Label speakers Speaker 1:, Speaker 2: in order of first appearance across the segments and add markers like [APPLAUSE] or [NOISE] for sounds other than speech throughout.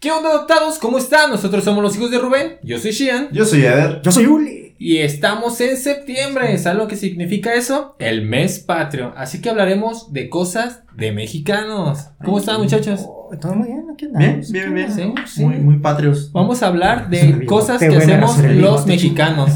Speaker 1: ¿Qué onda adoptados? ¿Cómo están? Nosotros somos los hijos de Rubén. Yo soy Shian.
Speaker 2: Yo soy Eder.
Speaker 3: Yo soy Uli.
Speaker 1: Y estamos en septiembre. ¿Saben lo que significa eso? El mes patrio. Así que hablaremos de cosas de mexicanos. ¿Cómo están muchachos?
Speaker 3: Oh, Todo muy bien, aquí
Speaker 2: Bien,
Speaker 3: andamos.
Speaker 2: bien, bien.
Speaker 1: Ah, Sí, sí.
Speaker 2: Muy, muy patrios.
Speaker 1: Vamos a hablar
Speaker 3: Se
Speaker 1: de
Speaker 3: me
Speaker 1: cosas
Speaker 3: bigote,
Speaker 1: que
Speaker 3: güey, me
Speaker 1: hacemos
Speaker 3: rasé el
Speaker 1: los
Speaker 3: bigote,
Speaker 1: mexicanos.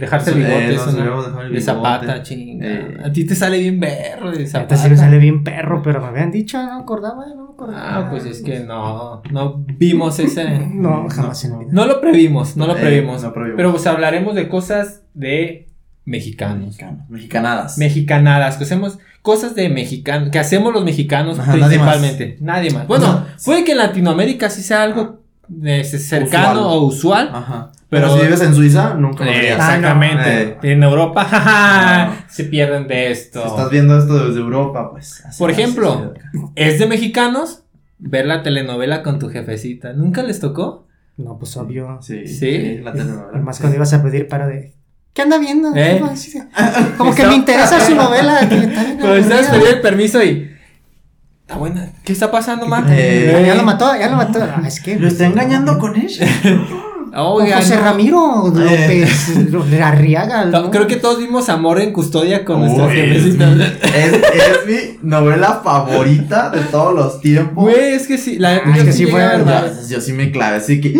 Speaker 1: Dejarse el
Speaker 2: Eh,
Speaker 1: bigote,
Speaker 2: nos
Speaker 1: eso ¿no?
Speaker 2: debemos dejar el
Speaker 1: De
Speaker 2: bigote.
Speaker 1: zapata, chinga.
Speaker 2: Eh.
Speaker 1: A ti te sale bien berro de
Speaker 3: Ahorita sí me
Speaker 1: zapata.
Speaker 3: sale bien perro, pero me habían dicho, no me acordaba, no me acordaba.
Speaker 1: Ah, pues es que no, no vimos ese.
Speaker 3: No, jamás
Speaker 2: No,
Speaker 3: en mi vida.
Speaker 1: No lo previmos, no lo
Speaker 2: Eh,
Speaker 1: previmos.
Speaker 2: no previmos.
Speaker 1: Pero pues hablaremos de cosas de mexicanos.
Speaker 2: Mexicanadas.
Speaker 1: Mexicanadas, que hacemos cosas de mexicanos, que hacemos los mexicanos
Speaker 2: Ajá, nadie
Speaker 1: principalmente. Nadie más. Bueno,
Speaker 2: Ajá.
Speaker 1: puede que en Latinoamérica sí sea algo eh, cercano
Speaker 2: Usual. Ah,
Speaker 1: o usual.
Speaker 2: Ajá.
Speaker 1: Pero-
Speaker 2: Pero, si vives en Suiza, nunca lo
Speaker 1: Eh,
Speaker 2: verías.
Speaker 1: exactamente.
Speaker 2: Eh,
Speaker 1: En Europa, [LAUGHS] jaja,
Speaker 2: No.
Speaker 1: se pierden de esto.
Speaker 2: Si estás viendo esto desde Europa, pues. así
Speaker 1: Por
Speaker 2: va a
Speaker 1: ejemplo.
Speaker 2: suceder acá.
Speaker 1: ¿Es de mexicanos? Ver la telenovela con tu jefecita. ¿Nunca les tocó?
Speaker 3: No, pues obvio.
Speaker 2: Sí.
Speaker 1: Sí.
Speaker 2: la telenovela.
Speaker 3: Además, cuando ibas a pedir para de. ¿Qué anda viendo?
Speaker 1: ¿Eh?
Speaker 2: [LAUGHS]
Speaker 3: Como así de- Como que me interesa su novela. que está bien
Speaker 1: Cuando estás
Speaker 3: aburrida.
Speaker 1: pidiendo el permiso y. Está buena. ¿Qué está pasando, Marta?
Speaker 2: Eh,
Speaker 3: Ya lo mató, ya lo mató. Ah, es que.
Speaker 2: ¿Lo está engañando con ella?
Speaker 3: Con
Speaker 1: Oiga,
Speaker 3: José
Speaker 1: no.
Speaker 3: Ramiro
Speaker 2: Eh.
Speaker 3: López Lo- Arriaga. ¿no?
Speaker 1: To- Creo que todos vimos Amor en Custodia [LAUGHS] con
Speaker 2: Uy,
Speaker 1: nuestras
Speaker 2: es,
Speaker 1: jefecitas.
Speaker 2: es- es mi novela favorita de todos los tiempos.
Speaker 1: Güey, es que sí. La,
Speaker 3: Ah,
Speaker 1: yo
Speaker 3: es que
Speaker 1: sí
Speaker 3: sí
Speaker 1: llegué a
Speaker 3: fue,
Speaker 1: ver
Speaker 3: ya.
Speaker 1: varias.
Speaker 2: Yo sí me clavé, así que.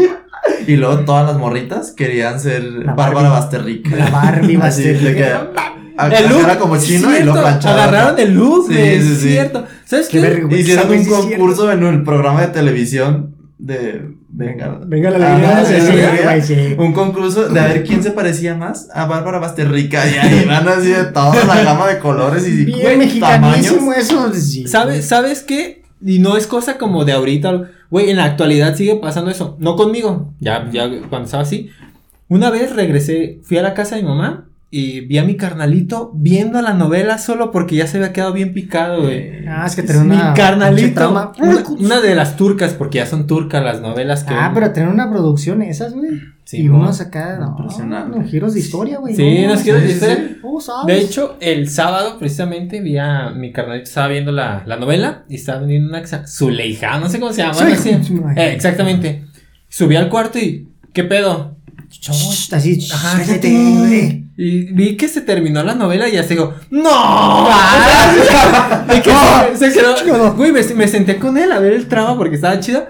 Speaker 2: Y luego todas las morritas querían ser
Speaker 3: La
Speaker 2: Bárbara
Speaker 3: Barbie.
Speaker 2: Basterrica. [LAUGHS]
Speaker 3: La Barbie
Speaker 2: Así de
Speaker 3: Basterrica.
Speaker 2: que, a-
Speaker 1: El look,
Speaker 2: Era como chino y lo
Speaker 1: cierto,
Speaker 2: planchaba.
Speaker 1: Agarraron el look,
Speaker 2: Sí,
Speaker 1: güey,
Speaker 2: sí,
Speaker 1: es
Speaker 2: sí.
Speaker 1: cierto. ¿Sabes
Speaker 3: Qué
Speaker 1: qué?
Speaker 3: verga, güey,
Speaker 2: Hicieron
Speaker 3: sabe,
Speaker 2: un
Speaker 3: sí es cierto.
Speaker 2: concurso en el programa de televisión de. Venga. Ah,
Speaker 3: Venga la
Speaker 2: Ajá,
Speaker 3: alegría,
Speaker 2: de
Speaker 3: sí,
Speaker 2: la
Speaker 3: sí, güey, sí.
Speaker 2: Un concurso de a ver quién se parecía más a Bárbara Basterrica. Y ahí van así de toda la gama de colores y
Speaker 3: Bien
Speaker 2: güey,
Speaker 3: mexicanísimo eso. Sí.
Speaker 1: ¿Sabes, ¿Sabes qué? Y no es cosa como de ahorita. Güey, en la actualidad sigue pasando eso. No conmigo. Ya, ya cuando estaba así. Una vez regresé, fui a la casa de mi mamá y vi a mi carnalito viendo la novela solo porque ya se había quedado bien picado, güey.
Speaker 3: Ah, es que
Speaker 1: Es
Speaker 3: tener
Speaker 1: mi
Speaker 3: una. pinche
Speaker 1: carnalito.
Speaker 3: trama.
Speaker 1: Una, una de las turcas, porque ya son turcas las novelas que.
Speaker 3: Ah, pero tener una producción esas, güey.
Speaker 1: Sí,
Speaker 3: y
Speaker 1: ¿no?
Speaker 3: unos acá, no,
Speaker 2: Impresionante.
Speaker 3: unos giros de historia, güey.
Speaker 1: Sí,
Speaker 3: no,
Speaker 1: unos giros de
Speaker 3: sí,
Speaker 1: historia.
Speaker 3: sí. Oh, ¿sabes?
Speaker 1: De hecho, el sábado precisamente vi a mi carnalito, estaba viendo la, la novela y estaba viendo una que se llama Zuleija, no sé cómo se llama.
Speaker 3: Zuleija.
Speaker 1: así. Eh, exactamente. Subí al cuarto y, ¿qué pedo?
Speaker 3: Shh, así, shh,
Speaker 1: Ajá,
Speaker 3: cállate,
Speaker 1: cállate.
Speaker 3: güey.
Speaker 1: Y vi que se terminó la novela y ya se digo, ¡No!
Speaker 2: Ah.
Speaker 1: [LAUGHS] Y que se, se quedó, güey, me, me senté con él a ver el trama porque estaba chido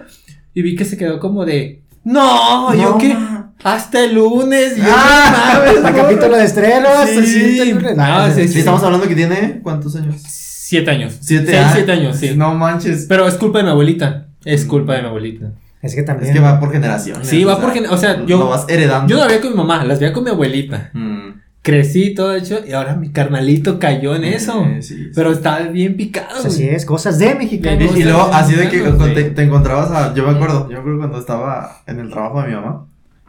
Speaker 1: y vi que se quedó como de, ¡No! ¿Yo
Speaker 2: No,
Speaker 1: qué?
Speaker 2: ma.
Speaker 1: Hasta el lunes. Y yo,
Speaker 2: Ah,
Speaker 1: "No mames,
Speaker 3: Para
Speaker 1: güey".
Speaker 3: capítulo de estreno, hasta
Speaker 2: Sí.
Speaker 3: siguiente-
Speaker 1: No, sí,
Speaker 2: Sí, estamos hablando que tiene. ¿Cuántos años?
Speaker 1: Siete años.
Speaker 2: Siete
Speaker 1: Seis,
Speaker 2: ah,
Speaker 1: siete años, sí.
Speaker 2: No manches.
Speaker 1: Pero es culpa de mi abuelita. Es culpa de mi abuelita.
Speaker 3: Es que también.
Speaker 2: Es que va por generaciones.
Speaker 1: Sí, va por
Speaker 2: generación
Speaker 1: gen- o sea, yo-
Speaker 2: Lo vas heredando.
Speaker 1: Yo no la veía con mi mamá, las veía con mi abuelita.
Speaker 2: Mm.
Speaker 1: Crecí todo hecho y ahora mi carnalito cayó en eso.
Speaker 2: Eh, sí, sí.
Speaker 1: Pero estaba bien picado. güey.
Speaker 3: Así es, cosas de mexicanos.
Speaker 1: Bien,
Speaker 2: Y, y luego, así de que
Speaker 1: Sí.
Speaker 2: te, te encontrabas a. Yo me acuerdo, yo me acuerdo cuando estaba en el trabajo de mi mamá.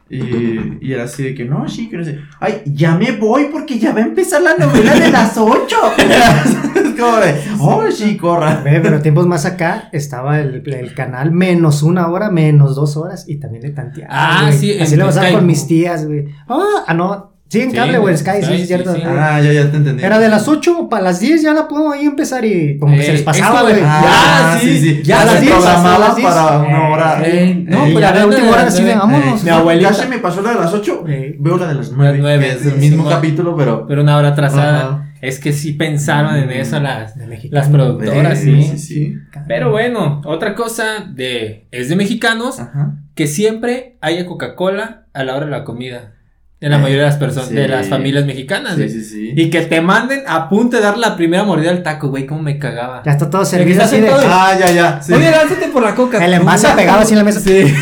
Speaker 2: Y, y era así de que, no, sí, que no sé. Ay, ya me voy porque ya va a empezar la novela de las 8.
Speaker 1: [LAUGHS]
Speaker 2: [LAUGHS] es como de, oh, sí, corra.
Speaker 3: Ve, pero tiempos más acá estaba el, el canal menos una hora, menos dos horas y también de tanteaba.
Speaker 1: Ah,
Speaker 3: güey.
Speaker 1: sí,
Speaker 3: Así
Speaker 1: en
Speaker 3: le pasaba
Speaker 1: Sky.
Speaker 3: con mis tías, güey. Ah, ah, no. Sí, en
Speaker 1: Sí,
Speaker 3: cable, güey,
Speaker 1: en
Speaker 3: en Sky,
Speaker 1: Sky,
Speaker 3: sí,
Speaker 1: sí,
Speaker 3: es cierto.
Speaker 1: sí.
Speaker 2: Ah, ya, ya te entendí.
Speaker 3: Era de las 8 para las 10, ya la puedo ahí empezar y como que se
Speaker 1: Eh,
Speaker 3: les pasaba,
Speaker 1: eso,
Speaker 3: güey.
Speaker 1: ah, Ya, sí, ya
Speaker 2: Ya
Speaker 1: las
Speaker 2: las
Speaker 1: diez,
Speaker 3: a
Speaker 2: programaba
Speaker 3: las diez.
Speaker 2: para una
Speaker 3: Eh,
Speaker 2: hora.
Speaker 1: Eh, no,
Speaker 2: Eh,
Speaker 1: pero
Speaker 3: ya
Speaker 1: hablando
Speaker 3: la última
Speaker 1: de eh,
Speaker 3: hora
Speaker 1: las
Speaker 3: sí,
Speaker 1: nueve.
Speaker 3: vámonos.
Speaker 1: Mi
Speaker 2: Ya,
Speaker 1: abuelita.
Speaker 2: Ya se me pasó la de las 8.
Speaker 3: Eh.
Speaker 2: Veo la de las 9.
Speaker 1: nueve,
Speaker 2: que es el
Speaker 1: sí,
Speaker 2: mismo
Speaker 1: sí,
Speaker 2: capítulo, pero.
Speaker 1: Pero una hora atrasada.
Speaker 2: Ajá.
Speaker 1: Es que sí pensaron en eso las,
Speaker 3: De mexicanos.
Speaker 1: las productoras,
Speaker 2: Eh,
Speaker 1: sí.
Speaker 2: sí, sí.
Speaker 1: Pero bueno, otra cosa de es de mexicanos
Speaker 2: Ajá.
Speaker 1: que siempre haya Coca-Cola a la hora de la comida. En la
Speaker 2: Eh,
Speaker 1: mayoría de las personas,
Speaker 2: sí.
Speaker 1: de las familias mexicanas.
Speaker 2: Sí,
Speaker 1: güey.
Speaker 2: sí, sí.
Speaker 1: Y que te manden a punto de dar la primera mordida al taco, güey, cómo me cagaba.
Speaker 3: Ya está todo
Speaker 1: que
Speaker 3: servido
Speaker 1: está
Speaker 3: así de.
Speaker 1: sentado
Speaker 2: Ah, ya, ya. Sí.
Speaker 1: Oye, lánzate por la coca.
Speaker 3: El envase pegado así en la mesa.
Speaker 1: [LAUGHS] Sí.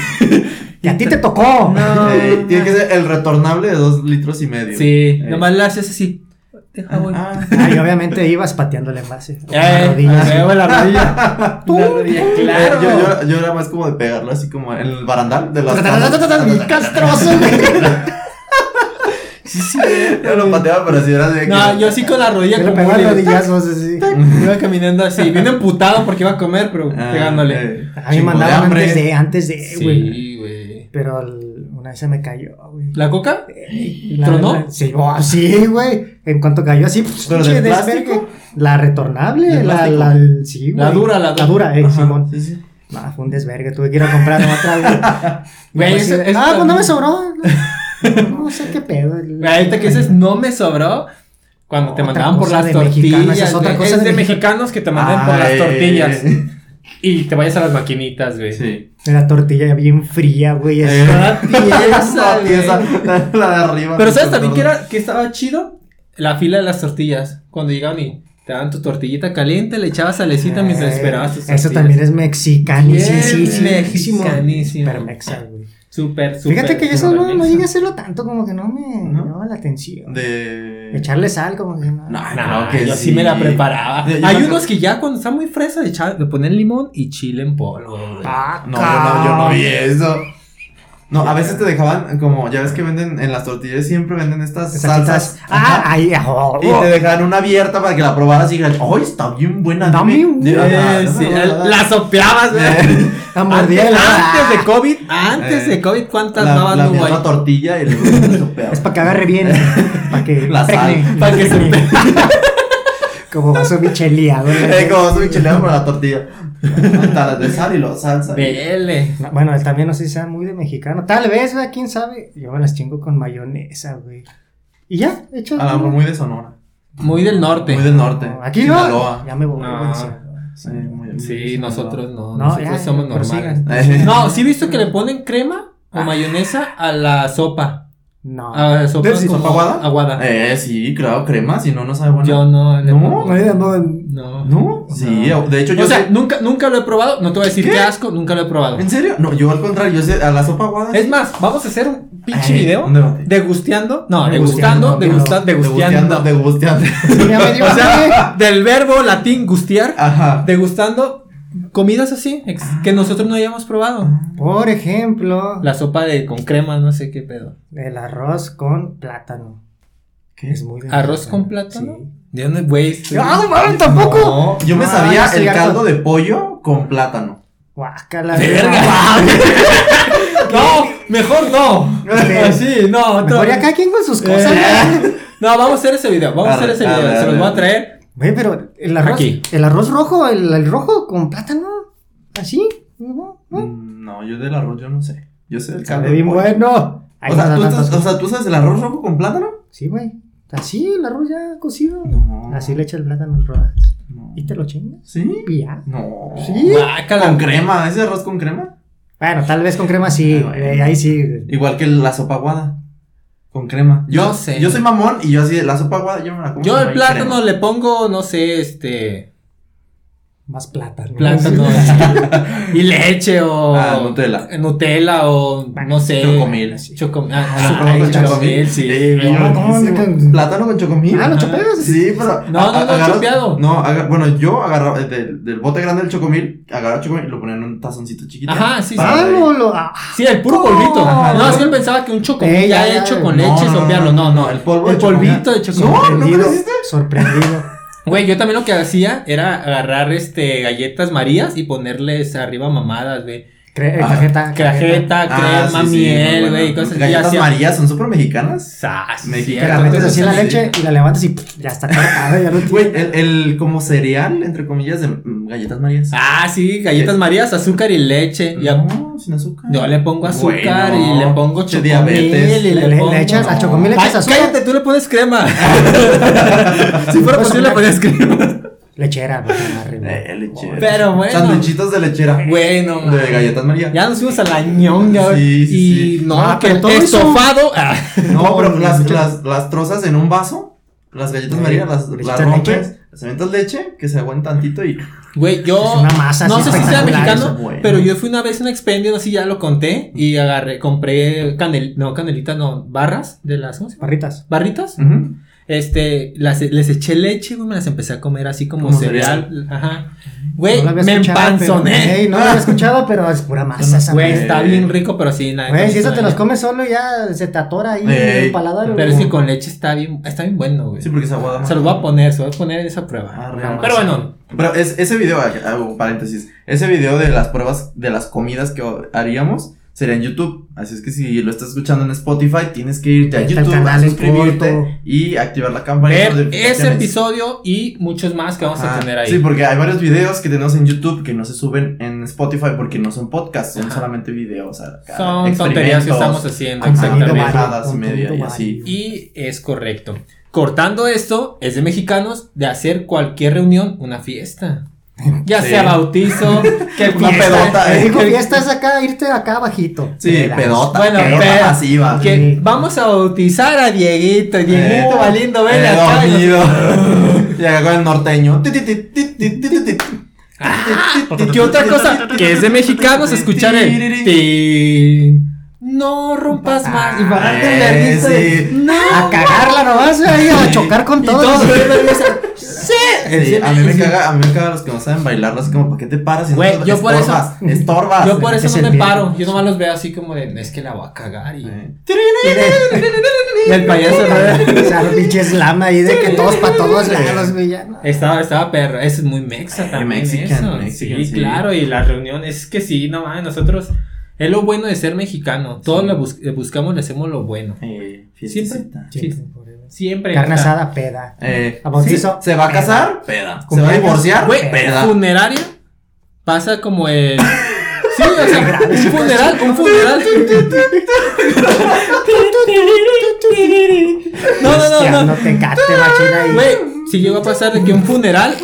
Speaker 3: Y a ti te tocó.
Speaker 1: No.
Speaker 2: Eh, tiene que ser el retornable de dos litros
Speaker 1: [LAUGHS]
Speaker 2: y medio.
Speaker 1: Sí,
Speaker 2: Eh.
Speaker 1: nomás la haces así. Deja voy.
Speaker 2: Ah, [LAUGHS]
Speaker 3: Ah, y obviamente ibas pateando el envase. con las
Speaker 1: Eh,
Speaker 3: rodillas.
Speaker 1: me muevo la [LAUGHS] rodilla.
Speaker 3: Tú,
Speaker 1: La rodilla, claro.
Speaker 2: Eh, yo, yo, era- yo era más como de pegarlo así como en el barandal de las casas.
Speaker 3: [LAUGHS] Castroso, güey.
Speaker 2: Sí, sí. [LAUGHS] Yo lo pateaba, pero si era así de
Speaker 1: No,
Speaker 2: que-
Speaker 1: yo sí con la rodilla
Speaker 3: Yo le
Speaker 1: como
Speaker 3: pegaba
Speaker 1: le-
Speaker 3: rodillazos así.
Speaker 1: [LAUGHS] Iba caminando así, bien emputado porque iba a comer, pero
Speaker 2: Ah,
Speaker 1: pegándole.
Speaker 2: eh,
Speaker 3: A
Speaker 2: chingo
Speaker 3: mí me
Speaker 2: de
Speaker 3: mandaban
Speaker 2: hambre.
Speaker 3: antes de, antes de, güey.
Speaker 1: Sí, güey.
Speaker 3: Pero el- una vez se me cayó, güey.
Speaker 1: ¿La coca?
Speaker 3: Eh, la-
Speaker 1: ¿Tronó?
Speaker 3: la- sí, oh, sí, güey. En cuanto cayó así, pf,
Speaker 2: ¿Pero de
Speaker 3: pinche
Speaker 2: plástico?
Speaker 3: desvergue. La retornable,
Speaker 2: ¿De
Speaker 3: la,
Speaker 2: plástico?
Speaker 3: la, sí,
Speaker 1: La
Speaker 3: güey.
Speaker 1: dura, la
Speaker 3: La dura, eh,
Speaker 2: Ajá,
Speaker 3: Simón.
Speaker 2: sí, sí.
Speaker 3: Ah, fue un desvergue, tuve que ir a comprar otra,
Speaker 1: [LAUGHS]
Speaker 3: güey. [LAUGHS]
Speaker 1: Güey,
Speaker 3: Pues,
Speaker 1: eso-
Speaker 3: sí,
Speaker 1: eso
Speaker 3: ah, pues no
Speaker 1: también. [LAUGHS]
Speaker 3: me sobró. No, no sé qué pedo.
Speaker 1: Güey, Ahorita que dices, no me sobró. Cuando te
Speaker 3: Otra
Speaker 1: mandaban por
Speaker 3: cosa
Speaker 1: las
Speaker 3: de
Speaker 1: tortillas.
Speaker 3: mexicano, esa es otra
Speaker 1: güey.
Speaker 3: cosa
Speaker 1: Es
Speaker 3: de
Speaker 1: de
Speaker 3: mexicano.
Speaker 1: mexicanos que te mandan por las
Speaker 2: Ay.
Speaker 1: tortillas. Y te vayas a las maquinitas, güey.
Speaker 2: Sí.
Speaker 3: [LAUGHS] La tortilla bien fría, güey. así.
Speaker 2: Eh, [LAUGHS]
Speaker 1: Toda tiesa,
Speaker 2: Esa,
Speaker 1: güey.
Speaker 2: esa, la de arriba.
Speaker 1: Pero
Speaker 2: sí,
Speaker 1: ¿sabes
Speaker 2: con
Speaker 1: también
Speaker 2: todo.
Speaker 1: que, era, que estaba chido? La fila de las tortillas. Cuando llegaban y te daban tu tortillita caliente, le echabas salecita mientras
Speaker 3: Eh,
Speaker 1: esperabas tus
Speaker 3: Eso
Speaker 1: tortillas.
Speaker 3: también es mexicanísimo.
Speaker 1: Bien
Speaker 3: Sí, sí,
Speaker 1: mexicanísimo.
Speaker 3: Super mexa, güey.
Speaker 1: Súper, súper.
Speaker 3: Fíjate que yo eso
Speaker 1: súper
Speaker 3: no, no
Speaker 1: mexa.
Speaker 3: llegué a hacerlo tanto, como que no me
Speaker 2: ¿No?
Speaker 3: me llama la atención.
Speaker 2: De.
Speaker 3: Echarle sal, como que no.
Speaker 2: No,
Speaker 1: Nah,
Speaker 2: claro que
Speaker 1: yo sí me la preparaba.
Speaker 2: Yo- yo
Speaker 1: Hay
Speaker 2: me acuerdo-
Speaker 1: unos que ya cuando está muy fresa de, echar- de poner limón y chile en polvo. güey.
Speaker 3: Ah,
Speaker 2: No, yo no, yo no vi
Speaker 3: cabrón.
Speaker 2: eso. No, a veces te dejaban, como ya ves que venden en las tortillas, siempre venden estas salsas.
Speaker 3: Salsitas. Ah,
Speaker 2: Ajá.
Speaker 3: ahí, oh,
Speaker 2: Y te dejaban una abierta para que la probaras y dijeras, ¡ay, está bien buena!
Speaker 3: Dame
Speaker 2: dime".
Speaker 3: una.
Speaker 2: Yo, "Ah,
Speaker 1: Eh,
Speaker 2: no,
Speaker 1: sí,
Speaker 2: no, no, no".
Speaker 1: la soplabas, güey.
Speaker 2: Eh,
Speaker 3: la
Speaker 1: Antes,
Speaker 3: mordida de Ah, la-
Speaker 1: antes de COVID, antes de COVID, ¿cuántas
Speaker 2: La,
Speaker 1: dabas
Speaker 2: la
Speaker 1: no, güey?
Speaker 2: misma tortilla
Speaker 3: [LAUGHS]
Speaker 2: y luego
Speaker 3: Ah,
Speaker 2: [LAUGHS]
Speaker 3: Es para que
Speaker 2: Eh,
Speaker 3: agarre bien. Para que.
Speaker 2: La sal.
Speaker 1: [LAUGHS]
Speaker 3: impregne.
Speaker 1: Para
Speaker 3: [LAUGHS]
Speaker 1: que se
Speaker 3: Como vaso michelía, güey.
Speaker 2: [LAUGHS] Es como soy chileno para la tortilla. Hasta las de sal y los salsa.
Speaker 1: Vele.
Speaker 3: No, Bueno, también no sé si sea muy de mexicano. Tal vez, güey, quién sabe. Yo me las chingo con mayonesa, güey. Y ya, hecho.
Speaker 2: A lo mejor muy de Sonora.
Speaker 1: Muy del norte.
Speaker 2: Muy del norte.
Speaker 3: Aquí
Speaker 2: Sinaloa.
Speaker 3: no. Ya me voy,
Speaker 1: No.
Speaker 3: güey. sí.
Speaker 2: Sí, muy- muy
Speaker 1: Sí,
Speaker 2: de
Speaker 1: nosotros no.
Speaker 3: No,
Speaker 1: nosotros
Speaker 3: ya,
Speaker 1: somos
Speaker 3: pero
Speaker 1: normales.
Speaker 3: sigan.
Speaker 2: Sinaloa. Eh,
Speaker 1: No, sí he visto que le ponen crema o mayonesa a la sopa.
Speaker 3: No.
Speaker 2: Ah,
Speaker 1: A la sopa,
Speaker 3: Pero sí,
Speaker 1: como
Speaker 2: ¿sopa aguada?
Speaker 1: Aguada.
Speaker 2: Eh, sí, claro, crema, si no, no sabe bueno.
Speaker 1: Yo no. le
Speaker 2: No.
Speaker 1: pongo-
Speaker 3: No, yo tampoco-
Speaker 1: No.
Speaker 2: ¿No? Sí,
Speaker 1: No.
Speaker 2: de hecho yo...
Speaker 1: O sea,
Speaker 2: sé-
Speaker 1: nunca, nunca lo he probado. No te voy a decir
Speaker 2: ¿Qué?
Speaker 1: qué asco, nunca lo he probado.
Speaker 2: ¿En serio? No, yo al contrario, yo sé, a la sopa aguada...
Speaker 1: Es más, vamos a hacer un pinche
Speaker 2: Ay,
Speaker 1: video
Speaker 2: un debate.
Speaker 1: degusteando. No,
Speaker 3: Degusteando,
Speaker 1: degustando, degusta-
Speaker 3: no.
Speaker 1: degusteando. [LAUGHS]
Speaker 2: Degusteando, degusteando.
Speaker 3: Ya me dio
Speaker 1: O
Speaker 3: hambre.
Speaker 1: sea, del verbo latín gustear,
Speaker 2: Ajá.
Speaker 1: degustando comidas así ex- que nosotros no hayamos probado.
Speaker 3: Por ejemplo,
Speaker 1: La sopa de con crema, no sé qué pedo.
Speaker 3: el arroz con plátano.
Speaker 2: ¿Qué?
Speaker 3: Es muy de
Speaker 1: ¿Arroz con
Speaker 3: mexicano,
Speaker 1: plátano? ¿De dónde, güey? estoy-
Speaker 3: sí. ¡Ah, no mames, tampoco!
Speaker 2: No, yo me
Speaker 3: Ah,
Speaker 2: sabía
Speaker 3: ya sé,
Speaker 2: el
Speaker 3: ya
Speaker 2: caldo de pollo con plátano.
Speaker 3: Guácala. Ah,
Speaker 1: [LAUGHS] ¡Verga! No, mejor no. [LAUGHS]
Speaker 3: Ok.
Speaker 1: Sí, no. otro-
Speaker 3: Mejor ya cada quien con sus cosas.
Speaker 1: Eh.
Speaker 3: güey.
Speaker 1: No, vamos a hacer ese video. Vamos a hacer
Speaker 2: Arre,
Speaker 1: ese
Speaker 2: arre,
Speaker 1: video. Se los
Speaker 2: arre,
Speaker 1: voy a
Speaker 2: arre.
Speaker 1: traer.
Speaker 3: Güey, pero el arroz.
Speaker 1: Aquí.
Speaker 3: El arroz rojo, el, el rojo con plátano. Así. ¿no? ¿no?
Speaker 2: Mm, No, yo del arroz yo no sé. Yo sé el caldo
Speaker 3: Sabe
Speaker 2: de
Speaker 3: bien
Speaker 2: pollo.
Speaker 3: bueno. Ahí
Speaker 2: O sea,
Speaker 3: nos
Speaker 2: ¿tú
Speaker 3: dan
Speaker 2: estás-
Speaker 3: las-
Speaker 2: o sea, ¿tú sabes el arroz rojo con plátano?
Speaker 3: Sí, güey. Así, el arroz ya cocido.
Speaker 2: No.
Speaker 3: Así le echa el plátano en rodajas.
Speaker 2: No.
Speaker 3: Y te lo chingas.
Speaker 2: ¿Sí?
Speaker 3: Y ya.
Speaker 2: No.
Speaker 3: Sí.
Speaker 1: Guácala.
Speaker 2: ¿Con crema? ¿Es arroz con crema?
Speaker 3: Bueno, tal vez con crema sí.
Speaker 2: Ah, bueno.
Speaker 3: güey, ahí sí.
Speaker 2: Igual que la sopa aguada. Con crema. Yo
Speaker 1: No sé.
Speaker 2: Yo soy mamón y yo así, la sopa aguada yo me la como.
Speaker 1: Yo
Speaker 2: con
Speaker 1: el
Speaker 2: crema.
Speaker 1: plátano le pongo, no sé, este.
Speaker 3: Más plátano.
Speaker 1: Plátano.
Speaker 3: [LAUGHS]
Speaker 1: [LAUGHS] y leche o.
Speaker 2: Ah, Nutella.
Speaker 1: Nutella o. No sé.
Speaker 2: Chocomil.
Speaker 1: Chocomil.
Speaker 2: [LAUGHS] Ah,
Speaker 1: Ah,
Speaker 2: chocomil
Speaker 1: ay,
Speaker 2: con
Speaker 1: chocomil,
Speaker 2: chocomil.
Speaker 1: sí.
Speaker 2: Sí,
Speaker 1: No,
Speaker 2: yo-
Speaker 3: ¿cómo
Speaker 2: sí,
Speaker 3: no?
Speaker 2: ¿Plátano con chocomil?
Speaker 3: Ah, lo
Speaker 1: Ajá.
Speaker 3: chopeas.
Speaker 2: Sí, pero.
Speaker 1: No,
Speaker 2: a-
Speaker 1: no, no,
Speaker 2: agarras-
Speaker 1: chopeado.
Speaker 2: No, aga- bueno, yo agarraba eh, del, del bote grande del chocomil, agarraba chocomil y lo ponía en un tazoncito chiquito.
Speaker 1: Ajá, sí, sí.
Speaker 2: Para
Speaker 3: Ah,
Speaker 2: de-
Speaker 3: no, lo. ah,
Speaker 1: Sí, el puro
Speaker 3: No.
Speaker 1: polvito.
Speaker 3: Ajá,
Speaker 1: no,
Speaker 3: no.
Speaker 1: es que él pensaba que un chocomil
Speaker 3: Eh,
Speaker 1: ya,
Speaker 3: ya, ya,
Speaker 1: hecho
Speaker 3: ya.
Speaker 1: con
Speaker 2: No,
Speaker 1: leche,
Speaker 2: no, no,
Speaker 1: sopearlo. No, no.
Speaker 2: el polvo
Speaker 1: El
Speaker 2: de chocomil.
Speaker 1: polvito de chocomil.
Speaker 2: No, no me
Speaker 3: sorprendido.
Speaker 2: hiciste.
Speaker 3: Sorprendido.
Speaker 1: Güey, yo también lo que hacía era agarrar este galletas marías y ponerles arriba mamadas, güey.
Speaker 3: Cre-
Speaker 2: Ah,
Speaker 3: cajeta.
Speaker 1: Cajeta,
Speaker 2: Ah,
Speaker 1: crema,
Speaker 2: sí, sí, muy
Speaker 1: miel,
Speaker 2: bueno.
Speaker 1: güey, cosas así.
Speaker 2: Galletas
Speaker 1: Hacía-
Speaker 2: Marías son súper mexicanas.
Speaker 1: Sas,
Speaker 2: Me-
Speaker 1: sí,
Speaker 3: Que
Speaker 2: Cajeta,
Speaker 1: entonces
Speaker 3: la metes
Speaker 2: entonces
Speaker 3: así en la
Speaker 2: sí.
Speaker 3: leche y la levantas y pff, ya está cortada, ya lo tienes.
Speaker 2: Güey, el, el como cereal, entre comillas, de mm, galletas Marías.
Speaker 1: Ah, sí, galletas marías, azúcar y leche. Y a-
Speaker 2: No, sin azúcar.
Speaker 1: Yo le pongo azúcar
Speaker 2: Güey, no.
Speaker 1: y le pongo
Speaker 2: Che,
Speaker 1: chocomil Eh,
Speaker 2: diabetes.
Speaker 1: y le,
Speaker 3: Le- le
Speaker 1: pongo...
Speaker 3: echas a chocomil, le
Speaker 1: Ay,
Speaker 3: echas azúcar.
Speaker 1: cállate, tú le pones
Speaker 2: [LAUGHS]
Speaker 1: crema.
Speaker 2: Ah,
Speaker 1: si fuera
Speaker 3: Pues,
Speaker 1: posible, le
Speaker 3: hombre.
Speaker 1: pones crema.
Speaker 3: Lechera, güey, arriba.
Speaker 2: Eh, lechera.
Speaker 1: Pero bueno.
Speaker 2: Sanduchitos de lechera.
Speaker 1: Bueno,
Speaker 2: De galletas María.
Speaker 1: ya nos fuimos a la ñonga, güey.
Speaker 2: Sí, sí,
Speaker 1: y
Speaker 2: sí.
Speaker 1: no,
Speaker 3: Ah,
Speaker 1: que
Speaker 3: pero todo eso-
Speaker 1: estofado. ah.
Speaker 2: No, pero
Speaker 3: No,
Speaker 2: las,
Speaker 3: leche.
Speaker 2: las, las trozas en un vaso, las galletas
Speaker 3: Sí,
Speaker 1: Eh,
Speaker 2: María, las,
Speaker 3: le
Speaker 2: las
Speaker 3: echas
Speaker 2: rompes,
Speaker 3: leche.
Speaker 2: las avientas leche, que se aguanta tantito y.
Speaker 1: [LAUGHS] Güey, yo.
Speaker 3: Es una masa
Speaker 1: No
Speaker 3: así
Speaker 1: sé si sea
Speaker 3: espectacular,
Speaker 1: mexicano,
Speaker 2: eso, güey.
Speaker 1: pero yo fui una vez a un expendio, no sé si ya lo conté. Y agarré, compré canel, no, canelita, no, barras de las. ¿Cómo se llama?
Speaker 3: Barritas.
Speaker 1: Barritas.
Speaker 2: Ujú.
Speaker 1: Este, las, les eché leche, güey, me las empecé a comer así como,
Speaker 2: Como
Speaker 1: cereal. Ajá. Güey,
Speaker 3: lo había
Speaker 1: me
Speaker 3: escuchado, pero-
Speaker 1: empanzoné.
Speaker 3: Ey, no lo había escuchado, pero es pura masa esa
Speaker 1: Güey,
Speaker 3: madre.
Speaker 1: está bien rico, pero sí, nada.
Speaker 3: Güey, si eso te los comes solo ya se te atora ahí en
Speaker 2: Ey,
Speaker 3: el paladar.
Speaker 1: Pero
Speaker 3: güey.
Speaker 1: es que con leche está bien, está bien bueno, güey.
Speaker 2: Sí, porque es aguada.
Speaker 1: Se los voy a poner, se los voy a poner en esa prueba.
Speaker 2: Arre,
Speaker 3: Pero
Speaker 2: arre.
Speaker 1: pero bueno,
Speaker 2: Ah, Pero ah, es- ese video, hago un paréntesis, ese video de las pruebas de las comidas que haríamos sería en YouTube. Así es que si lo estás escuchando en Spotify, tienes que irte a
Speaker 3: Vete al
Speaker 2: YouTube
Speaker 3: canal
Speaker 2: a
Speaker 3: en corto.
Speaker 2: suscribirte y activar la campanita de
Speaker 1: Ver ese
Speaker 2: notificaciones.
Speaker 1: episodio y muchos más que vamos
Speaker 2: Ajá.
Speaker 1: a tener ahí.
Speaker 2: Ah, Sí, porque hay varios videos que tenemos en YouTube que no se suben en Spotify porque no son podcasts, son
Speaker 1: Ajá.
Speaker 2: solamente videos. o sea,
Speaker 1: Son tonterías que
Speaker 2: experimentos.
Speaker 1: estamos haciendo,
Speaker 2: Contenido
Speaker 1: exactamente.
Speaker 2: barato. Bajadas y media y así.
Speaker 1: Y es correcto. Cortando esto, es de mexicanos de hacer cualquier reunión una fiesta. Ya
Speaker 2: Sí.
Speaker 1: sea bautizo, que
Speaker 2: Una
Speaker 1: fiesta-
Speaker 2: pedota,
Speaker 1: que-
Speaker 2: eh.
Speaker 3: Digo, fiestas acá, irte acá bajito.
Speaker 2: Sí,
Speaker 3: Verás.
Speaker 2: pedota,
Speaker 1: Eh, Bueno,
Speaker 2: pedota
Speaker 1: pe-
Speaker 2: masiva.
Speaker 1: que vamos a bautizar a Dieguito. Dieguito
Speaker 2: Eh,
Speaker 1: valiendo, ven
Speaker 2: Eh,
Speaker 1: acá. y nos-
Speaker 2: dormido.
Speaker 1: [LAUGHS]
Speaker 2: Y acá con el norteño. Ti, ti, ti, ti, ti, ti, ti, ti.
Speaker 1: Ah, ¿Y qué otra cosa? Que es de mexicanos escuchar el ti. No rompas más. Y
Speaker 2: Ah,
Speaker 1: bajarte el
Speaker 2: eh,
Speaker 1: nervioso de-
Speaker 2: sí.
Speaker 1: No.
Speaker 3: A cagarla nomás, ahí a chocar con
Speaker 1: Y
Speaker 3: todos.
Speaker 1: todos bien nerviosos.
Speaker 3: [LAUGHS]
Speaker 1: Sí.
Speaker 2: Sí, a mí me caga, a mí me caga los que no saben bailar, así como, ¿para qué te paras? Y
Speaker 1: Güey,
Speaker 2: no-
Speaker 1: yo por eso-
Speaker 2: estorbas, estorbas.
Speaker 1: Yo por
Speaker 3: Es
Speaker 1: eso
Speaker 3: el
Speaker 1: no me
Speaker 3: miedo.
Speaker 1: paro. Yo nomás los veo así como de. Es que la voy a cagar. Y,
Speaker 2: Eh.
Speaker 1: [LAUGHS] y el payaso. ¿no? [LAUGHS]
Speaker 3: O sea, pinche slam ahí de que todos para todos lados, güey. ya, no.
Speaker 1: Estaba, estaba perro, eso es muy mexa
Speaker 2: Eh,
Speaker 1: también.
Speaker 2: mexican,
Speaker 1: eso.
Speaker 2: mexican,
Speaker 1: sí,
Speaker 2: sí.
Speaker 1: claro, y las reuniones, es que sí, no mames, nosotros, es lo bueno de ser mexicano, todos
Speaker 2: Sí.
Speaker 1: lo bus- le buscamos, le hacemos lo bueno.
Speaker 2: Eh,
Speaker 1: Siempre,
Speaker 2: fiestecita.
Speaker 1: sí, siempre.
Speaker 3: Carne
Speaker 1: o sea,
Speaker 3: asada, peda.
Speaker 2: Eh,
Speaker 3: A bautizo,
Speaker 2: sí, ¿Se va a
Speaker 3: peda.
Speaker 2: casar? Peda. ¿Se va a
Speaker 3: Cumpleaños,
Speaker 2: divorciar?
Speaker 1: Güey,
Speaker 2: peda.
Speaker 1: funeraria pasa como
Speaker 2: [LAUGHS]
Speaker 1: el... Sí, o sea, un funeral, un funeral. No, no, no,
Speaker 3: Cristiano,
Speaker 1: no.
Speaker 3: te cate, machina ahí.
Speaker 1: Güey, si llegó a pasar de que un funeral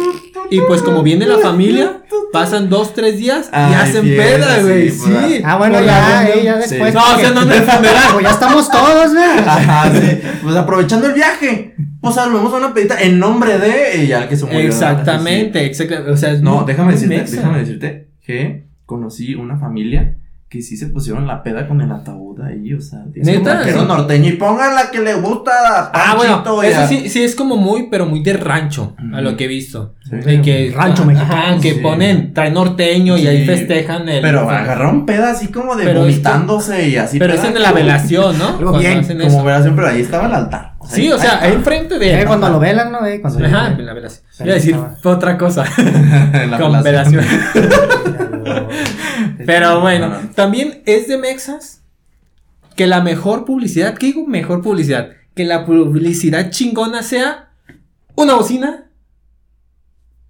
Speaker 1: y pues como viene la familia, pasan dos, tres días y
Speaker 2: Ay,
Speaker 1: hacen
Speaker 2: fiesta,
Speaker 1: peda, güey.
Speaker 2: sí,
Speaker 1: Sí.
Speaker 2: por la-
Speaker 3: Ah, bueno,
Speaker 1: Por la
Speaker 3: ya, eh,
Speaker 1: reunión.
Speaker 3: ya
Speaker 2: Sí.
Speaker 3: después.
Speaker 1: No, o
Speaker 3: porque-
Speaker 1: sea,
Speaker 2: [LAUGHS]
Speaker 1: no Ah, en el funeral.
Speaker 3: Pues ya estamos todos, güey.
Speaker 2: Ajá, sí. Pues aprovechando el viaje. Pues a lo mejor una pedita en nombre de. Y ya el que se murió.
Speaker 1: Exactamente, exacta- O sea, es
Speaker 2: No,
Speaker 1: muy-
Speaker 2: déjame
Speaker 1: muy
Speaker 2: decirte,
Speaker 1: mexa.
Speaker 2: déjame decirte que conocí una familia que sí se pusieron la peda con el ataúd ahí, o sea, es
Speaker 1: ¿Neta?
Speaker 2: como vaquero norteño y pongan la que le gusta a
Speaker 1: Ah, bueno,
Speaker 2: Panchito y
Speaker 1: eso
Speaker 2: a-
Speaker 1: sí, sí es como muy, pero muy de rancho, a lo que he visto.
Speaker 2: Sí.
Speaker 1: De que,
Speaker 3: Rancho
Speaker 1: ajá,
Speaker 3: mexicano,
Speaker 1: que
Speaker 2: sí.
Speaker 1: ponen, traen norteño y ahí
Speaker 2: Sí.
Speaker 1: festejan el.
Speaker 2: Pero agarraron peda así como de
Speaker 1: Pero esto-
Speaker 2: vomitándose y así.
Speaker 1: Pero
Speaker 2: peda
Speaker 1: es en la
Speaker 2: como-
Speaker 1: velación, ¿no?
Speaker 3: Algo
Speaker 1: Cuando
Speaker 3: bien,
Speaker 1: hacen eso.
Speaker 2: Como velación, pero ahí estaba el altar.
Speaker 1: Sí, o sea, ahí enfrente de.
Speaker 3: Eh, cuando lo velan, ¿no? Eh, cuando lo
Speaker 1: Ajá, en [LAUGHS]
Speaker 3: velan.
Speaker 1: la velación.
Speaker 3: Pero
Speaker 1: Voy a decir
Speaker 3: estaba-
Speaker 1: otra cosa.
Speaker 2: [LAUGHS] en la
Speaker 1: eh, [LAUGHS] Con velación.
Speaker 2: velación.
Speaker 1: Pero bueno,
Speaker 2: No, no.
Speaker 1: también es de Mexas que la mejor publicidad, ¿qué digo mejor publicidad? Que la publicidad chingona sea una bocina,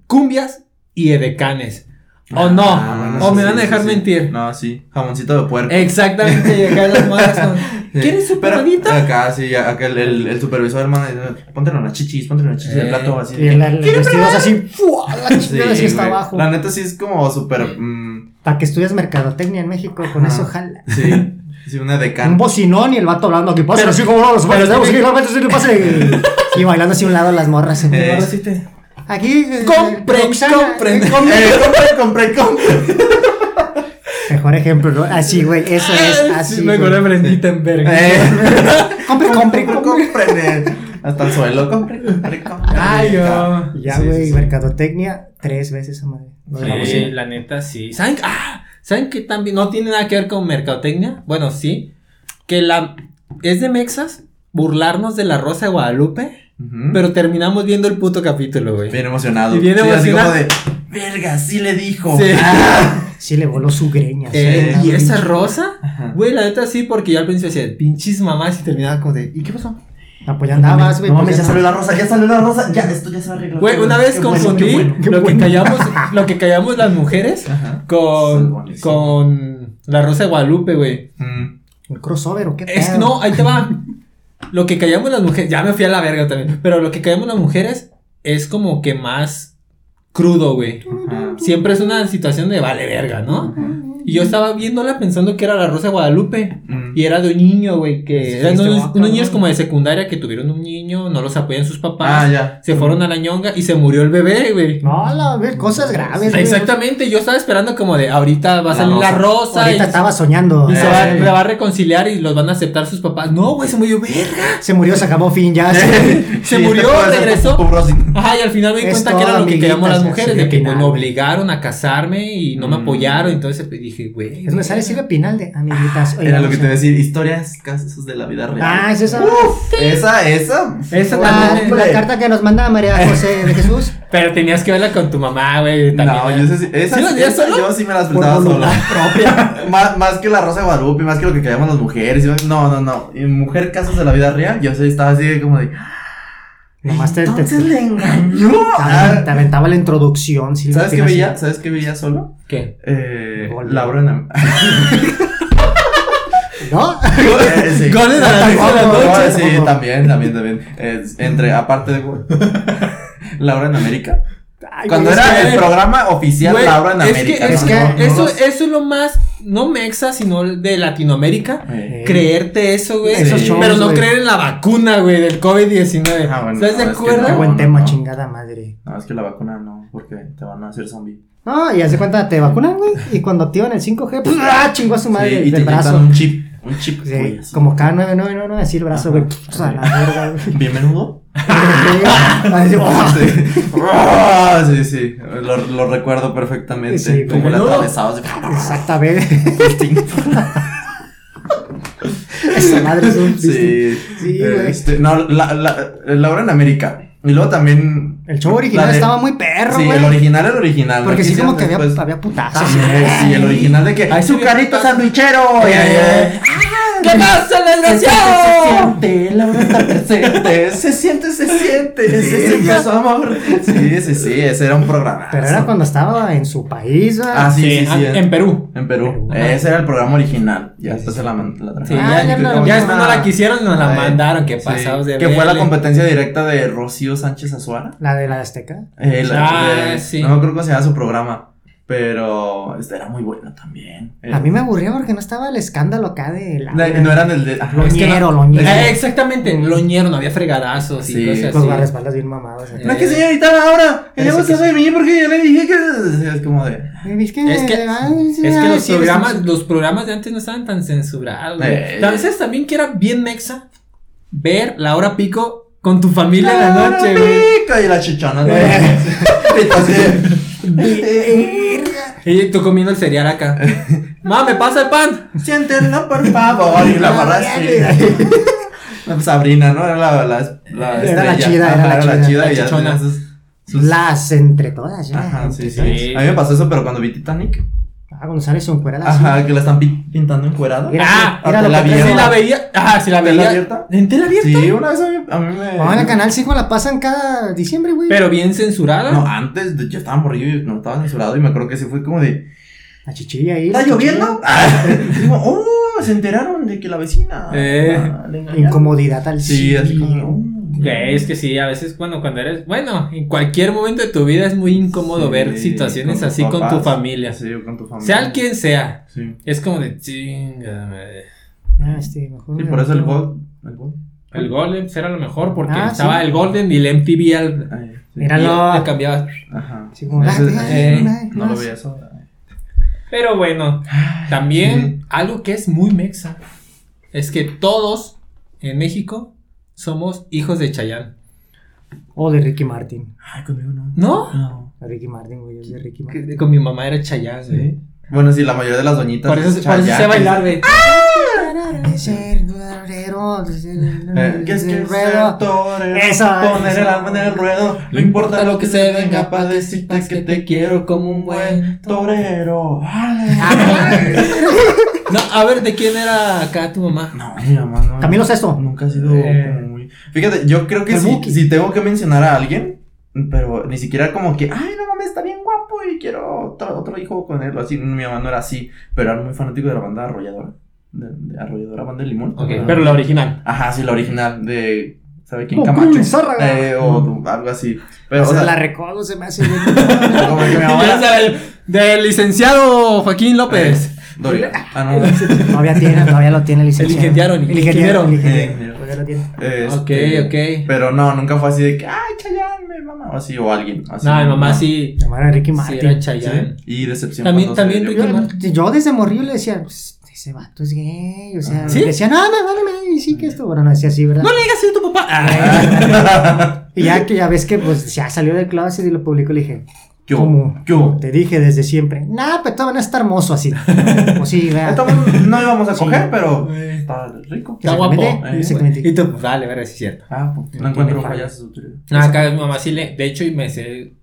Speaker 1: cumbias y edecanes. O no,
Speaker 2: Ah, bueno,
Speaker 1: o
Speaker 2: sí,
Speaker 1: me
Speaker 2: sí,
Speaker 1: van a
Speaker 2: sí,
Speaker 1: dejar
Speaker 2: sí.
Speaker 1: mentir.
Speaker 2: No, sí, jamoncito de puerco.
Speaker 1: Exactamente, y acá las manos con, ¿Quieres su
Speaker 2: Pero
Speaker 1: patadita?
Speaker 2: Acá, sí, acá el, el, el supervisor, hermano, dice, póntelo en las chichis, póntelo en las chichis del
Speaker 1: Eh.
Speaker 2: plato, así.
Speaker 3: Y el, el vestido es así, ¡fua! La
Speaker 2: Sí,
Speaker 3: chica así está
Speaker 2: güey.
Speaker 3: abajo.
Speaker 2: La neta sí es como súper. mm,
Speaker 3: Para que estudies mercadotecnia en México, con
Speaker 2: Ajá.
Speaker 3: eso jala.
Speaker 2: sí, sí, una decana.
Speaker 3: Un bocinón y el vato hablando aquí, pásale,
Speaker 1: Pero-
Speaker 3: así como los
Speaker 1: pero-
Speaker 3: pásale, sí, pásale, sí, pásale.
Speaker 1: [LAUGHS]
Speaker 3: Y bailando así a un lado las morras.
Speaker 2: Eh,
Speaker 3: eh.
Speaker 1: Ahora sí te-
Speaker 3: Aquí. eh,
Speaker 1: Compren,
Speaker 3: Roxana,
Speaker 1: compren.
Speaker 3: eh,
Speaker 2: Eh, compré, compré, compré.
Speaker 3: Mejor ejemplo, ¿no? Así, güey, eso es
Speaker 1: Ay,
Speaker 3: así.
Speaker 1: [LAUGHS] sí, me acordé de
Speaker 3: [LAUGHS] güey.
Speaker 1: Brendita en verga.
Speaker 2: Eh,
Speaker 3: Compre, compre,
Speaker 2: compré,
Speaker 3: compre.
Speaker 2: compré, eh. Hasta el suelo, compré, compré, compré.
Speaker 1: Ay, yo.
Speaker 3: Ya,
Speaker 2: Sí,
Speaker 3: güey,
Speaker 2: sí, sí.
Speaker 3: mercadotecnia, tres veces esa madre. Lo de la
Speaker 1: Sí,
Speaker 3: bocina.
Speaker 1: la neta sí. ¿Saben, ah, ¿Saben que también no tiene nada que ver con mercadotecnia? Bueno, sí. Que la es de Mexas burlarnos de la Rosa de Guadalupe,
Speaker 2: Ujú.
Speaker 1: pero terminamos viendo el puto capítulo, güey.
Speaker 2: Bien emocionado.
Speaker 1: Y bien
Speaker 2: Sí, así
Speaker 1: emocionado.
Speaker 2: como de. Verga, sí le dijo.
Speaker 1: Sí.
Speaker 2: Ah.
Speaker 3: Sí, le voló su greña.
Speaker 1: Eh,
Speaker 3: sí,
Speaker 1: y
Speaker 3: la
Speaker 1: esa
Speaker 3: pinche-
Speaker 1: rosa,
Speaker 2: Ajá.
Speaker 1: güey, la neta sí, porque yo al principio decía, pinches mamás, y terminaba como de, ¿y qué pasó?
Speaker 3: Ah, pues ya andabas, güey.
Speaker 2: No mames,
Speaker 3: pues
Speaker 2: ya
Speaker 3: ya
Speaker 2: salió la rosa, ya salió la rosa. Ya, esto ya se va a arreglar.
Speaker 1: Güey, una vez
Speaker 2: Qué bueno,
Speaker 1: confundí
Speaker 2: qué bueno.
Speaker 3: qué
Speaker 1: lo, que
Speaker 3: bueno.
Speaker 1: callamos, lo que callamos las mujeres
Speaker 2: [LAUGHS] Ajá.
Speaker 1: con,
Speaker 2: Salmones.
Speaker 1: con la Rosa de Guadalupe, güey.
Speaker 2: Mm.
Speaker 3: Un crossover o qué
Speaker 1: Es que
Speaker 3: pedo?
Speaker 1: no, ahí te va. Lo que callamos las mujeres, ya me fui a la verga también, pero lo que callamos las mujeres es como que más crudo, güey.
Speaker 2: Ajá.
Speaker 1: Siempre es una situación de vale verga, ¿no? Y yo estaba viéndola pensando que era la Rosa de Guadalupe.
Speaker 2: Mm.
Speaker 1: Y era de un niño, güey, que
Speaker 3: Sí,
Speaker 1: eran
Speaker 3: este
Speaker 1: unos,
Speaker 3: vato,
Speaker 1: unos niños
Speaker 3: ¿no?
Speaker 1: como de secundaria que tuvieron un niño, no los apoyan sus
Speaker 2: Ah,
Speaker 1: papás,
Speaker 2: ya. [LAUGHS]
Speaker 1: se fueron a la ñonga y se murió el bebé, güey.
Speaker 3: No, la güey, cosas graves, güey.
Speaker 1: Exactamente, yo estaba esperando como de ahorita va a
Speaker 2: La
Speaker 1: salir la
Speaker 2: Rosa.
Speaker 1: Rosa,
Speaker 3: Ahorita
Speaker 1: y-
Speaker 3: estaba soñando.
Speaker 1: y, se va,
Speaker 2: Eh.
Speaker 1: la va a reconciliar y los van a aceptar sus papás. No, güey, se murió verga.
Speaker 3: Se murió, se acabó fin,
Speaker 1: Eh.
Speaker 3: ya. sí.
Speaker 1: Se murió, regresó. Ajá, y al final me di
Speaker 3: Es
Speaker 1: cuenta
Speaker 3: todo,
Speaker 1: que era lo que
Speaker 3: amiguitas,
Speaker 1: queríamos las
Speaker 3: así
Speaker 1: mujeres,
Speaker 3: de
Speaker 1: de que
Speaker 3: final,
Speaker 1: pues, no
Speaker 3: güey.
Speaker 1: obligaron a casarme y no me
Speaker 2: Mm.
Speaker 1: apoyaron. Entonces pues, dije, güey.
Speaker 3: Es donde sale Silvia Pinal de amiguitas.
Speaker 2: Ah, Era lo que te iba a
Speaker 3: oigan,
Speaker 2: decir, historias, casos de la vida real.
Speaker 3: Ah, es esa.
Speaker 2: esa, esa.
Speaker 1: Esa
Speaker 3: la,
Speaker 1: también
Speaker 3: la carta que nos manda
Speaker 2: [LAUGHS]
Speaker 3: María José de Jesús.
Speaker 1: Pero tenías que verla con tu mamá, güey. también,
Speaker 2: No,
Speaker 1: ¿eh?
Speaker 2: yo sé si, esa,
Speaker 1: ¿Sí las veías
Speaker 2: esa
Speaker 1: solo?
Speaker 2: yo sí me las prestaba
Speaker 3: Por
Speaker 2: solo.
Speaker 3: voluntad
Speaker 2: propia. más, más que la Rosa de Guadalupe, más que lo que callamos las mujeres. y- No, no, no. En mujer casos de la vida real, yo sí estaba así como de.
Speaker 3: Nomás te, te,
Speaker 2: Entonces
Speaker 3: te,
Speaker 2: le engañó. Ah,
Speaker 3: aven- te aventaba la introducción. Silvia
Speaker 2: ¿Sabes qué
Speaker 3: Pinal,
Speaker 2: veía?
Speaker 3: sí.
Speaker 2: ¿Sabes qué veía solo?
Speaker 1: [LAUGHS] ¿Qué?
Speaker 2: Eh,
Speaker 3: Gol.
Speaker 2: Laura en
Speaker 3: [LAUGHS]
Speaker 2: Am-
Speaker 3: ¿No?
Speaker 2: Eh, sí.
Speaker 1: Goles a las seis de la
Speaker 2: Tampoco,
Speaker 1: noche.
Speaker 2: Sí, también, también, también. Eh, entre, aparte de gol. [LAUGHS] Laura en América.
Speaker 3: Ay,
Speaker 2: Cuando
Speaker 3: güey, es
Speaker 2: era
Speaker 1: que-
Speaker 2: el programa oficial
Speaker 1: Güey,
Speaker 2: Laura en
Speaker 1: es
Speaker 2: América.
Speaker 1: que, es
Speaker 2: ¿no?
Speaker 1: que
Speaker 2: No, no
Speaker 1: eso,
Speaker 2: los-
Speaker 1: eso es lo más, no mexa, sino de Latinoamérica.
Speaker 2: Eh,
Speaker 1: Creerte eso, güey.
Speaker 2: Esos
Speaker 1: Sí.
Speaker 2: shows,
Speaker 1: Pero no
Speaker 3: güey.
Speaker 1: creer en la vacuna, güey, del COVID-19.
Speaker 2: Ah, bueno,
Speaker 1: ¿Estás de
Speaker 2: no, es que
Speaker 1: acuerdo?
Speaker 3: Qué buen
Speaker 2: No,
Speaker 3: tema,
Speaker 2: no.
Speaker 3: chingada madre.
Speaker 2: No, es que la vacuna no, porque te van a hacer zombie.
Speaker 3: No, y hace cuenta, te vacunan, güey. Y cuando activan el 5G, pues, ¡ah! chingó a su madre
Speaker 2: Sí,
Speaker 3: del
Speaker 2: y te
Speaker 3: brazo.
Speaker 2: inyectan un chip. Un chip,
Speaker 3: Sí,
Speaker 2: güey, así.
Speaker 3: como cada 9999, así el brazo,
Speaker 2: Ajá.
Speaker 3: güey. O sea, la verga,
Speaker 2: [LAUGHS]
Speaker 3: güey.
Speaker 2: Bien
Speaker 3: [LAUGHS]
Speaker 2: menudo. [LAUGHS]
Speaker 3: Así, ¡oh!
Speaker 2: Sí. Ah, sí, sí. Lo, lo recuerdo perfectamente.
Speaker 3: Sí,
Speaker 2: como
Speaker 1: güey.
Speaker 2: la
Speaker 1: Menudo.
Speaker 2: atravesaba así.
Speaker 3: Exactamente.
Speaker 2: Pues,
Speaker 3: [LAUGHS] Esa madre es un Disney.
Speaker 2: [LAUGHS] Sí,
Speaker 3: Sí, güey.
Speaker 2: este, no, la, la, Laura en América. Y luego también.
Speaker 3: El show original
Speaker 2: la de-
Speaker 3: estaba muy perro,
Speaker 2: Sí,
Speaker 3: güey.
Speaker 2: el original, el original.
Speaker 3: Porque
Speaker 2: ¿no?
Speaker 3: sí, como que había,
Speaker 2: Quisieron después-
Speaker 3: había putazos.
Speaker 2: También, sí, el original de que.
Speaker 1: Ay, sí, sí.
Speaker 2: sandwichero!
Speaker 1: Ay, ay, ay. ¿Qué pasa, desgraciado?
Speaker 2: siente, Laura está presente. Se siente, se siente. Se siente su amor. Sí, sí, sí. Ese era un programa.
Speaker 3: Pero era cuando estaba en su país, güey.
Speaker 2: Ah, sí, sí,
Speaker 1: Sí,
Speaker 2: sí.
Speaker 1: en, en Perú.
Speaker 2: En Perú.
Speaker 1: Ajá.
Speaker 2: Ese era el programa original. Ya después se la, man- la
Speaker 1: Sí,
Speaker 2: trajeron.
Speaker 3: Ah,
Speaker 1: ya,
Speaker 3: ya
Speaker 1: no,
Speaker 3: no-
Speaker 1: ya después no la quisieron, nos la
Speaker 2: Ay,
Speaker 1: mandaron. Qué
Speaker 2: sí.
Speaker 1: pasados de
Speaker 2: Que fue la
Speaker 1: verle.
Speaker 2: competencia directa de Rocío Sánchez Azuara.
Speaker 3: La de la Azteca.
Speaker 2: Eh, la-
Speaker 1: Ah,
Speaker 2: de-
Speaker 1: sí.
Speaker 2: No me acuerdo cómo se llama su programa. Pero este era muy bueno también. Eh,
Speaker 3: A mí me aburría porque no estaba el escándalo acá de la.
Speaker 2: la- no eran el de. ajá,
Speaker 3: Loñero,
Speaker 2: es que no-
Speaker 3: loñero.
Speaker 1: Eh, exactamente, loñero, no había fregadazos y
Speaker 2: Sí.
Speaker 1: cosas
Speaker 3: Los
Speaker 1: así.
Speaker 3: guardaespaldas bien mamados. acá.
Speaker 2: No, es que señorita Laura, ella
Speaker 3: Parece
Speaker 2: gustó
Speaker 3: que
Speaker 2: de mí porque yo le dije que. Es como de.
Speaker 3: Es que,
Speaker 1: Es que,
Speaker 3: ay, sí,
Speaker 1: es que
Speaker 3: ay,
Speaker 1: los,
Speaker 3: sí,
Speaker 1: programas,
Speaker 3: sí.
Speaker 1: los programas de antes no estaban tan censurados. güey.
Speaker 2: Eh.
Speaker 1: A veces también que era bien mexa ver la hora pico con tu familia en la noche, güey.
Speaker 2: Pica y la chichona. ¿no?
Speaker 3: Eh.
Speaker 2: Entonces.
Speaker 1: Y tú comiendo el cereal
Speaker 2: [LAUGHS]
Speaker 1: acá. Ma, me pasa el pan.
Speaker 2: Siéntenlo, por favor. Y la barra así. [LAUGHS] No, pues, Sabrina, ¿no? Era la, la, la
Speaker 3: Era la
Speaker 2: estrella.
Speaker 3: chida, era
Speaker 2: Ajá,
Speaker 3: la chida,
Speaker 2: chida.
Speaker 1: la
Speaker 2: y ya
Speaker 1: chichona.
Speaker 2: tenía sus- sus-
Speaker 3: Las entre todas, ya.
Speaker 2: Ajá, sí, sí,
Speaker 1: Sí.
Speaker 2: A mí me pasó eso, pero cuando vi Titanic.
Speaker 3: Ah, González se encuera la
Speaker 2: Ajá, que la están pi- pintando encuerada.
Speaker 3: Era-
Speaker 1: Ah,
Speaker 3: era lo
Speaker 2: la
Speaker 3: que
Speaker 1: Si
Speaker 2: vi,
Speaker 3: traía.
Speaker 1: la veía. Ah, si la
Speaker 2: ¿Tela
Speaker 1: veía.
Speaker 2: abierta?
Speaker 1: ¿En tela abierta?
Speaker 2: Sí, una vez a mí, a mí me.
Speaker 3: Ah, en el canal 5 la pasan cada diciembre, güey.
Speaker 1: Pero bien censurada.
Speaker 2: No, antes de- yo estaba morrido y no estaba censurado. Y me acuerdo que sí fue como de.
Speaker 3: La chichilla ahí.
Speaker 2: ¿Está
Speaker 3: la chichilla.
Speaker 2: lloviendo? [LAUGHS] Ah, digo, oh, se enteraron de que la vecina.
Speaker 1: Eh.
Speaker 2: ah, le engañaron.
Speaker 3: Incomodidad al
Speaker 2: Sí, así como.
Speaker 3: cine.
Speaker 2: oh.
Speaker 1: Güey, es que sí, a veces cuando, cuando eres. Bueno, en cualquier momento de tu vida es muy incómodo
Speaker 2: Sí,
Speaker 1: ver situaciones
Speaker 2: con tus
Speaker 1: así con tu
Speaker 2: papás.
Speaker 1: familia.
Speaker 2: Sí, con tu familia.
Speaker 1: Sea el quien sea.
Speaker 2: Sí.
Speaker 1: Es como de chinga madre.
Speaker 3: Ah, este, mejor.
Speaker 2: Sí,
Speaker 3: me
Speaker 2: por eso el
Speaker 3: meto.
Speaker 2: bot. El bot.
Speaker 1: El Golden era lo mejor porque
Speaker 3: Ah,
Speaker 1: estaba
Speaker 3: sí.
Speaker 1: el Golden y el MTV al.
Speaker 2: Ay, sí.
Speaker 3: Mira.
Speaker 1: y
Speaker 3: Míralo.
Speaker 1: le cambiaba.
Speaker 2: Ajá.
Speaker 3: Sí, como,
Speaker 2: Ese-
Speaker 3: ah,
Speaker 2: eh,
Speaker 3: te- ay,
Speaker 2: no lo
Speaker 3: más.
Speaker 2: veía eso. ay.
Speaker 1: Pero bueno,
Speaker 3: Ah,
Speaker 1: también algo que es muy mexa es que todos en México somos hijos de Chayán.
Speaker 3: O de Ricky Martin.
Speaker 2: Ay, conmigo no.
Speaker 1: ¿No?
Speaker 2: No.
Speaker 3: De Ricky Martin, güey. Es de Ricky Martin.
Speaker 1: Que- Con mi mamá era Chayán, güey.
Speaker 2: Sí. Bueno, sí, la mayoría de las doñitas.
Speaker 1: Por eso, por eso
Speaker 2: Chayanne,
Speaker 1: sé bailar,
Speaker 2: [LAUGHS]
Speaker 1: güey.
Speaker 3: De ser torero, de ser-
Speaker 2: Eh, que es que
Speaker 3: de
Speaker 2: el
Speaker 3: ruedo.
Speaker 2: torero,
Speaker 3: Eso,
Speaker 2: poner
Speaker 3: eso.
Speaker 2: el alma en el ruedo. No importa lo que se venga para decirte que te quiero como un buen Ah, torero.
Speaker 1: [LAUGHS] No, a ver, ¿de quién era acá tu mamá?
Speaker 2: No, mi mamá no.
Speaker 3: Camilo Sesto.
Speaker 2: Nunca ha sido
Speaker 1: Eh.
Speaker 2: como muy. Fíjate, yo creo que
Speaker 3: El
Speaker 2: si,
Speaker 3: Buki.
Speaker 2: si tengo que mencionar a alguien, pero ni siquiera como que, ay, no mames, está bien guapo y quiero otro, otro hijo con él. o Así, mi mamá no era así, pero era muy fanático de la banda Arrolladora. De, de Arrolladora, banda de limón.
Speaker 1: Ok,
Speaker 2: Ajá.
Speaker 1: pero la original.
Speaker 2: Ajá, sí, la original de. ¿Sabe quién?
Speaker 3: Oh, Mm.
Speaker 2: Camacho.
Speaker 3: Cruz Lizárraga.
Speaker 2: Eh, o algo así. Pero,
Speaker 3: O
Speaker 2: o sea,
Speaker 3: la recodo, se me hace. bien.
Speaker 2: [LAUGHS] como
Speaker 1: [LAUGHS]
Speaker 2: que mi
Speaker 1: Ya
Speaker 2: mamá.
Speaker 1: sabe, Del licenciado Joaquín López.
Speaker 2: Dory. Ah,
Speaker 1: [LAUGHS]
Speaker 2: no.
Speaker 3: [LAUGHS] Todavía tiene, todavía lo tiene el licenciado.
Speaker 1: ingeniero, el
Speaker 3: El ingeniero. El
Speaker 2: ingeniero.
Speaker 3: ingeniero. Todavía lo tiene.
Speaker 1: Ok,
Speaker 2: Este,
Speaker 1: ok.
Speaker 2: Pero no, nunca fue así de que, ay, Chayanne, mi mamá. O así, o alguien. así.
Speaker 1: No, mi mamá sí,
Speaker 3: Mi hermano Ricky
Speaker 1: sí era
Speaker 3: Martin.
Speaker 1: Chayán.
Speaker 2: Sí, Y decepción.
Speaker 1: También-
Speaker 2: cuando se
Speaker 1: también
Speaker 2: dio
Speaker 1: Ricky
Speaker 2: cuenta.
Speaker 1: Martin.
Speaker 3: Yo, yo desde morrillo le decía, "Pues, ese vato es gay. O sea,
Speaker 1: ¿Sí?
Speaker 3: le decía, no, me vale, me sí que esto. Bueno, no decía así, ¿verdad?
Speaker 1: No
Speaker 3: [LAUGHS]
Speaker 1: le digas así a tu papá. Ah.
Speaker 3: Y ya que ya ves que pues ya salió del closet y lo publicó, le dije,
Speaker 2: Yo,
Speaker 3: Como
Speaker 2: yo.
Speaker 3: Te dije desde siempre. Nah, pero todavía no está hermoso así. pues sí, vea.
Speaker 2: Entonces, no íbamos a coger, pero
Speaker 1: Güey.
Speaker 2: está rico.
Speaker 1: Está guapo.
Speaker 2: eh,
Speaker 3: Exactamente.
Speaker 1: Y tú, vale, ver si es cierto.
Speaker 2: Ah, pues,
Speaker 3: No
Speaker 2: no encuentro
Speaker 3: tiene falla.
Speaker 2: fallas. en su teoría.
Speaker 1: Ah, acá mi mamá sí le. De hecho, y me sé.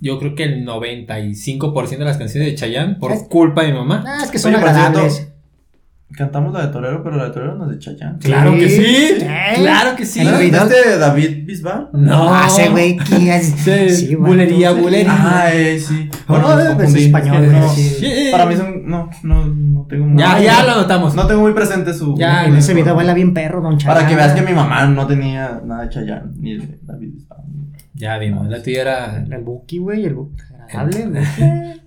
Speaker 1: Yo creo que el 95% de las canciones de Chayanne por
Speaker 3: Es-
Speaker 1: culpa de mi mamá.
Speaker 3: Ah, es que son
Speaker 2: Oye, por
Speaker 3: agradables.
Speaker 2: cierto, Cantamos la de Torero, pero la de Torero no es de Chayanne.
Speaker 3: Sí.
Speaker 1: Claro que sí.
Speaker 3: Sí.
Speaker 1: Claro que sí.
Speaker 2: ¿No
Speaker 3: ¿Eh? El
Speaker 2: ¿Es
Speaker 3: ruido.
Speaker 2: de David Bisbal?
Speaker 1: No.
Speaker 3: Ah, ese güey, ¿qué es?
Speaker 1: Sí, bulería, bulería.
Speaker 2: Ah, eh, sí.
Speaker 3: Bueno,
Speaker 2: Bueno, los
Speaker 3: pues, es
Speaker 2: confundí.
Speaker 3: español,
Speaker 2: No,
Speaker 3: güey, sí.
Speaker 1: Sí.
Speaker 2: Para mí son. No, no, no tengo. muy-
Speaker 1: Ya, ya lo notamos.
Speaker 2: No tengo muy presente su.
Speaker 1: Ya,
Speaker 3: En ese video baila bien perro, don Chayanne.
Speaker 2: Para que veas que mi mamá no tenía nada de Chayanne, ni de David Bisbal. ni-
Speaker 1: Ya vimos, la tuya era.
Speaker 3: El Buki, güey, el Buki. Agradable, güey.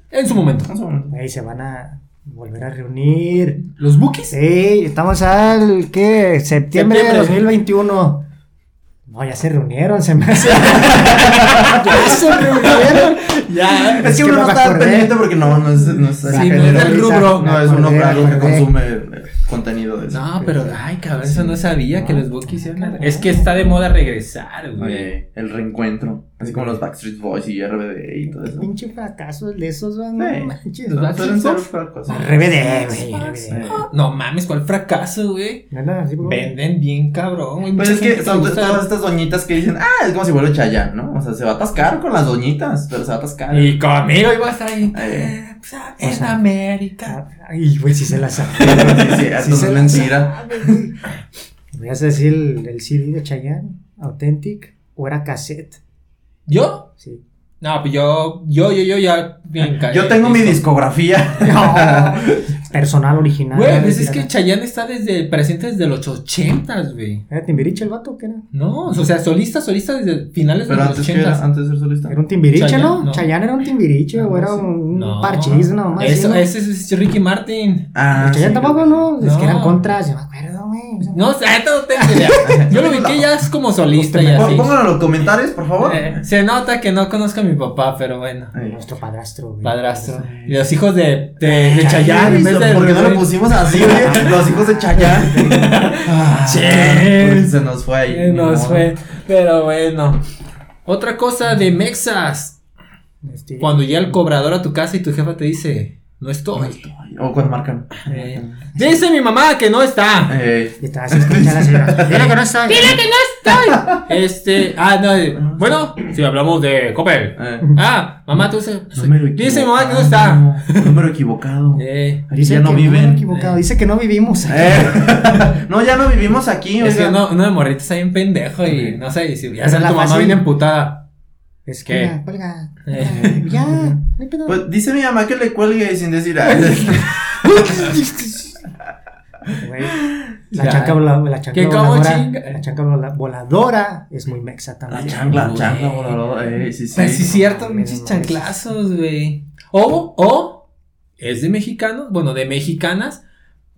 Speaker 1: En su momento.
Speaker 2: En su momento.
Speaker 3: Ahí se van a volver a reunir.
Speaker 1: ¿Los bookies?
Speaker 3: Sí, estamos al ¿qué? Septiembre, de
Speaker 1: Septiembre.
Speaker 3: 2021. No, ya se reunieron, se
Speaker 2: [LAUGHS]
Speaker 3: me hace. ya se reunieron.
Speaker 1: [LAUGHS] Ya.
Speaker 2: Es que
Speaker 3: que
Speaker 2: uno
Speaker 3: no
Speaker 2: no
Speaker 3: me
Speaker 2: está al
Speaker 3: acordé.
Speaker 2: pendiente porque no, no es. No es
Speaker 1: Sí, no es del rubro.
Speaker 2: No, es uno
Speaker 3: Me acordé,
Speaker 2: algo que
Speaker 3: me acordé.
Speaker 2: consume eh, contenido de eso.
Speaker 1: No, pero, ay, cabrón, eso no sabía que
Speaker 2: No.
Speaker 1: los bookies eran. la- Es que está de moda regresar, güey.
Speaker 2: Oye, el reencuentro. Así como los Backstreet Boys y RBD y todo eso.
Speaker 3: Pinche fracaso el de esos, güey.
Speaker 2: Sí.
Speaker 3: No manches.
Speaker 1: Los Backstreet
Speaker 2: Suelen ser
Speaker 1: Boys.
Speaker 2: fracos.
Speaker 3: Ah, RBD, güey.
Speaker 2: Sí.
Speaker 3: RBD.
Speaker 1: No mames, ¿cuál fracaso, güey?
Speaker 3: No, no, sí, güey.
Speaker 1: Venden bien, cabrón, güey.
Speaker 2: Pues
Speaker 1: Mucha
Speaker 2: es que
Speaker 1: gente
Speaker 2: son
Speaker 1: le gusta.
Speaker 2: todas estas doñitas que dicen, ah, es como si vuelve Chayanne, ¿no? O sea, se va a atascar con las doñitas, pero se va a atascar.
Speaker 1: Y conmigo iba a estar ahí.
Speaker 2: Eh.
Speaker 1: eh, pues, ah, en América.
Speaker 3: Ay, güey, si se la sabe.
Speaker 2: [LAUGHS] Sí, sí, esto no
Speaker 3: se
Speaker 2: es
Speaker 3: la
Speaker 2: mentira.
Speaker 3: ¿Me vas a decir el, el CD de Chayanne? ¿Authentic? ¿O era cassette?
Speaker 1: ¿Yo?
Speaker 3: Sí.
Speaker 1: No, pues yo, yo, yo, yo ya. bien ca-
Speaker 2: Yo tengo mi
Speaker 1: listo. [LAUGHS]
Speaker 2: discografía.
Speaker 3: Personal original.
Speaker 2: Ah,
Speaker 1: Güey, pues es que
Speaker 3: Pirata.
Speaker 1: Chayanne está desde presente desde los ochentas, güey.
Speaker 3: ¿Era Timbiriche el vato o qué era?
Speaker 1: No, o sea, solista, solista desde finales de
Speaker 2: [LAUGHS] Pero
Speaker 1: los
Speaker 2: antes, ¿qué era?
Speaker 1: ochentas.
Speaker 2: Antes de ser solista.
Speaker 3: Era un timbiriche,
Speaker 1: Chayanne,
Speaker 3: ¿no?
Speaker 1: no.
Speaker 3: Chayanne era un timbiriche o era un
Speaker 1: No.
Speaker 3: parchís, no más.
Speaker 1: Eso,
Speaker 3: ¿no?
Speaker 1: ese es Ricky Martin.
Speaker 2: Ah,
Speaker 3: Chayanne tampoco, ¿no? Es
Speaker 1: No.
Speaker 3: que eran contras, yo me acuerdo, güey. O sea,
Speaker 1: No, o sea, esto no tengo idea.
Speaker 2: [LAUGHS]
Speaker 1: Yo lo vi que ya es como solista y
Speaker 2: Pó-
Speaker 1: así.
Speaker 2: Pónganlo en los comentarios, por favor.
Speaker 1: Eh, se nota que no conozco a mi papá, pero bueno.
Speaker 2: Ay.
Speaker 3: Nuestro padrastro, güey.
Speaker 1: Padrastro. Y los hijos de, de, de Chayanne
Speaker 2: Chayanne,
Speaker 1: en vez de.
Speaker 2: ¿por qué no lo pusimos así,
Speaker 1: [LAUGHS]
Speaker 2: güey? Los hijos de Chayanne. Ah,
Speaker 1: Che.
Speaker 2: Se nos fue ahí.
Speaker 1: Eh,
Speaker 2: Ni
Speaker 1: Nos
Speaker 2: modo.
Speaker 1: fue. Pero bueno. Otra cosa de Mexas.
Speaker 3: Este,
Speaker 1: Cuando llega el cobrador a tu casa y tu jefa te dice, no estoy.
Speaker 2: Ay, O cuando marcan.
Speaker 1: Eh, dice mi mamá que no está.
Speaker 2: Eh,
Speaker 3: Y te vas a escuchar a
Speaker 1: [LAUGHS]
Speaker 3: la señora. Mira que no está.
Speaker 1: Dile que no estoy. Este, ah, no. eh, Bueno, si hablamos de Coppel.
Speaker 2: eh.
Speaker 1: Ah, mamá, tú se. Dice
Speaker 2: Número
Speaker 1: mi
Speaker 2: equivocado.
Speaker 1: mamá que no está.
Speaker 2: Número equivocado.
Speaker 1: Eh,
Speaker 2: Aquí ya no
Speaker 3: que
Speaker 2: viven.
Speaker 3: me he equivocado. Dice que no vivimos.
Speaker 2: Eh, [LAUGHS] no, ya no vivimos aquí.
Speaker 1: es que
Speaker 2: oigan.
Speaker 1: no, uno de morrito está bien pendejo y no sé, y si ya
Speaker 3: Pero
Speaker 1: sabe
Speaker 3: la
Speaker 1: tu mamá
Speaker 3: fácil-
Speaker 1: viene emputada.
Speaker 3: Es
Speaker 1: ¿Qué?
Speaker 3: que. Cuelga.
Speaker 1: Eh.
Speaker 3: cuelga. [LAUGHS] Ya, no hay pedo.
Speaker 2: Pues dice mi mamá que le cuelgue sin decir. "Ay".
Speaker 1: [LAUGHS]
Speaker 3: [LAUGHS] Güey, La
Speaker 1: Ya.
Speaker 3: chanca vola- la chanca
Speaker 1: ¿Qué, cómo chinga?
Speaker 3: voladora. La chanca vola- voladora es muy mexa
Speaker 2: la
Speaker 3: también.
Speaker 2: chancla, la
Speaker 1: Güey.
Speaker 2: chancla voladora. Eh, sí, sí.
Speaker 1: Pues sí, es cierto,
Speaker 3: no
Speaker 1: pinches
Speaker 3: mames.
Speaker 1: chanclazos, güey. O, o, es de mexicanos, bueno, de mexicanas,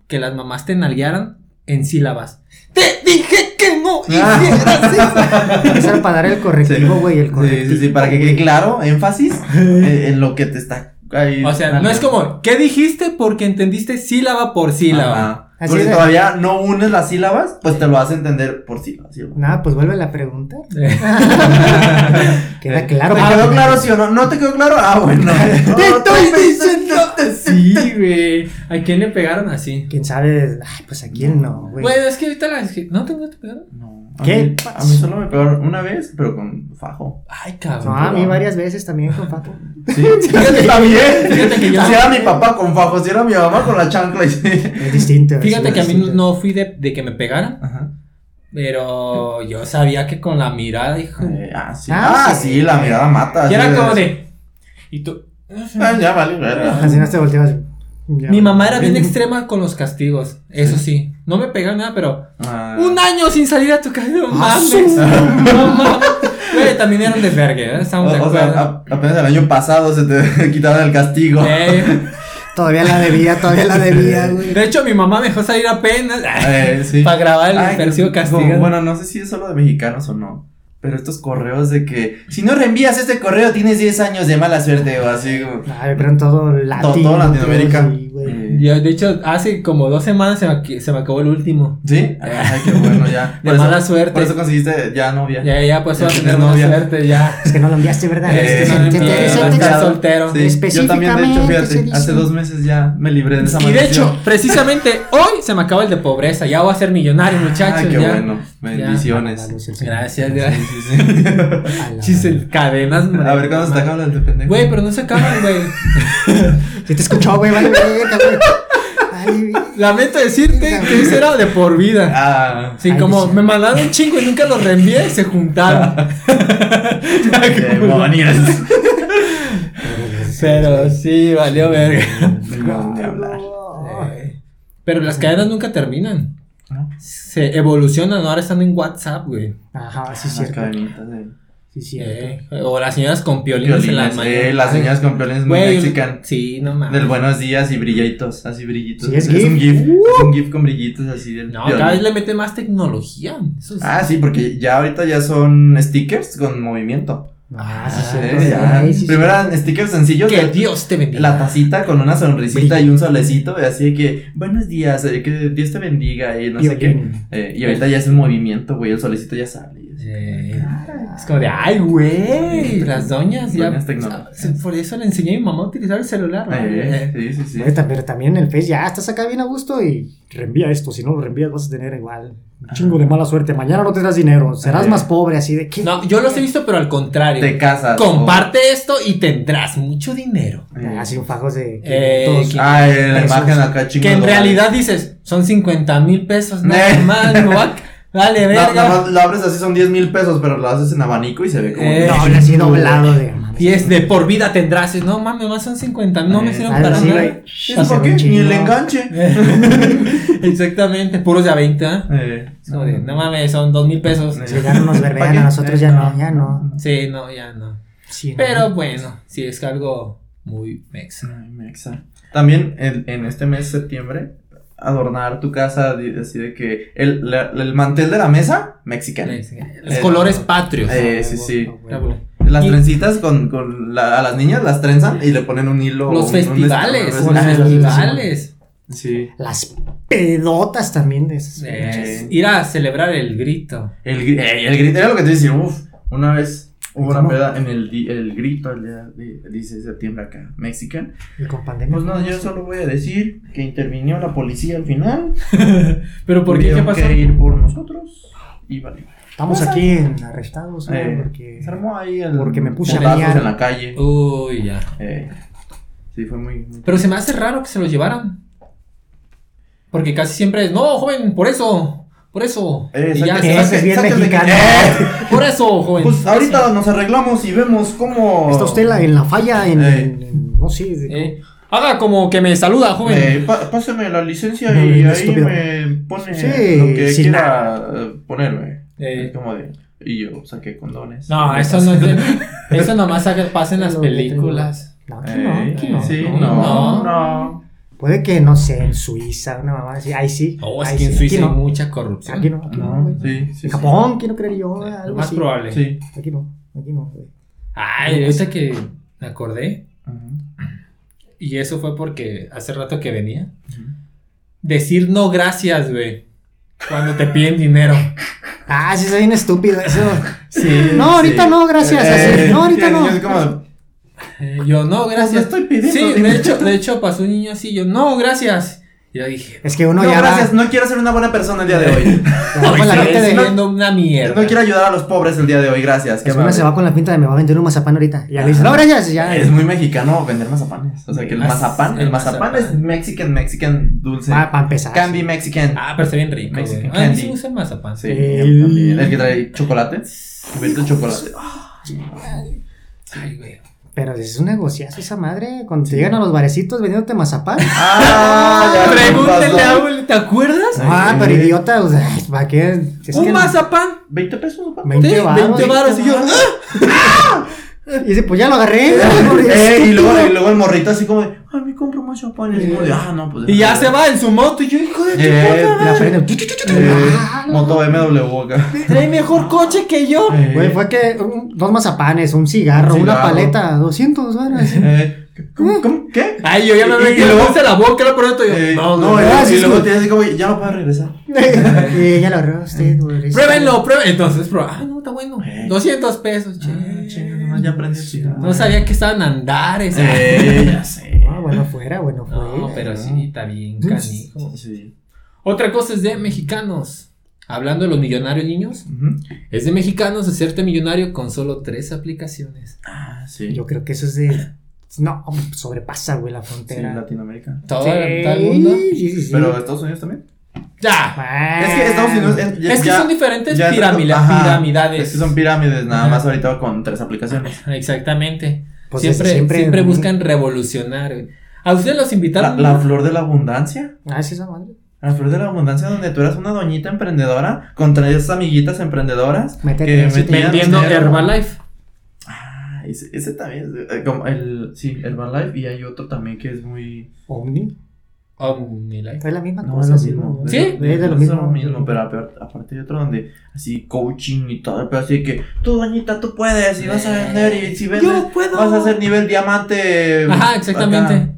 Speaker 1: que las mamás te nalguearan en sílabas. ¡Te dije que no
Speaker 3: Ah.
Speaker 1: hicieras eso!
Speaker 3: Es al para dar el correctivo, güey. El
Speaker 2: Sí,
Speaker 3: correctivo.
Speaker 2: sí, sí, para que quede claro,
Speaker 3: [LAUGHS]
Speaker 2: énfasis eh, en lo que te está ahí.
Speaker 1: O sea, no es como, ¿qué dijiste? Porque entendiste sílaba por sílaba.
Speaker 2: Ajá.
Speaker 3: Así
Speaker 2: Porque
Speaker 3: de-
Speaker 2: todavía no unes las sílabas, pues te lo vas a entender por sílabas. ¿sí?
Speaker 3: Nada, pues vuelve la pregunta.
Speaker 1: Eh,
Speaker 3: Queda claro.
Speaker 2: ¿Te
Speaker 3: papi.
Speaker 2: quedó claro sí o no? ¿No te quedó claro? Ah,
Speaker 3: [LAUGHS]
Speaker 2: bueno.
Speaker 1: ¡Te
Speaker 2: No,
Speaker 1: estoy
Speaker 2: te- [LAUGHS]
Speaker 1: diciendo! [LAUGHS] Sí, güey. ¿A quién le pegaron así?
Speaker 3: ¿Quién sabe? Ay, pues a quién no, güey.
Speaker 1: Bueno, es que ahorita las... que- ¿No te, no te pegaron?
Speaker 2: No, a
Speaker 3: ¿Qué
Speaker 2: mí- A
Speaker 3: pasó?
Speaker 2: mí solo me pegaron una vez, pero con fajo.
Speaker 1: Ay,
Speaker 3: No,
Speaker 1: cabrón.
Speaker 3: a mí varias veces también con Paco. [LAUGHS]
Speaker 2: Sí, está bien.
Speaker 1: Fíjate que yo-
Speaker 2: Si era mi papá con fajo, si era mi mamá con la chancla. Y... sí.
Speaker 3: Es distinto. es
Speaker 1: Fíjate que a mí
Speaker 3: distinto.
Speaker 1: no fui de, de que me pegaran,
Speaker 2: Ajá.
Speaker 1: pero yo sabía que con la mirada, hijo.
Speaker 2: Eh, ah, sí.
Speaker 3: Ah,
Speaker 2: Ah,
Speaker 3: sí.
Speaker 2: sí, la mirada mata.
Speaker 1: Y
Speaker 2: así
Speaker 1: era como de. Y tú.
Speaker 2: [LAUGHS] Ah, ya vale, verga.
Speaker 3: Así no te volteabas. Ya.
Speaker 1: Mi mamá era bien extrema con los castigos. Eso sí. No me pegaba nada, pero.
Speaker 2: Ah.
Speaker 1: Un año sin salir a tu casa. No
Speaker 3: Ah,
Speaker 1: mames. [LAUGHS]
Speaker 3: su-
Speaker 1: No mames. Güey, también eran de verga, ¿eh?
Speaker 2: O,
Speaker 1: Estamos de
Speaker 2: o sea,
Speaker 1: acuerdo.
Speaker 2: a- apenas el año pasado se te [LAUGHS] quitaron el castigo.
Speaker 1: [LAUGHS] Eh,
Speaker 3: [LAUGHS] Todavía la debía, todavía
Speaker 1: [LAUGHS]
Speaker 3: la debía, güey.
Speaker 1: de hecho, mi mamá me dejó salir apenas. [LAUGHS]
Speaker 2: Eh, sí.
Speaker 1: Para grabar el
Speaker 2: Ay,
Speaker 1: percibo
Speaker 2: como-
Speaker 1: castigo.
Speaker 2: Bueno, no sé si es solo de mexicanos o no. Pero estos correos de que si no reenvías este correo tienes 10 años de mala suerte o así. como-
Speaker 3: Ay, pero en todo Latino.
Speaker 1: Ah,
Speaker 2: todo Latinoamérica.
Speaker 3: sí, güey. güey.
Speaker 2: Eh,
Speaker 1: Yo, de hecho, hace como dos semanas se me, aquí- se me acabó el último.
Speaker 2: ¿Sí? Ay, qué bueno, ya.
Speaker 1: De mala suerte.
Speaker 2: Por eso conseguiste ya novia.
Speaker 1: Ya, ya, pues
Speaker 2: Ya
Speaker 1: va a tener
Speaker 2: tienes
Speaker 1: más
Speaker 2: novia.
Speaker 1: suerte, ya.
Speaker 3: Es que no lo enviaste, ¿verdad?
Speaker 2: Eh,
Speaker 3: Es que
Speaker 2: no lo
Speaker 3: se- te-
Speaker 2: envié,
Speaker 3: te-
Speaker 2: no lo
Speaker 3: te-
Speaker 2: envié.
Speaker 1: está soltero.
Speaker 2: Sí, yo también, de hecho,
Speaker 3: Específicamente se
Speaker 2: fíjate,
Speaker 3: dice.
Speaker 2: hace dos meses ya me libré de [LAUGHS] esa
Speaker 1: Y de
Speaker 2: maldición.
Speaker 1: hecho, precisamente hoy se me acaba el de pobreza. Ya voy a ser millonario, muchachos.
Speaker 2: Ay, Ah, qué
Speaker 1: ya.
Speaker 2: bueno.
Speaker 3: A
Speaker 2: Bendiciones.
Speaker 3: la luz, el Señor.
Speaker 1: Gracias,
Speaker 2: Sí,
Speaker 1: gracias.
Speaker 2: sí,
Speaker 1: [LAUGHS]
Speaker 2: sí.
Speaker 3: A la madre.
Speaker 1: Chisel, cadenas,
Speaker 2: A ver cuándo se te acaba el de pendejo.
Speaker 1: Güey, pero no se acaban, güey.
Speaker 3: Se te escuchó, güey, vale, verga, güey.
Speaker 2: [LAUGHS]
Speaker 3: Ay,
Speaker 1: Lamento decirte que ese era de por vida.
Speaker 2: Ah.
Speaker 1: [LAUGHS] Sí,
Speaker 3: Ay,
Speaker 1: como
Speaker 3: sí.
Speaker 1: me mandaron un chingo y nunca los reenvié, se
Speaker 2: [LAUGHS]
Speaker 1: juntaron. [LAUGHS]
Speaker 2: Demonios.
Speaker 1: Pero sí, valió verga.
Speaker 2: No, ni hablar.
Speaker 1: Eh, Pero las cadenas nunca terminan.
Speaker 2: ¿No?
Speaker 1: Se evolucionan, ahora están en WhatsApp, güey.
Speaker 3: Ajá, sí,
Speaker 2: Las
Speaker 3: cierto.
Speaker 2: cadenitas de
Speaker 3: Sí, cierto.
Speaker 1: Eh, o las señoras con piolines, en las
Speaker 2: violines. Eh, las señoras con violines muy
Speaker 1: Güey, Ah.
Speaker 2: mexican.
Speaker 1: Sí, no mames.
Speaker 2: Del buenos días y brillitos, así brillitos.
Speaker 3: Sí, es
Speaker 2: un
Speaker 3: GIF.
Speaker 2: GIF. Es un GIF con brillitos así del.
Speaker 1: No,
Speaker 2: violín.
Speaker 1: cada vez le meten más tecnología. Eso es-
Speaker 2: Ah, sí, porque ya ahorita ya son stickers con movimiento.
Speaker 3: Ah, sí,
Speaker 1: Ah,
Speaker 2: Sí,
Speaker 3: cierto.
Speaker 2: eh, ya.
Speaker 3: Ay, sí,
Speaker 2: Primero
Speaker 3: cierto.
Speaker 2: eran stickers sencillos.
Speaker 1: que
Speaker 2: de-
Speaker 1: Dios te bendiga.
Speaker 2: La tacita con una sonrisita y un solecito, y así de que, buenos días, eh, que Dios te bendiga, y no sé qué.
Speaker 3: Violín.
Speaker 2: Eh, y ahorita ya es un movimiento, güey, el solecito ya sale. y así.
Speaker 1: Eh, Es como de, ay, güey, las doñas ya.
Speaker 2: Doñas tecnológicas.
Speaker 1: Sí, Por eso le enseñé a mi mamá a utilizar el celular. ¿no?
Speaker 2: Eh,
Speaker 1: Eh,
Speaker 2: sí, sí, sí.
Speaker 3: Güey, ta- Pero también en el Face ya estás acá bien a gusto y reenvía esto. Si no lo reenvías, vas a tener igual un chingo de mala suerte. Mañana no tendrás dinero. Serás
Speaker 2: Eh.
Speaker 3: más pobre, así de que.
Speaker 1: No, yo los he visto, pero al contrario.
Speaker 2: Te casas.
Speaker 1: Comparte esto y tendrás mucho dinero.
Speaker 2: o- eh,
Speaker 3: Así un fajos de.
Speaker 1: Eh,
Speaker 3: todos-
Speaker 1: que-
Speaker 2: Ah, eh, la
Speaker 3: Pesos.
Speaker 2: imagen acá chingada.
Speaker 1: que en realidad dices, son 50 mil
Speaker 2: [LAUGHS]
Speaker 1: pesos, nada
Speaker 2: Eh.
Speaker 1: más, no va- Vale,
Speaker 2: No,
Speaker 1: verga.
Speaker 2: nada más lo abres así, son 10 mil pesos, pero lo haces en abanico y se ve como.
Speaker 1: Eh,
Speaker 3: Doble,
Speaker 2: [LAUGHS]
Speaker 3: así doblado de.
Speaker 1: Y es de por vida tendrás. Y, No mames, más son 50 no me
Speaker 2: Eh,
Speaker 1: sirven
Speaker 3: algo
Speaker 1: para
Speaker 3: así,
Speaker 1: nada.
Speaker 3: güey.
Speaker 2: ¿Eso por qué? Ni el enganche.
Speaker 3: Eh.
Speaker 1: [LAUGHS] Exactamente, puros de a 20. ¿eh?
Speaker 2: [LAUGHS] Eh,
Speaker 1: Es como de, no mames, son 2 mil pesos.
Speaker 2: Eh.
Speaker 3: Llegaron nos
Speaker 2: ¿Pa'
Speaker 3: verbean,
Speaker 2: qué?
Speaker 3: a nosotros
Speaker 2: Eh,
Speaker 3: ya no, ya no.
Speaker 1: Sí, no, ya no.
Speaker 3: Sí, no.
Speaker 1: Pero bueno, sí es algo muy mexa.
Speaker 2: Ay, mexa. También en, en este mes de septiembre, adornar tu casa, di- así de que el, la- el mantel de la mesa, mexicano.
Speaker 1: Los
Speaker 2: Eh,
Speaker 1: colores patrios.
Speaker 2: eh,
Speaker 3: A
Speaker 2: sí,
Speaker 3: huevo,
Speaker 2: sí.
Speaker 3: a huevo.
Speaker 2: Las
Speaker 1: Y-
Speaker 2: trencitas con, con la- a las niñas las trenzan y le ponen un hilo.
Speaker 1: los
Speaker 2: un- un
Speaker 1: festivales,
Speaker 2: escabel,
Speaker 1: los
Speaker 3: una-
Speaker 2: sí, sí,
Speaker 1: festivales.
Speaker 2: Sí.
Speaker 3: Las pedotas también de esas.
Speaker 1: Eh, ir a celebrar el grito.
Speaker 2: El, gri- eh, el grito era lo que te decía, uff, una vez hubo una
Speaker 3: ¿Cómo?
Speaker 2: peda en el, di- el grito el día de 16 de septiembre acá, mexican.
Speaker 3: Y con pandemia.
Speaker 2: Pues no, yo solo voy a decir que intervinió la policía al final.
Speaker 1: Pero ¿por qué? ¿Qué
Speaker 2: tuvieron
Speaker 1: pasó?
Speaker 2: que ir por nosotros y vale.
Speaker 3: Estamos
Speaker 2: Pues,
Speaker 3: aquí en arrestados, güey,
Speaker 2: Eh,
Speaker 3: porque.
Speaker 2: Se armó ahí el
Speaker 3: Porque me puse a
Speaker 2: putazos
Speaker 3: mear.
Speaker 2: en la calle.
Speaker 1: Uy, ya.
Speaker 2: Eh, sí, fue muy. muy-
Speaker 1: Pero se me hace raro que se los llevaran. Porque casi siempre es, no, joven, por eso, por eso.
Speaker 2: Eh,
Speaker 1: Y ya,
Speaker 2: saque-
Speaker 1: se
Speaker 2: [LAUGHS]
Speaker 3: Ese
Speaker 1: hace,
Speaker 3: es bien
Speaker 2: sáquenle-
Speaker 3: mexicano.
Speaker 2: Eh,
Speaker 1: por eso, joven.
Speaker 2: Pues ahorita nos arreglamos y vemos cómo.
Speaker 3: Está usted la- en la falla, en.
Speaker 2: Eh.
Speaker 3: en- en- no sé. de-
Speaker 1: Eh, haga como que me saluda, joven.
Speaker 2: Eh, pa- páseme la licencia
Speaker 3: No,
Speaker 2: y
Speaker 3: no,
Speaker 2: ahí
Speaker 3: Eh, estúpido.
Speaker 2: me pone
Speaker 3: Sí,
Speaker 2: lo que
Speaker 3: sin
Speaker 2: quiera eh, ponerme.
Speaker 1: Eh.
Speaker 2: Como de, y yo saqué condones.
Speaker 1: No,
Speaker 2: Me
Speaker 1: eso
Speaker 2: pasé.
Speaker 1: no es de-
Speaker 2: [LAUGHS]
Speaker 1: Eso nomás haga- pasa en las
Speaker 3: Lo que tengo.
Speaker 1: películas.
Speaker 3: No, aquí no,
Speaker 2: Eh,
Speaker 3: aquí no.
Speaker 2: Sí,
Speaker 1: no,
Speaker 2: no,
Speaker 1: no.
Speaker 2: no.
Speaker 3: Puede que, no sé, en Suiza, una mamá así. Ahí sí.
Speaker 1: No, Oh, es
Speaker 3: ahí
Speaker 1: que en
Speaker 3: sí, aquí
Speaker 1: Suiza hay
Speaker 3: no.
Speaker 1: mucha corrupción.
Speaker 3: Aquí no, aquí no.
Speaker 2: No,
Speaker 3: güey.
Speaker 2: sí, sí, sí.
Speaker 3: En Japón, quiero creer yo.
Speaker 1: Eh, lo
Speaker 3: Algo
Speaker 1: más
Speaker 3: así.
Speaker 1: probable.
Speaker 2: Sí.
Speaker 3: Aquí no, aquí no, güey.
Speaker 1: Ay, ahorita que me acordé, y eso fue porque hace rato que venía, decir no gracias, güey, cuando te piden dinero.
Speaker 3: Ah, sí, soy bien estúpido eso.
Speaker 2: Sí,
Speaker 3: No, ahorita no, gracias, así. No, ahorita
Speaker 2: Eh, sí,
Speaker 3: no.
Speaker 2: es como,
Speaker 1: Eh, yo, no, gracias.
Speaker 2: Pues, lo estoy pidiendo,
Speaker 1: Sí, de
Speaker 2: dime.
Speaker 1: hecho, de hecho pasó un niño así, yo, no, gracias. Y yo dije,
Speaker 3: Es que uno
Speaker 2: no,
Speaker 3: ya va-
Speaker 2: gracias, no quiero ser una buena persona el día de hoy.
Speaker 3: ya va
Speaker 1: "Ay,
Speaker 3: con la
Speaker 1: estás
Speaker 3: gente de-
Speaker 1: viendo una mierda.
Speaker 2: No quiero ayudar a los pobres el día de hoy, gracias. qué
Speaker 3: Es que uno
Speaker 2: amable.
Speaker 3: se va con la pinta de me va a vender un mazapán ahorita. Y ya le dice, no, gracias. y Ya.
Speaker 2: Es muy mexicano vender mazapanes. O sea, que el
Speaker 1: Mas-
Speaker 2: mazapán,
Speaker 1: el
Speaker 2: el mazapán
Speaker 1: mazapán.
Speaker 2: es Mexican, Mexican dulce.
Speaker 3: Para empezar.
Speaker 2: Candy
Speaker 3: Ah, sí.
Speaker 2: Mexican.
Speaker 1: Ah, pero está bien rico. güey.
Speaker 2: Mexican
Speaker 1: Ah, a mí sí
Speaker 2: candy.
Speaker 1: me gusta el mazapán.
Speaker 2: Sí,
Speaker 3: Ey.
Speaker 2: también. El que trae chocolate. Cubierto de chocolate.
Speaker 1: Ay, güey.
Speaker 3: Pero es un negociazo esa madre. Cuando te llegan a los barecitos vendiéndote mazapán.
Speaker 2: ¡Ah! ya
Speaker 1: Pregúntele a
Speaker 2: pasó.
Speaker 1: Abel, ¿te acuerdas?
Speaker 3: ah, pero idiota. O sea, ¿para qué? Es
Speaker 1: un
Speaker 3: que-
Speaker 1: mazapán.
Speaker 2: 20 pesos, papá.
Speaker 3: 20
Speaker 1: sí,
Speaker 3: varos.
Speaker 1: 20 varos. Y yo, "Ah".
Speaker 3: Y dice, pues ya lo agarré. [LAUGHS]
Speaker 2: Eh, y, luego, y luego el morrito así como de, ay, me compro más champán. Y, es como de, ah, no, pues.
Speaker 1: Y ya se va en su moto. Y yo, hijo de tu
Speaker 2: Eh,
Speaker 1: puta
Speaker 3: La
Speaker 1: madre.
Speaker 3: frena.
Speaker 2: Eh,
Speaker 3: Ah, no.
Speaker 2: moto BMW acá.
Speaker 1: Trae mejor coche que yo.
Speaker 2: Eh,
Speaker 3: Güey, fue que un- dos mazapanes, un cigarro,
Speaker 2: Un
Speaker 3: una
Speaker 2: cigarro. [LAUGHS]
Speaker 3: [LAUGHS] paleta, 200 varas.
Speaker 2: eh, ¿Cómo? ¿Cómo? ¿Qué?
Speaker 1: Ay, yo ya me
Speaker 2: Y-
Speaker 1: metí
Speaker 2: y
Speaker 1: la
Speaker 2: luego-
Speaker 1: bolsa en la boca, lo pronto yo.
Speaker 2: Eh,
Speaker 1: no,
Speaker 2: Ah, no, Ah,
Speaker 1: no,
Speaker 2: y-
Speaker 1: no.
Speaker 3: ah, sí,
Speaker 2: y luego
Speaker 3: sí.
Speaker 2: te dice como, ya no puedo regresar.
Speaker 3: Eh, ya lo ahorró usted, güey.
Speaker 1: Pruébenlo, pruébenlo. Entonces, prueba. Ah, no, está bueno.
Speaker 2: Eh.
Speaker 1: 200 pesos, che.
Speaker 2: Ah, chinga, nomás ya aprendí el cigarro.
Speaker 1: No sabía que estaban andares.
Speaker 2: Eh, [LAUGHS] ya sé.
Speaker 3: Ah, bueno, fuera, bueno, fuera.
Speaker 1: No, pero sí, está bien, canijo.
Speaker 2: Sí.
Speaker 1: Otra cosa es de mexicanos. Hablando de los millonarios niños,
Speaker 2: Ujú.
Speaker 1: es de mexicanos hacerte millonario con solo tres aplicaciones.
Speaker 2: Ah, sí.
Speaker 3: Yo creo que eso es de. No, sobrepasa, güey, la
Speaker 2: Sí,
Speaker 3: frontera.
Speaker 2: Latinoamérica.
Speaker 1: Todo,
Speaker 3: Sí,
Speaker 1: todo el mundo.
Speaker 3: sí, sí, sí.
Speaker 2: Pero Estados Unidos también.
Speaker 1: Ya.
Speaker 3: Ah.
Speaker 2: Es que Estados Unidos. Es, ya-
Speaker 1: es que
Speaker 2: ya-
Speaker 1: son diferentes
Speaker 2: ya-
Speaker 1: piramila-
Speaker 2: ajá,
Speaker 1: piramidades.
Speaker 2: Es que son pirámides, nada
Speaker 1: Ajá.
Speaker 2: más ahorita con tres aplicaciones.
Speaker 1: Exactamente.
Speaker 3: Pues es-
Speaker 1: siempre, siempre, buscan revolucionar. güey. A ustedes los
Speaker 2: La,
Speaker 1: invitaron.
Speaker 2: la flor de la abundancia.
Speaker 3: Ah, sí, esa madre.
Speaker 2: La flor de la abundancia, donde tú eras una doñita emprendedora con tres amiguitas emprendedoras.
Speaker 3: Métete,
Speaker 2: que
Speaker 3: sí,
Speaker 2: metían
Speaker 1: vendiendo
Speaker 2: dinero.
Speaker 1: Herbalife.
Speaker 2: Ah, ese, ese también. es, eh, como el, sí, Herbalife. Y hay otro también que es muy.
Speaker 3: Omni.
Speaker 1: Oh, Omnilife.
Speaker 3: Ah, Es la misma
Speaker 2: No, es
Speaker 3: cosa.
Speaker 2: lo
Speaker 3: sí,
Speaker 2: mismo.
Speaker 3: ¿no?
Speaker 1: ¿Sí?
Speaker 2: Es
Speaker 3: Es de lo mismo.
Speaker 2: pero apar- aparte hay otro donde así coaching y todo. Pero así que tú, doñita, tú puedes y vas a vender. Y si vendes,
Speaker 1: Eh, Yo puedo.
Speaker 2: vas a hacer nivel diamante.
Speaker 1: Ajá, exactamente.
Speaker 2: acá.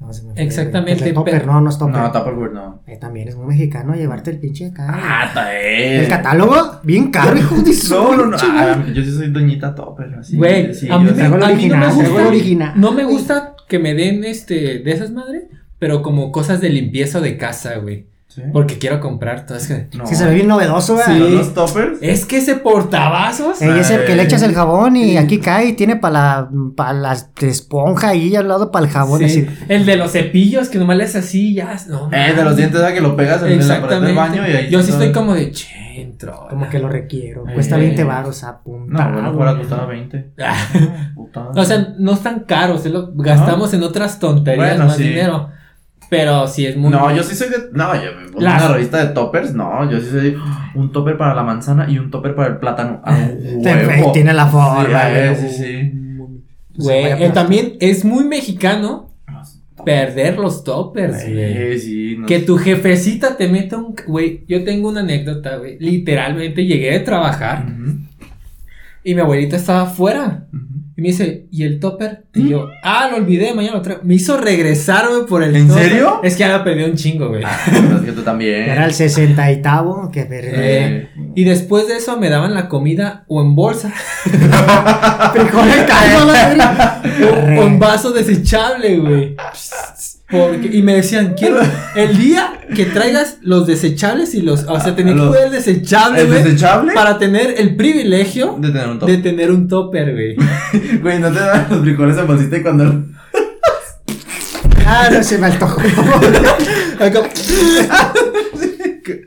Speaker 3: No, se me fue,
Speaker 1: Exactamente,
Speaker 3: güey. El topper,
Speaker 1: pero-
Speaker 3: no, no es topper.
Speaker 2: No, Tupperware no.
Speaker 3: Eh, también es muy mexicano llevarte el pinche acá.
Speaker 2: Ah, está bien.
Speaker 3: el catálogo, bien caro, hijo de su [LAUGHS]
Speaker 2: No, no, no.
Speaker 3: pinche
Speaker 2: ah,
Speaker 3: madre.
Speaker 2: yo sí soy doñita Topper. Así.
Speaker 1: Güey,
Speaker 2: sí,
Speaker 1: a mí
Speaker 2: yo
Speaker 1: me-
Speaker 2: sé.
Speaker 3: Traigo el
Speaker 1: a mí no me
Speaker 3: original, traigo el
Speaker 1: gusta.
Speaker 3: original.
Speaker 1: No me gusta que me den este de esas madres, pero como cosas de limpieza o de casa, güey.
Speaker 2: ¿Sí?
Speaker 1: Porque quiero comprar todas. que-
Speaker 2: No.
Speaker 3: Es que se ve bien novedoso, güey.
Speaker 2: ¿Son los toppers?
Speaker 1: Es que ese portavasos.
Speaker 2: Eh,
Speaker 3: Ey, es el que le echas el jabón y
Speaker 2: Sí.
Speaker 3: aquí cae y tiene para la, pa' la esponja ahí al lado para el
Speaker 2: ah,
Speaker 3: jabón.
Speaker 1: Sí,
Speaker 3: así.
Speaker 1: El de los cepillos que nomás le haces así y ya. No,
Speaker 2: Eh, de los
Speaker 1: mames.
Speaker 2: dientes, ¿verdad? Que lo pegas en el aparato
Speaker 1: Exactamente.
Speaker 2: del baño y ahí.
Speaker 1: Yo sí
Speaker 2: todo.
Speaker 1: estoy como de che, entro.
Speaker 3: Como que lo requiero.
Speaker 2: Ey.
Speaker 3: Cuesta 20 baros a
Speaker 2: No, bueno, fuera
Speaker 1: [LAUGHS]
Speaker 2: costaba 20. Putada.
Speaker 1: [LAUGHS] O sea, no están caros, es lo- gastamos en otras tonterías
Speaker 2: Bueno,
Speaker 1: más
Speaker 2: sí.
Speaker 1: dinero. Pero sí es muy
Speaker 2: No, yo sí soy de. No, yo me pongo
Speaker 1: Las-
Speaker 2: una revista de toppers. No, yo sí soy un topper para la manzana y un topper para el plátano.
Speaker 1: [LAUGHS]
Speaker 3: [LAUGHS]
Speaker 2: A Ah, huevo.
Speaker 3: Tiene la
Speaker 2: Sí,
Speaker 3: forma.
Speaker 2: eh,
Speaker 3: güey.
Speaker 2: sí, sí.
Speaker 1: Güey,
Speaker 3: Se vaya
Speaker 1: eh, también es muy mexicano perder los toppers, güey.
Speaker 2: Eh, sí, no
Speaker 1: Que
Speaker 2: sé.
Speaker 1: tu jefecita te meta un... Güey, yo tengo una anécdota, güey. Literalmente llegué de trabajar
Speaker 2: Ujú,
Speaker 1: y mi abuelita estaba afuera.
Speaker 2: ujú.
Speaker 1: Y me dice, ¿y el topper? Y yo, ah, lo olvidé, mañana lo traigo. Me hizo regresarme por el
Speaker 2: ¿En
Speaker 1: topper.
Speaker 2: serio?
Speaker 1: Es que ya lo perdí un chingo, güey.
Speaker 2: Ah,
Speaker 1: [LAUGHS]
Speaker 2: pero es que tú también.
Speaker 3: Era el 60 y tavo, que verde.
Speaker 2: Eh,
Speaker 1: Y después de eso me daban la comida o en bolsa
Speaker 2: [LAUGHS]
Speaker 3: [LAUGHS] Frijoles caldo, la verga.
Speaker 1: o en vaso desechable, güey. Porque, y me decían, quiero el día que traigas los desechables y los. O sea, tenía que
Speaker 2: Los-
Speaker 1: poner el desechable,
Speaker 2: ¿Es
Speaker 1: güey.
Speaker 2: desechable?
Speaker 1: Para tener el privilegio
Speaker 2: De tener un
Speaker 1: de
Speaker 2: topper.
Speaker 1: tener un topper,
Speaker 2: [LAUGHS]
Speaker 1: güey.
Speaker 2: Güey, no te dan los frijoles en bolsita y cuando.
Speaker 3: Ah, no se me antojó.
Speaker 1: Acá-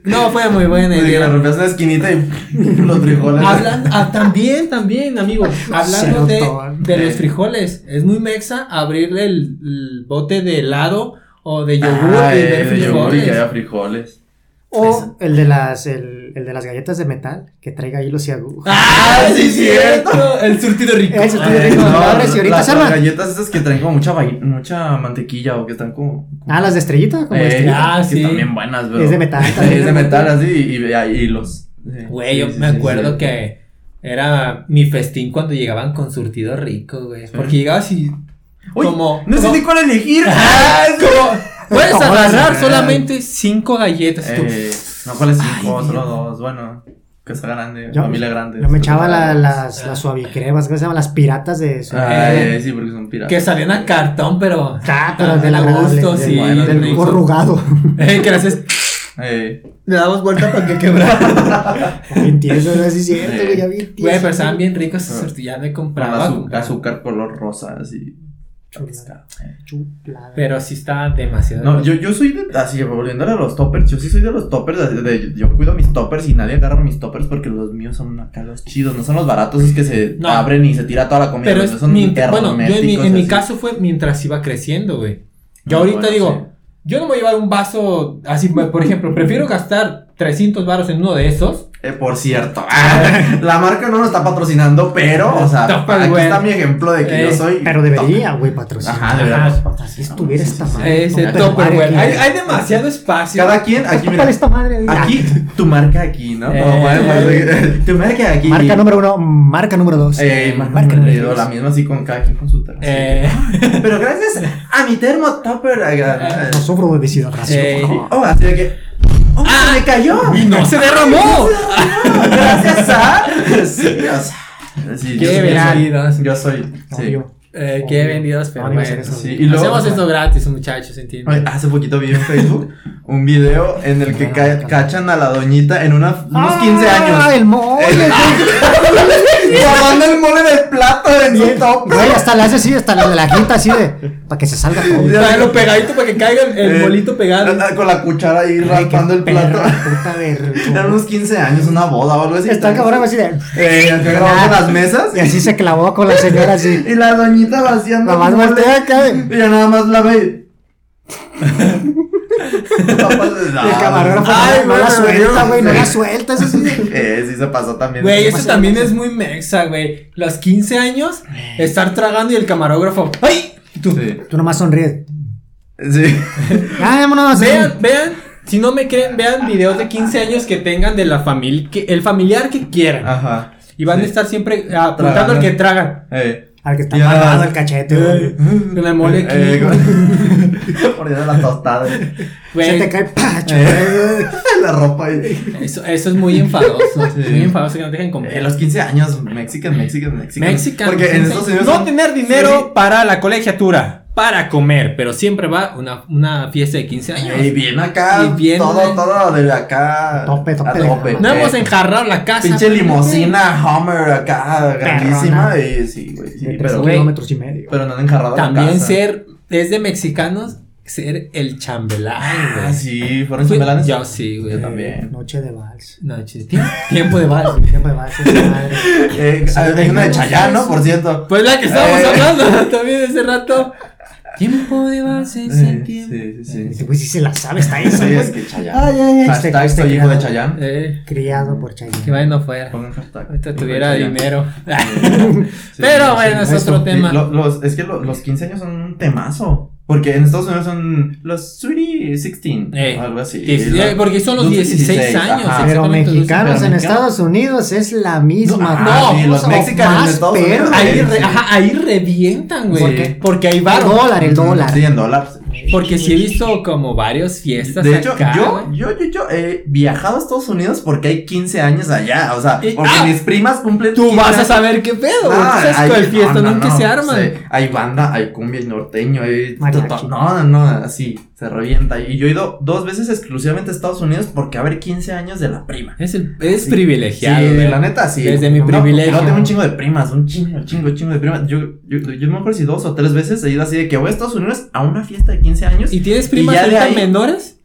Speaker 1: No, fue muy buena
Speaker 2: de que le
Speaker 1: idea.
Speaker 2: rompías una esquinita y [LAUGHS] los frijoles.
Speaker 1: Hablan, ah, también, también, amigo.
Speaker 2: [LAUGHS]
Speaker 1: Hablando de,
Speaker 3: Serotón.
Speaker 1: de
Speaker 2: eh.
Speaker 1: los frijoles, es muy mexa abrirle el, el bote de helado o de yogur
Speaker 2: Ah,
Speaker 1: y
Speaker 2: eh,
Speaker 1: ver
Speaker 2: de yogur y
Speaker 1: frijoles.
Speaker 2: que haya frijoles.
Speaker 3: [LAUGHS] O el de las, el, el de las galletas de metal, que traiga hilos y agujas.
Speaker 1: ¡Ah, sí,
Speaker 2: sí, eh.
Speaker 1: cierto! El surtido rico.
Speaker 3: El surtido
Speaker 1: Ah,
Speaker 3: rico.
Speaker 1: no.
Speaker 3: madre, si ahorita
Speaker 2: las,
Speaker 3: salva.
Speaker 2: las galletas esas que traen como mucha, vai- mucha mantequilla o que están como.
Speaker 3: Ah, las de estrellita, como de
Speaker 2: Eh,
Speaker 3: estrellita.
Speaker 1: Ah,
Speaker 2: que
Speaker 1: sí.
Speaker 2: Están bien buenas, pero.
Speaker 3: Es de metal
Speaker 2: [LAUGHS] Sí,
Speaker 3: también.
Speaker 2: es de metal así y, y hay hilos. Sí.
Speaker 1: Güey, yo
Speaker 2: Sí, sí,
Speaker 1: me
Speaker 2: sí,
Speaker 1: acuerdo
Speaker 2: sí.
Speaker 1: que era mi festín cuando llegaban con surtido rico, güey. Porque llegabas y.
Speaker 2: Uy,
Speaker 1: como.
Speaker 2: No
Speaker 1: como-
Speaker 2: sé ni cuál
Speaker 3: [LAUGHS]
Speaker 2: elegir.
Speaker 1: Ah,
Speaker 2: Ah,
Speaker 1: como,
Speaker 2: [LAUGHS]
Speaker 1: Puedes
Speaker 3: Ahora
Speaker 1: agarrar
Speaker 2: sí.
Speaker 1: solamente cinco galletas. y tú,
Speaker 2: Eh, no, ¿cuál es cinco?
Speaker 1: Ay,
Speaker 2: solo dos. Bueno, que sea grande,
Speaker 3: Yo-
Speaker 2: familia grande.
Speaker 3: Yo me echaba la- las,
Speaker 1: Ah.
Speaker 3: las suavicremas, ¿cómo se llaman? Las piratas de su...
Speaker 2: Ah,
Speaker 1: Eh,
Speaker 2: eh, sí, porque son piratas.
Speaker 1: que salían a cartón, pero.
Speaker 3: Ah, pero de la
Speaker 1: a
Speaker 3: agradable,
Speaker 1: gusto,
Speaker 3: del-
Speaker 1: sí,
Speaker 3: del
Speaker 1: rico.
Speaker 2: [LAUGHS]
Speaker 3: corrugado.
Speaker 1: Eh, que le haces-
Speaker 2: Eh,
Speaker 1: Le damos vuelta para que quebrara.
Speaker 3: Bien tieso, no es cierto, güey, ya bien
Speaker 1: Güey,
Speaker 3: tieso.
Speaker 1: pero estaban bien ricos esos surtidos. Ya me
Speaker 2: Ah. con
Speaker 1: compraba.
Speaker 2: azu-
Speaker 1: compraba.
Speaker 2: azúcar color rosa, así.
Speaker 3: Chulada.
Speaker 2: Eh.
Speaker 3: Chulada.
Speaker 1: Pero sí estaban demasiado.
Speaker 2: No, yo, yo soy de. Así, volviendo a los toppers, yo sí soy de los toppers. así de- yo cuido mis toppers y nadie agarra mis toppers porque los míos son acá los chidos. No son los baratos, es que se
Speaker 1: No.
Speaker 2: abren y se tira toda la comida.
Speaker 1: Pero
Speaker 2: güey, no
Speaker 1: es
Speaker 2: son
Speaker 1: mi- bueno, yo en mi,
Speaker 2: herméticos
Speaker 1: en mi
Speaker 2: así.
Speaker 1: caso fue mientras iba creciendo, güey. Yo
Speaker 2: Ah,
Speaker 1: ahorita
Speaker 2: bueno,
Speaker 1: digo, yo no me voy a llevar un vaso así, por ejemplo, prefiero gastar 300 baros en uno de esos
Speaker 2: Eh, por cierto, [LAUGHS] la marca no nos está patrocinando, pero, o sea,
Speaker 1: Top
Speaker 2: aquí
Speaker 1: Wear.
Speaker 2: está mi ejemplo de que
Speaker 1: Eh,
Speaker 2: yo soy.
Speaker 3: Pero debería, güey, patrocinar.
Speaker 2: Ajá, debería.
Speaker 3: Si estuviera esta madre.
Speaker 1: eh, Ese
Speaker 3: Tupperware
Speaker 1: Tupperware.
Speaker 3: aquí.
Speaker 1: Hay, hay demasiado espacio.
Speaker 2: Cada quien, aquí, mira,
Speaker 3: Tópale esta madre. ahí.
Speaker 2: aquí, tu marca aquí, ¿no?
Speaker 1: Eh.
Speaker 2: Como pueden- [LAUGHS] tu marca aquí.
Speaker 3: Marca número uno, marca número dos.
Speaker 2: Eh, marca número dos, la misma así con cada quien con su terraza. [LAUGHS]
Speaker 1: Eh,
Speaker 2: Pero gracias a mi termo topper. eh,
Speaker 1: Ah.
Speaker 2: eh,
Speaker 3: No sufro de obesidad racio,
Speaker 1: Eh,
Speaker 3: por favor.
Speaker 2: Oh, así de que. ¡Oh,
Speaker 1: Ah,
Speaker 2: se me cayó!
Speaker 1: y no se derramó. [LAUGHS]
Speaker 2: Gracias a. Sí, o sea, sí,
Speaker 1: Qué
Speaker 2: yo soy-
Speaker 1: vendidos.
Speaker 2: Yo soy. Sí.
Speaker 3: Obvio.
Speaker 1: Eh, qué vendidos, pero
Speaker 3: No, ni me
Speaker 1: bueno.
Speaker 3: hacer eso.
Speaker 2: Sí, y luego-
Speaker 1: Hacemos esto gratis, muchachos, ¿entiendes?
Speaker 2: Oye, Hace poquito vi en Facebook un video en el que
Speaker 1: Ah,
Speaker 2: ca- cachan a la doñita en una, unos 15 años.
Speaker 3: Ah,
Speaker 2: [LAUGHS]
Speaker 3: el mole.
Speaker 2: Tomando el mole del plato en su top.
Speaker 3: Güey, hasta le hace así, hasta la, la quita así de. Para que se salga todo.
Speaker 1: Tráelo pegadito para que caiga el, el
Speaker 2: Eh,
Speaker 1: bolito pegado.
Speaker 2: la- la- Con la cuchara ahí raspando el plato. [LAUGHS]
Speaker 3: Perra, puta verga.
Speaker 2: Eran unos 15 años, una boda o algo así.
Speaker 3: Está el cabrón así de.
Speaker 2: Eh, acá grabando las mesas.
Speaker 3: Y así se clavó con la señora así.
Speaker 2: Y la doñita vaciando.
Speaker 3: Nomás
Speaker 2: el mole.
Speaker 3: voltea acá.
Speaker 2: Y ya nada más la [LAUGHS] ve. y-
Speaker 3: Y el camarógrafo
Speaker 2: Ay,
Speaker 3: no, no la
Speaker 2: güey,
Speaker 3: suelta, güey, no
Speaker 2: sí.
Speaker 3: la suelta, eso sí. de-
Speaker 2: [LAUGHS] Eh, sí se pasó también.
Speaker 1: Güey,
Speaker 2: Sí.
Speaker 1: eso también es muy mexa, güey. Los 15 años, estar tragando y el camarógrafo. ¡Ay! Y tú,
Speaker 2: Eh. Sí.
Speaker 3: Tú nomás sonríes.
Speaker 2: Sí.
Speaker 3: Ah, vámonos.
Speaker 1: Vean, vean. Si no me creen, vean videos de 15 años que tengan de la familia, que, el familiar que quieran.
Speaker 2: [LAUGHS] Ajá.
Speaker 1: y van a
Speaker 2: Ah, sí.
Speaker 1: estar siempre ah, apuntando
Speaker 2: Tragando.
Speaker 1: al que tragan.
Speaker 2: Eh.
Speaker 3: Al que está
Speaker 2: Ya.
Speaker 3: amarrado el cachete, güey.
Speaker 1: Con el mole aquí.
Speaker 2: Eh, [LAUGHS] con- Mordiendo la tostada.
Speaker 3: Se
Speaker 1: Güey,
Speaker 3: te cae pacho.
Speaker 2: Eh, [LAUGHS] la ropa. ahí.
Speaker 1: eso, eso es muy enfadoso.
Speaker 2: [LAUGHS] Sí.
Speaker 1: Muy enfadoso que no te dejen
Speaker 2: Eh,
Speaker 1: comer.
Speaker 2: los 15 años, Mexican, Mexican, Mexican.
Speaker 1: Mexicanos.
Speaker 2: Porque en Estados Unidos.
Speaker 1: No
Speaker 2: son-
Speaker 1: tener dinero para la colegiatura, para comer, pero siempre va una, una fiesta de 15
Speaker 2: Sí.
Speaker 1: años.
Speaker 2: Y bien acá.
Speaker 1: Y bien-
Speaker 2: todo, todo de acá.
Speaker 3: Tope, tope
Speaker 2: a
Speaker 3: de gama.
Speaker 1: no
Speaker 2: eh.
Speaker 1: hemos enjarrado la casa.
Speaker 2: Pinche
Speaker 1: pero-
Speaker 2: limosina, Hummer acá, grandísima. Y sí, güey. Sí,
Speaker 3: De
Speaker 2: pero,
Speaker 3: tres
Speaker 2: Pues,
Speaker 1: güey,
Speaker 3: kilómetros y medio.
Speaker 2: pero no han enjarrado la
Speaker 1: También
Speaker 2: casa.
Speaker 1: ser, es de mexicanos, ser el chambelán,
Speaker 2: Ah,
Speaker 1: güey.
Speaker 2: sí, fueron
Speaker 1: Fui-
Speaker 2: chambelanes.
Speaker 1: Yo sí, güey.
Speaker 2: Yo también.
Speaker 3: Eh, Noche de vals.
Speaker 1: No, chis- tiempo, tiempo de vals.
Speaker 3: Tiempo de vals, esa madre.
Speaker 2: Eh, hay una de Chayanne, ¿no? Por
Speaker 1: [LAUGHS]
Speaker 2: cierto.
Speaker 1: Pues la que estábamos
Speaker 2: Eh.
Speaker 1: hablando [LAUGHS] también ese rato. Tiempo de vals es el
Speaker 2: Eh,
Speaker 1: tiempo.
Speaker 2: sí, sí, sí.
Speaker 3: Dice, güey, si se la sabe, está esa,
Speaker 2: Sí,
Speaker 3: güey.
Speaker 2: es que Chayanne.
Speaker 3: Ay, ay, ay,
Speaker 2: Hashtag
Speaker 3: este-
Speaker 2: soy
Speaker 3: este
Speaker 2: hijo de
Speaker 3: creado.
Speaker 2: Chayanne.
Speaker 1: Eh,
Speaker 3: Criado por
Speaker 1: que
Speaker 3: Chayanne.
Speaker 1: vayan afuera.
Speaker 2: Pongan hashtag.
Speaker 1: Eh, Ahorita
Speaker 2: hijo de
Speaker 1: tuviera
Speaker 2: Chayanne.
Speaker 1: dinero.
Speaker 2: Sí,
Speaker 1: Pero
Speaker 2: sí,
Speaker 1: bueno,
Speaker 2: sí.
Speaker 1: es otro
Speaker 3: Eso,
Speaker 2: Y
Speaker 1: tema.
Speaker 2: lo- los, es que lo- los 15 años son un temazo. Porque en Estados Unidos son los Sweetie 16.
Speaker 1: Eh,
Speaker 2: o algo así.
Speaker 1: que-
Speaker 2: Y la-
Speaker 1: eh, porque son los 16, años. Ah,
Speaker 2: ajá.
Speaker 1: exactamente,
Speaker 3: Pero
Speaker 1: los 16.
Speaker 3: mexicanos en
Speaker 2: mexicanos.
Speaker 3: Estados Unidos es la misma.
Speaker 1: No,
Speaker 2: sí, los
Speaker 3: o
Speaker 2: mexicanos en
Speaker 3: más
Speaker 2: Estados Unidos.
Speaker 3: perro.
Speaker 1: Ahí,
Speaker 2: Sí,
Speaker 1: re-
Speaker 2: sí.
Speaker 1: ajá, ahí revientan, güey.
Speaker 2: ¿Por qué?
Speaker 1: Porque hay
Speaker 3: El
Speaker 1: varo.
Speaker 3: dólar, el dólar.
Speaker 2: Sí, en dólar.
Speaker 1: Porque sí he visto como varios fiestas
Speaker 2: De hecho,
Speaker 1: acá,
Speaker 2: yo,
Speaker 1: güey.
Speaker 2: yo, yo, yo he viajado a Estados Unidos porque hay 15 años allá. O sea,
Speaker 1: Y-
Speaker 2: porque
Speaker 1: ah,
Speaker 2: mis primas cumplen.
Speaker 1: Tú
Speaker 2: 15
Speaker 1: vas a
Speaker 2: años.
Speaker 1: saber qué pedo, güey.
Speaker 2: Ah,
Speaker 1: Tú sabes
Speaker 2: hay-
Speaker 1: cuál fiesta
Speaker 2: no, no,
Speaker 1: nunca
Speaker 2: no,
Speaker 1: se arma.
Speaker 2: sí. Hay banda, hay cumbia, hay norteño, hay...
Speaker 3: Mariachi.
Speaker 2: to- to- No, no, no, así, se revienta. Y yo he ido dos veces exclusivamente a Estados Unidos porque a ver 15 años de la prima.
Speaker 1: Es, el, es
Speaker 2: Sí.
Speaker 1: privilegiado,
Speaker 2: Sí,
Speaker 1: güey.
Speaker 2: la neta, sí.
Speaker 1: Desde mi
Speaker 2: No,
Speaker 1: privilegio.
Speaker 2: Yo tengo un chingo de primas, un chingo, chingo, chingo de primas. Yo, yo, yo me acuerdo si dos o tres veces he ido así de que voy a Estados Unidos a una fiesta de 15 años.
Speaker 1: ¿Y tienes
Speaker 2: Y
Speaker 1: primas
Speaker 2: ya de
Speaker 1: ahorita
Speaker 2: ahí-
Speaker 1: menores?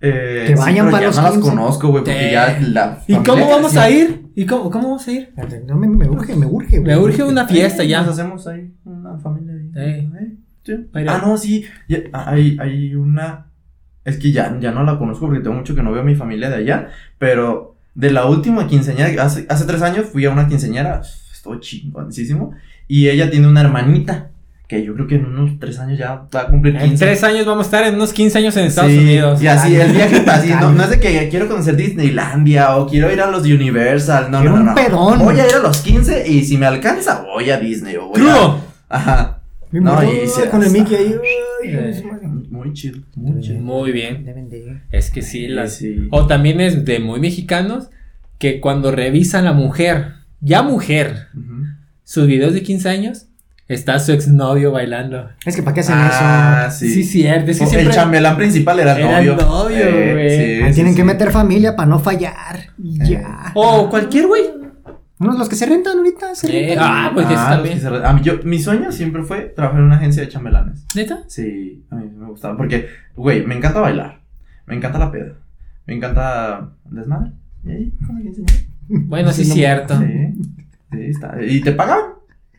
Speaker 2: eh,
Speaker 3: Que vayan
Speaker 2: pero
Speaker 3: para
Speaker 2: ya
Speaker 3: los
Speaker 2: no las
Speaker 3: 15.
Speaker 2: conozco, güey, porque
Speaker 1: Eh.
Speaker 2: ya la
Speaker 1: ¿Y
Speaker 2: familia
Speaker 1: cómo vamos
Speaker 2: creció.
Speaker 1: a ir? ¿Y cómo, cómo vamos a ir?
Speaker 3: No me, me urge, me urge. güey.
Speaker 1: Me urge una fiesta
Speaker 2: Nos
Speaker 1: ya.
Speaker 2: hacemos ahí una familia. ahí.
Speaker 1: Eh.
Speaker 2: Eh, sí.
Speaker 1: Pero-
Speaker 2: Ah, no, sí. ya- hay, hay una. Es que ya, ya no la conozco porque tengo mucho que no veo a mi familia de allá. Pero de la última quinceañera, hace, hace tres años fui a una quinceañera. Estuvo chingoncísimo. Y ella tiene una hermanita. Que yo creo que en unos tres años ya va a cumplir
Speaker 1: En
Speaker 2: 15.
Speaker 1: tres años vamos a estar en unos 15 años en Estados
Speaker 2: Sí,
Speaker 1: Unidos.
Speaker 2: Y así, el viaje así, no,
Speaker 3: Cali.
Speaker 2: no es de que quiero conocer Disneylandia o quiero ir a los Universal, no,
Speaker 3: Quiero
Speaker 2: no,
Speaker 3: un
Speaker 2: no.
Speaker 3: pedón.
Speaker 2: Voy a ir a los 15 y si me alcanza, voy a Disney o voy a...
Speaker 1: ¡Crudo!
Speaker 2: Ajá.
Speaker 3: Me
Speaker 2: No,
Speaker 3: urge,
Speaker 2: y se-
Speaker 3: con el Mickey ahí. ay,
Speaker 1: Eh.
Speaker 3: su madre.
Speaker 2: Muy chido, muy chido.
Speaker 1: Muy bien.
Speaker 3: Deben de ir.
Speaker 1: Es que sí, las... Oh.
Speaker 2: Sí.
Speaker 1: O también es de muy mexicanos que cuando revisan la mujer, ya mujer,
Speaker 2: Ujú.
Speaker 1: sus videos de 15 años, está su exnovio bailando.
Speaker 3: Es que para qué hacen
Speaker 2: Ah, sí.
Speaker 1: Sí, cierto. Es que
Speaker 2: O- El
Speaker 1: siempre...
Speaker 2: chambelán principal era el
Speaker 1: Era el
Speaker 2: novio. Eh,
Speaker 1: novio, güey.
Speaker 3: eso. Ahí Ah, tienen que meter familia para no fallar. Y
Speaker 2: Eh.
Speaker 3: Ya.
Speaker 1: O cualquier güey.
Speaker 3: No, los que se rentan ahorita se
Speaker 1: Oh, Eh,
Speaker 3: rentan.
Speaker 1: ah, pues eso
Speaker 2: Ah, los que
Speaker 1: también.
Speaker 2: se re- a mí, yo, mi sueño siempre fue trabajar en una agencia de chambelanes.
Speaker 1: ¿Neta?
Speaker 2: Sí, a mí me gustaba. Porque, güey, me encanta bailar. Me encanta la peda. Me encanta el desmadre. Y ahí, como que enseñé.
Speaker 1: Bueno, sí,
Speaker 3: [LAUGHS]
Speaker 1: eh.
Speaker 3: Sí, no-
Speaker 1: cierto.
Speaker 2: Sí, sí, está. ¿Y te pagan?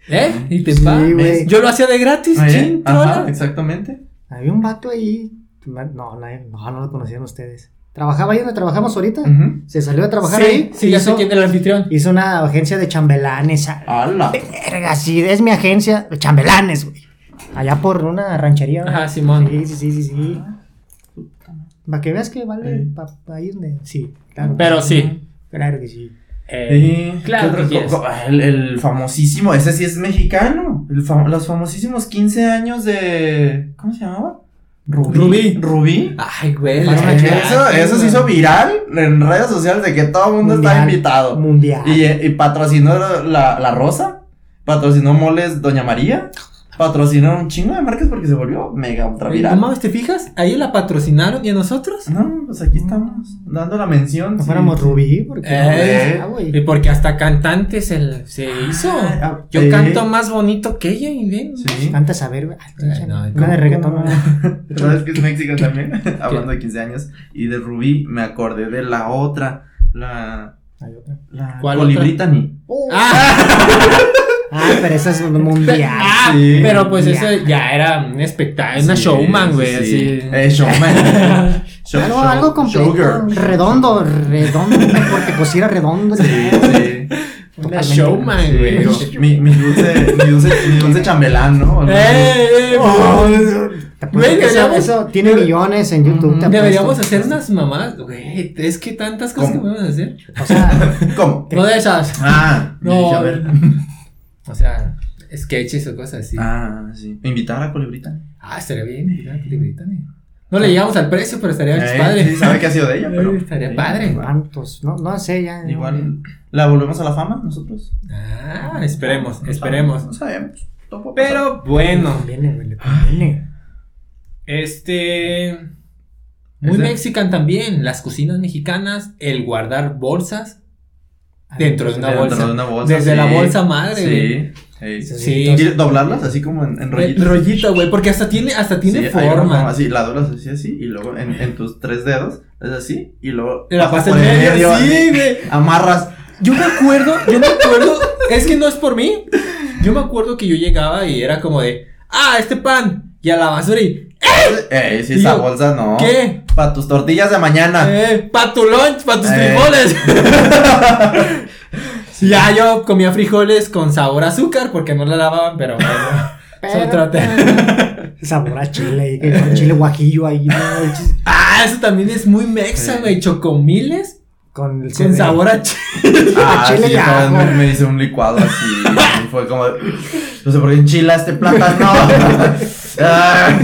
Speaker 1: ¿Eh? Y te
Speaker 3: Sí,
Speaker 1: va.
Speaker 3: güey.
Speaker 1: Yo lo hacía de gratis,
Speaker 2: Oye,
Speaker 1: chin,
Speaker 2: Ajá,
Speaker 1: trola.
Speaker 2: exactamente.
Speaker 3: Había un vato ahí. No, no, no, no lo conocían ustedes. Trabajaba ahí donde trabajamos ahorita.
Speaker 2: Ujú.
Speaker 3: Se salió a trabajar
Speaker 1: sí,
Speaker 3: ahí.
Speaker 1: sí, ya sé
Speaker 3: hizo,
Speaker 1: quién era el anfitrión.
Speaker 3: hizo una agencia de chambelanes. a-
Speaker 2: ¡Hala!
Speaker 3: Verga, sí, es mi agencia de chambelanes, güey. Allá por una ranchería. güey.
Speaker 1: Ajá, Simón.
Speaker 3: Sí, sí, sí, sí, sí. Para que veas que vale
Speaker 2: Sí.
Speaker 3: pa- pa' ahí donde... Sí, claro.
Speaker 1: Pero sí.
Speaker 3: Claro que sí.
Speaker 1: Eh,
Speaker 2: Sí,
Speaker 1: claro
Speaker 2: ¿qué
Speaker 1: que
Speaker 2: otro-
Speaker 1: quieres.
Speaker 2: co- el, el famosísimo, ese sí es mexicano. el fam- los famosísimos 15 años de. ¿Cómo se llamaba?
Speaker 1: Rubí. Ah,
Speaker 2: Rubí.
Speaker 1: Ay, güey.
Speaker 3: Bueno,
Speaker 1: la-
Speaker 2: Eso, eso se hizo viral en redes sociales de que todo el mundo estaba
Speaker 3: Mundial.
Speaker 2: invitado.
Speaker 3: Mundial.
Speaker 2: Y, eh, y patrocinó la, la Rosa, patrocinó Moles Doña María, patrocinó un chingo de marcas porque se volvió mega ultra
Speaker 1: Oye, No
Speaker 2: viral.
Speaker 1: mames, ¿te fijas? Ahí la patrocinaron y a nosotros.
Speaker 2: No, pues aquí estamos, dando la mención.
Speaker 3: No
Speaker 2: sí.
Speaker 3: fuéramos Rubí, porque...
Speaker 1: Eh.
Speaker 3: Ah, güey.
Speaker 1: Y porque hasta cantante se, l- se hizo.
Speaker 2: Ah,
Speaker 1: Yo
Speaker 2: eh,
Speaker 1: canto más bonito que ella y ven.
Speaker 2: Sí.
Speaker 3: Canta saber, güey. Ay,
Speaker 1: Ay, no,
Speaker 3: una de reggaetón.
Speaker 2: ¿Cómo?
Speaker 3: ¿no?
Speaker 2: ¿Sabes que es México también? [LAUGHS] Hablando de 15 años. Y de Rubí, me acordé de la otra. La.
Speaker 3: Hay otra.
Speaker 2: La
Speaker 1: ¿Cuál
Speaker 2: Colibritani.
Speaker 1: Ah,
Speaker 3: Ah, pero esa es mundial.
Speaker 1: [LAUGHS] ah,
Speaker 2: sí.
Speaker 1: pero pues
Speaker 3: Ya.
Speaker 1: eso ya era un espectáculo, una
Speaker 2: Sí,
Speaker 1: showman,
Speaker 2: sí,
Speaker 1: güey.
Speaker 2: sí.
Speaker 1: así. [LAUGHS]
Speaker 2: Eh, showman. Show-
Speaker 3: Algo,
Speaker 2: show-
Speaker 3: algo completo,
Speaker 2: showgirl.
Speaker 3: redondo, redondo, porque pues sí era redondo.
Speaker 2: Sí, sí.
Speaker 1: Una
Speaker 3: Totalmente.
Speaker 1: showman, güey.
Speaker 2: Digo, [LAUGHS] mi, mi dulce, mi dulce, mi dulce chambelán, ¿no?
Speaker 1: Eh, eh,
Speaker 3: Oh, Te apuesto
Speaker 1: Güey,
Speaker 3: que eso,
Speaker 1: deberíamos-
Speaker 3: eso tiene millones en YouTube. te apuesto.
Speaker 1: Deberíamos hacer unas mamadas, güey. Es que tantas cosas
Speaker 2: ¿Cómo?
Speaker 1: que podemos hacer.
Speaker 3: O sea,
Speaker 2: ¿Cómo?
Speaker 1: No de esas.
Speaker 2: Ah,
Speaker 1: No,
Speaker 2: dije,
Speaker 1: a ver. O sea, sketches o cosas así. Ah,
Speaker 2: Ah, sí. Invitar a Colibritani.
Speaker 1: estaría bien. mira, de Britney. No le llegamos al precio, pero estaría
Speaker 2: Ah. Eh,
Speaker 1: padre.
Speaker 2: Sí, sabe que ha sido de ella, pero.
Speaker 1: Eh, estaría
Speaker 2: Sí,
Speaker 1: padre.
Speaker 2: igual.
Speaker 3: ¿cuántos? No, no sé ya.
Speaker 2: Igual. ¿La volvemos a la fama nosotros?
Speaker 1: [LAUGHS] Ah, esperemos,
Speaker 2: No
Speaker 1: esperemos.
Speaker 2: sabemos, No sabemos. Todo puede pasar.
Speaker 1: Pero
Speaker 3: Bueno.
Speaker 1: bueno,
Speaker 3: Viene, güey, le conviene.
Speaker 1: este. Muy
Speaker 2: Es de-
Speaker 1: mexican también, las cocinas mexicanas, el guardar bolsas
Speaker 3: Ah,
Speaker 1: dentro de
Speaker 3: pues,
Speaker 1: una
Speaker 2: Dentro
Speaker 1: bolsa.
Speaker 2: de una bolsa,
Speaker 1: Desde la
Speaker 2: sí.
Speaker 1: bolsa madre, güey. Eh,
Speaker 2: Sí. sí.
Speaker 3: Sí.
Speaker 1: Sí.
Speaker 2: ¿Y doblarlas así como en, en
Speaker 1: El
Speaker 2: rollitos?
Speaker 1: rollito, güey, porque hasta tiene, hasta
Speaker 2: Sí,
Speaker 1: tiene
Speaker 2: hay una
Speaker 1: forma.
Speaker 2: Así, la doblas así, así, y luego en, en tus tres dedos, es así, y luego.
Speaker 1: La pasa en
Speaker 2: por el
Speaker 1: medio,
Speaker 2: medio,
Speaker 1: sí,
Speaker 2: así,
Speaker 1: güey.
Speaker 2: Amarras.
Speaker 1: Yo me acuerdo, yo me acuerdo, es que no es por mí. Yo me acuerdo que yo llegaba y era como de, ah, este pan, y a la basura y,
Speaker 2: Eh, si
Speaker 1: Y
Speaker 2: esa
Speaker 1: yo,
Speaker 2: bolsa no.
Speaker 1: ¿qué?
Speaker 2: Para tus tortillas de mañana.
Speaker 1: Eh, pa' tu lunch, pa' tus
Speaker 2: Eh.
Speaker 1: frijoles.
Speaker 2: [LAUGHS]
Speaker 1: Ya yo comía frijoles con sabor a azúcar porque no la lavaban, pero bueno.
Speaker 3: Pero-
Speaker 1: Eso trata.
Speaker 3: Sabor a chile, que con chile guajillo ahí, ¿no? El chis-
Speaker 1: Ah, eso también es muy mexa,
Speaker 2: Sí.
Speaker 1: güey. Chocomiles
Speaker 3: con, el
Speaker 1: con sabor a [LAUGHS] chile.
Speaker 2: Ah,
Speaker 3: Chile
Speaker 2: sí,
Speaker 3: y
Speaker 2: una vez
Speaker 3: ajo.
Speaker 2: me, me hice un licuado así. y fue como. No sé por qué enchila
Speaker 1: [LAUGHS]
Speaker 2: este plátano. [LAUGHS] Ah.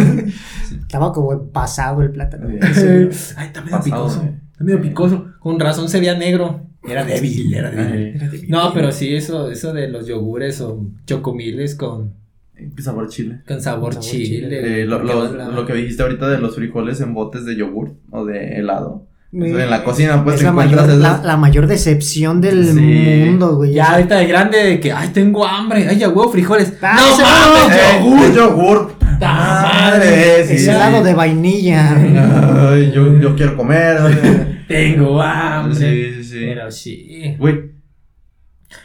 Speaker 3: Estaba como envasado el plátano.
Speaker 2: Sí.
Speaker 1: Ay, está medio
Speaker 2: Pasado,
Speaker 1: picoso.
Speaker 2: güey.
Speaker 1: Está medio picoso. Con razón se veía negro. Era débil, era débil.
Speaker 2: Eh,
Speaker 1: No, pero sí, eso, eso de los yogures o chocomiles con,
Speaker 2: Sabor chile.
Speaker 1: con sabor,
Speaker 3: Con sabor
Speaker 1: chile.
Speaker 3: chile.
Speaker 1: güey,
Speaker 2: Eh, lo,
Speaker 1: porque
Speaker 2: lo-
Speaker 1: no la-
Speaker 2: lo que dijiste ahorita de los frijoles en botes de yogur o de helado.
Speaker 3: Me-
Speaker 2: en la cocina, pues
Speaker 3: es
Speaker 2: te
Speaker 3: la
Speaker 2: encuentras
Speaker 3: mayor, la,
Speaker 2: esas-
Speaker 3: la mayor decepción del
Speaker 2: Sí.
Speaker 3: mundo, güey.
Speaker 1: Ya ahorita de grande de que, ay, tengo hambre. Ay, ya huevo, frijoles.
Speaker 3: Ah,
Speaker 1: no
Speaker 3: ese-
Speaker 1: mames,
Speaker 2: ¡Eh,
Speaker 1: yogur.
Speaker 2: un yogur!
Speaker 1: ¡Ta
Speaker 2: ¡Madre! sí,
Speaker 3: es
Speaker 2: sí.
Speaker 3: helado de vainilla.
Speaker 2: Ay, yo, yo
Speaker 1: [LAUGHS]
Speaker 2: quiero comer.
Speaker 1: Tengo hambre.
Speaker 2: sí, sí, sí.
Speaker 1: Pero sí.
Speaker 2: Güey.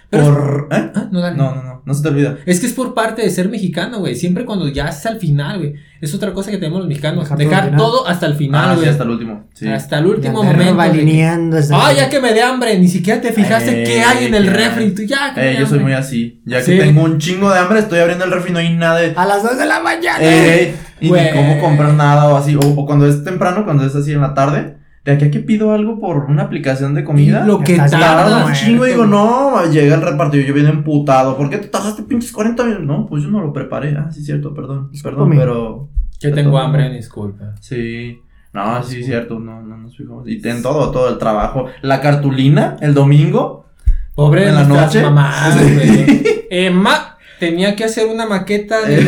Speaker 1: Pero-
Speaker 2: Por... ¿Eh?
Speaker 1: Ah, no, dale.
Speaker 2: No, no, no. No se te olvida.
Speaker 1: Es que es por parte de ser mexicano, güey. Siempre cuando ya es al final, güey. Es otra cosa que tenemos los mexicanos.
Speaker 3: Dejar
Speaker 1: Dejar,
Speaker 3: todo al final.
Speaker 1: todo hasta el
Speaker 2: ah,
Speaker 1: final,
Speaker 2: sí,
Speaker 1: güey.
Speaker 2: hasta el último. Sí.
Speaker 1: hasta el último
Speaker 3: Y andar
Speaker 1: momento. de que-
Speaker 3: Valineando
Speaker 1: Ah, ya que me dé hambre. Ni siquiera te fijaste
Speaker 2: Eh,
Speaker 1: qué hay en el
Speaker 2: ya.
Speaker 1: refri. Tú ya. que me
Speaker 2: Eh,
Speaker 1: dé
Speaker 2: yo soy
Speaker 1: hambre.
Speaker 2: muy así. Ya que
Speaker 1: Sí.
Speaker 2: tengo un chingo de hambre, estoy abriendo el refri y no hay nada. de-
Speaker 3: A las 2 de la mañana.
Speaker 2: Eh, y ni
Speaker 1: Ah, Güey.
Speaker 2: cómo comprar nada o así. O, o cuando es temprano, cuando es así en la tarde. De aquí a que pido algo por una aplicación de comida.
Speaker 1: Lo que
Speaker 3: Estás
Speaker 1: tarda.
Speaker 2: Tarda un
Speaker 3: muerto,
Speaker 2: chingo y digo,
Speaker 3: güey.
Speaker 2: no, llega el repartidor, yo viene emputado. ¿Por qué te tajaste pinches 40 minutos? No, pues yo no lo preparé. Ah, sí, cierto, perdón. Perdón,
Speaker 3: Discúlpame.
Speaker 2: pero.
Speaker 1: Yo tengo hambre, disculpa.
Speaker 2: Sí. No, sí, cierto, no, no nos fijamos. Y en todo, todo el trabajo. La cartulina, el domingo.
Speaker 1: Pobre de
Speaker 2: En la
Speaker 1: nuestras
Speaker 2: noche.
Speaker 1: mamás,
Speaker 2: Sí.
Speaker 1: güey. Eh, ma, tenía que hacer una maqueta de.
Speaker 2: Eh.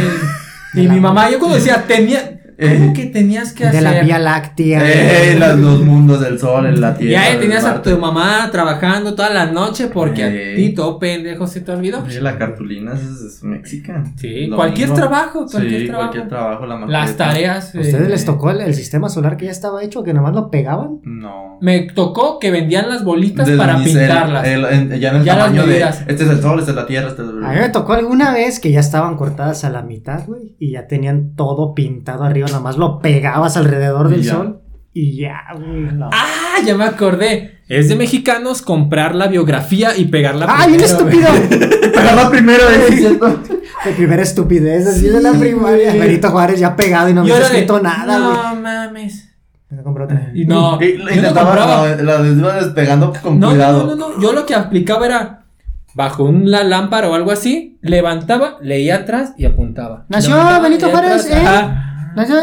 Speaker 1: Y mi mamá, yo cuando decía, tenía.
Speaker 2: Eh.
Speaker 1: ¿Cómo que tenías que
Speaker 3: de
Speaker 1: hacer?
Speaker 3: la Vía Láctea.
Speaker 2: Eh, las- los mundos del sol, en la
Speaker 1: Y
Speaker 2: tierra.
Speaker 1: ahí
Speaker 2: del
Speaker 1: tenías a
Speaker 2: Marte.
Speaker 1: tu mamá trabajando toda la noche porque
Speaker 2: Eh.
Speaker 1: a ti, todo pendejo, se te olvidó.
Speaker 2: Oye, La cartulina es, es mexicana.
Speaker 1: Sí, cualquier trabajo, cualquier
Speaker 2: sí,
Speaker 1: trabajo.
Speaker 2: cualquier trabajo. La
Speaker 1: Las
Speaker 2: maqueta.
Speaker 1: tareas.
Speaker 3: ¿A
Speaker 1: eh,
Speaker 3: ustedes les tocó el, el sistema solar que ya estaba hecho, que nomás lo pegaban?
Speaker 2: No.
Speaker 1: Me tocó que vendían las bolitas
Speaker 2: Del
Speaker 1: para
Speaker 2: unicel,
Speaker 1: pintarlas.
Speaker 2: el- en- ya en el
Speaker 1: Ya las
Speaker 2: tamaño de.
Speaker 1: medidas.
Speaker 2: Este es el sol, esta es la tierra, este es el.
Speaker 3: A mí me tocó alguna vez que ya estaban cortadas a la mitad, güey, y ya tenían todo pintado arriba, nomás lo pegabas alrededor
Speaker 2: [LAUGHS]
Speaker 3: del
Speaker 2: Y ya.
Speaker 3: sol Y ya, güey. no.
Speaker 1: Ah, ya me acordé. Es de mexicanos comprar la biografía y pegarla.
Speaker 3: ¡Ay, bien
Speaker 1: primero, güey.
Speaker 3: estúpido!
Speaker 2: Pegarla primero,
Speaker 3: [LAUGHS]
Speaker 2: ¿eh? ¿Cierto?
Speaker 3: De primera estupidez, así de la
Speaker 1: Sí,
Speaker 3: primaria.
Speaker 1: güey.
Speaker 3: Benito Juárez ya pegado y no
Speaker 1: Y
Speaker 3: me
Speaker 1: ahora
Speaker 3: había
Speaker 1: de,
Speaker 3: escrito nada, güey.
Speaker 1: No mames.
Speaker 3: Venga, compra otra.
Speaker 1: Y no,
Speaker 2: Y-
Speaker 1: yo
Speaker 2: la
Speaker 1: no
Speaker 2: intentaba,
Speaker 1: compraba.
Speaker 2: la, la iba despegando con
Speaker 1: No,
Speaker 2: cuidado.
Speaker 1: no, no, no, Yo lo que aplicaba era bajo una lámpara o algo así, levantaba, leía atrás y apuntaba.
Speaker 3: Nació
Speaker 1: Levantaba,
Speaker 3: Benito
Speaker 1: leía
Speaker 3: Juárez,
Speaker 1: atrás,
Speaker 3: ¿eh?
Speaker 1: Ajá,
Speaker 3: Nació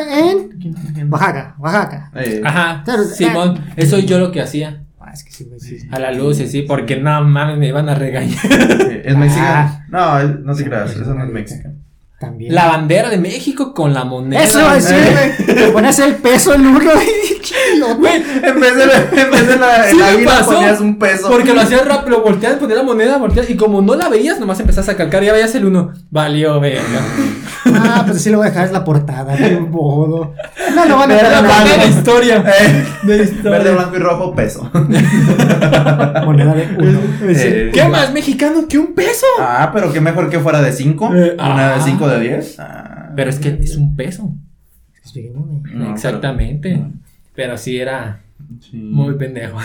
Speaker 3: en Oaxaca, Oaxaca.
Speaker 2: Eh,
Speaker 1: ajá.
Speaker 3: Pero-
Speaker 1: Simón, eso yo lo que hacía.
Speaker 3: Ah, es que sí, güey, sí.
Speaker 1: A la luz, y sí, porque no mames, me iban a regañar.
Speaker 2: eh, es mexicano.
Speaker 3: Ah.
Speaker 2: No, es- no te creas, eso no es mexicano.
Speaker 3: También.
Speaker 1: La bandera de México con la moneda.
Speaker 3: Eso es, sí,
Speaker 2: Eh.
Speaker 3: güey. Te pones el peso en uno [LAUGHS] y lo
Speaker 1: Güey,
Speaker 2: [LAUGHS] En vez de la, en vez de la,
Speaker 1: Sí
Speaker 2: el
Speaker 1: me
Speaker 2: águila
Speaker 1: pasó,
Speaker 2: ponías un peso.
Speaker 1: Porque lo hacías rápido, lo volteas, ponías la moneda, volteas, y como no la veías, nomás empezás a calcar, ya veías el uno. Valió, verga.
Speaker 3: Ah, pues sí lo voy a dejar es la portada, qué modo. No lo van a
Speaker 2: Pero
Speaker 1: Era
Speaker 3: dejar
Speaker 1: la moneda de
Speaker 3: nada.
Speaker 1: historia.
Speaker 2: Eh,
Speaker 1: De historia.
Speaker 2: [LAUGHS] verde, blanco y rojo,
Speaker 1: [LAUGHS]
Speaker 2: peso.
Speaker 3: Moneda de uno.
Speaker 2: [LAUGHS] Eh,
Speaker 1: ¿Qué más mexicano que un peso?
Speaker 2: Ah, pero qué mejor que fuera de 5.
Speaker 1: Eh,
Speaker 2: Una
Speaker 1: ah.
Speaker 2: de 5 de 10. Ah,
Speaker 1: Pero es que es un peso.
Speaker 3: Es pequeño, güey.
Speaker 2: no,
Speaker 1: Exactamente. Pero,
Speaker 2: pero-
Speaker 1: sí era
Speaker 2: Sí.
Speaker 1: muy pendejo.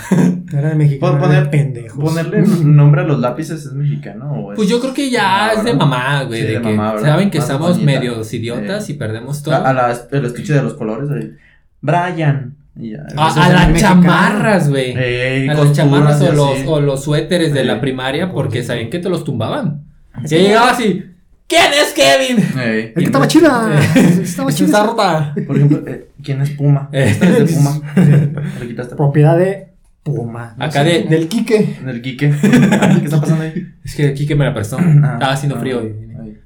Speaker 3: Era de mexicano.
Speaker 2: Pon-
Speaker 3: era
Speaker 2: poner-
Speaker 3: de
Speaker 1: [LAUGHS]
Speaker 3: pendejos.
Speaker 2: ¿Ponerle nombre a los lápices es mexicano o es-
Speaker 1: Pues yo creo que ya
Speaker 2: Ah,
Speaker 1: es de
Speaker 2: ¿verdad?
Speaker 1: mamá, güey.
Speaker 2: Sí,
Speaker 1: de
Speaker 2: de
Speaker 1: que
Speaker 2: mamá, ¿verdad?
Speaker 1: saben que
Speaker 2: Más
Speaker 1: estamos
Speaker 2: doñita.
Speaker 1: medios idiotas
Speaker 2: Eh.
Speaker 1: y perdemos todo.
Speaker 2: A, a
Speaker 1: A,
Speaker 2: la, el estuche de los colores ahí. Brian. Y ya,
Speaker 1: Ah, a
Speaker 2: eso es
Speaker 1: las
Speaker 2: mexicano.
Speaker 1: chamarras, güey.
Speaker 2: Eh,
Speaker 1: a las
Speaker 2: costuras
Speaker 1: chamarras
Speaker 2: y
Speaker 1: o los,
Speaker 2: así.
Speaker 1: o los suéteres de
Speaker 2: Eh.
Speaker 1: la primaria porque sabían que te los tumbaban.
Speaker 3: Es
Speaker 1: Ya
Speaker 3: que-
Speaker 1: llegaba así. ¿Quién es Kevin?
Speaker 2: Eh,
Speaker 3: Es que estaba
Speaker 1: [LAUGHS]
Speaker 3: chida. Estaba
Speaker 1: Es un
Speaker 3: chida.
Speaker 1: zarpa.
Speaker 2: Por ejemplo, eh, ¿quién es Puma?
Speaker 1: Eh.
Speaker 2: Esta
Speaker 1: [LAUGHS]
Speaker 2: es de Puma. Le quitaste.
Speaker 3: Propiedad de Puma. no
Speaker 1: Acá
Speaker 3: sé.
Speaker 1: de, del Quique.
Speaker 2: Del Quique. Ah, ¿Qué está
Speaker 1: [LAUGHS]
Speaker 2: pasando ahí?
Speaker 1: Es que el Quique me la prestó.
Speaker 2: Ah,
Speaker 1: Estaba haciendo
Speaker 2: ah,
Speaker 1: frío.
Speaker 2: ahí.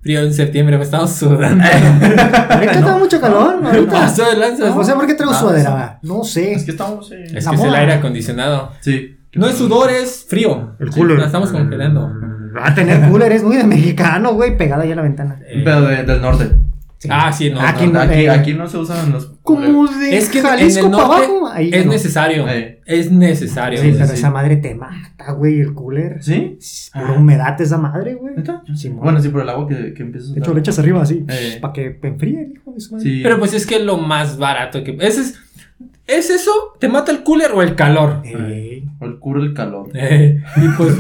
Speaker 1: Frío en septiembre, me estaba
Speaker 2: [LAUGHS]
Speaker 1: sudando. [LAUGHS]
Speaker 3: Ahorita está mucho calor, ahorita.
Speaker 1: Pasó de lanza.
Speaker 3: Ah, No sé por qué traigo
Speaker 2: Ah,
Speaker 3: sudadera. No
Speaker 2: Es
Speaker 3: sé.
Speaker 2: que estamos. eh,
Speaker 1: Es
Speaker 3: La
Speaker 1: que es el
Speaker 3: moda.
Speaker 1: aire acondicionado.
Speaker 2: Sí.
Speaker 1: No es sudor, es frío.
Speaker 3: El cooler. Mm,
Speaker 1: La estamos congelando.
Speaker 3: A tener cooler es muy de mexicano, güey, pegado ahí a la ventana.
Speaker 1: Eh,
Speaker 2: Pero de- del norte.
Speaker 3: Sí.
Speaker 1: Ah, sí, no.
Speaker 3: Aquí
Speaker 1: no.
Speaker 3: no.
Speaker 2: Aquí,
Speaker 3: eh.
Speaker 2: aquí no se usan los.
Speaker 3: Como de
Speaker 1: Es que en- en
Speaker 3: Jalisco
Speaker 1: el
Speaker 3: para
Speaker 1: norte
Speaker 3: abajo. Ahí
Speaker 1: es
Speaker 3: no.
Speaker 1: necesario.
Speaker 2: Eh.
Speaker 1: Es necesario.
Speaker 3: Sí,
Speaker 1: güey.
Speaker 3: pero
Speaker 2: sí.
Speaker 3: esa madre te mata, güey, el cooler.
Speaker 2: ¿Sí?
Speaker 3: Es Pura humedad esa madre, güey.
Speaker 2: ¿Neta?
Speaker 3: Sí,
Speaker 2: Bueno, sí, por el agua que, que empieza a
Speaker 3: De hecho,
Speaker 2: sudar.
Speaker 3: le echas arriba así,
Speaker 2: Eh.
Speaker 3: para que te enfríe, hijo de su madre.
Speaker 2: Sí.
Speaker 1: Pero pues es que lo más barato que. ¿Es, es, ¿es eso? ¿Te mata el cooler o el calor?
Speaker 3: Ey.
Speaker 2: O el cura el calor.
Speaker 1: Eh, [LAUGHS] y pues.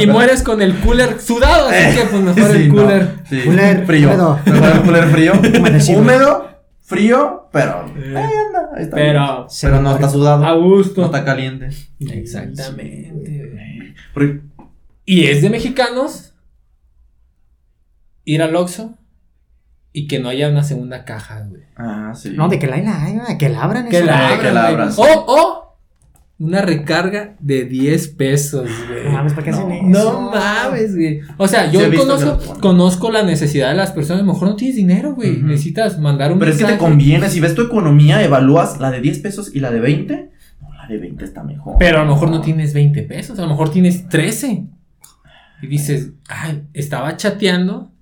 Speaker 1: [LAUGHS] y mueres con el cooler sudado, así que pues mejor
Speaker 2: [LAUGHS] Sí,
Speaker 1: el
Speaker 2: no.
Speaker 1: cooler.
Speaker 2: Sí.
Speaker 3: Cooler
Speaker 2: frío. [LAUGHS]
Speaker 3: húmedo.
Speaker 2: Mejor el cooler
Speaker 1: [LAUGHS]
Speaker 2: frío.
Speaker 3: Humedecido.
Speaker 2: Húmedo, frío, pero.
Speaker 1: Eh.
Speaker 2: Ahí anda, ahí está bien.
Speaker 1: Pero.
Speaker 3: Se
Speaker 2: Pero
Speaker 3: me
Speaker 2: no
Speaker 3: muere.
Speaker 2: está sudado.
Speaker 1: A gusto.
Speaker 2: No está caliente.
Speaker 1: Exactamente. güey.
Speaker 2: Porque-
Speaker 1: Y es de mexicanos ir al Oxxo y que no haya una segunda caja, güey.
Speaker 2: Ah, sí.
Speaker 3: No, de que la, la- que la abran.
Speaker 1: Que
Speaker 3: eso,
Speaker 1: la
Speaker 3: güey.
Speaker 1: abran,
Speaker 2: que la
Speaker 1: güey.
Speaker 2: abran, sí.
Speaker 1: O, o una recarga de 10 pesos,
Speaker 3: No
Speaker 1: güey.
Speaker 3: mames, ¿para qué hacen eso?
Speaker 1: No mames, güey. O sea, yo
Speaker 2: Sí he visto
Speaker 1: conozco,
Speaker 2: que lo ponen.
Speaker 1: conozco la necesidad de las personas. A lo mejor no tienes dinero, güey.
Speaker 2: Ujú.
Speaker 1: Necesitas mandar un
Speaker 2: Pero es que te
Speaker 1: mensaje.
Speaker 2: conviene. Si ves tu economía, evalúas la de 10 pesos y la de 20. No, la de 20 está mejor.
Speaker 1: Pero a lo mejor no tienes 20 pesos, a lo mejor tienes 13. Y dices, ay, estaba chateando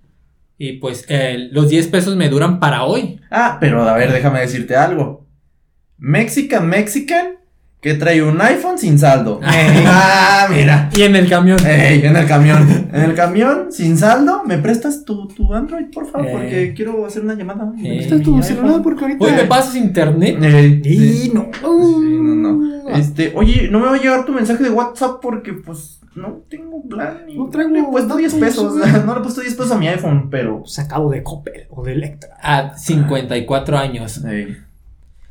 Speaker 1: y pues eh, los 10 pesos me duran para hoy.
Speaker 2: Ah, pero a ver, déjame decirte algo. Mexican, Mexican, que trae un iPhone sin saldo.
Speaker 1: Ey.
Speaker 2: ah, mira.
Speaker 1: Y en el camión.
Speaker 2: Ey, en el camión. En el camión, sin saldo, ¿me prestas tu, tu Android, por favor? Porque
Speaker 1: Ey.
Speaker 2: quiero hacer una llamada. ¿Me
Speaker 1: Ey.
Speaker 3: Está
Speaker 2: prestas
Speaker 3: tu
Speaker 2: tu
Speaker 3: celular
Speaker 2: iPhone?
Speaker 3: porque ahorita.
Speaker 1: Hoy me pasas internet.
Speaker 2: Ey,
Speaker 3: Eh, Y
Speaker 2: sí.
Speaker 3: no. Ah,
Speaker 2: Sí, no,
Speaker 3: Mm.
Speaker 2: no. Este, oye, no me va a llegar tu mensaje de WhatsApp porque, pues, no tengo plan. y
Speaker 3: No traigo
Speaker 2: le he puesto
Speaker 3: datos,
Speaker 2: 10 pesos.
Speaker 3: güey.
Speaker 2: [LAUGHS] no le he puesto 10 pesos a mi iPhone, pero.
Speaker 3: Pues acabo de Coppel o de Electra.
Speaker 1: A 54 años.
Speaker 2: Ey.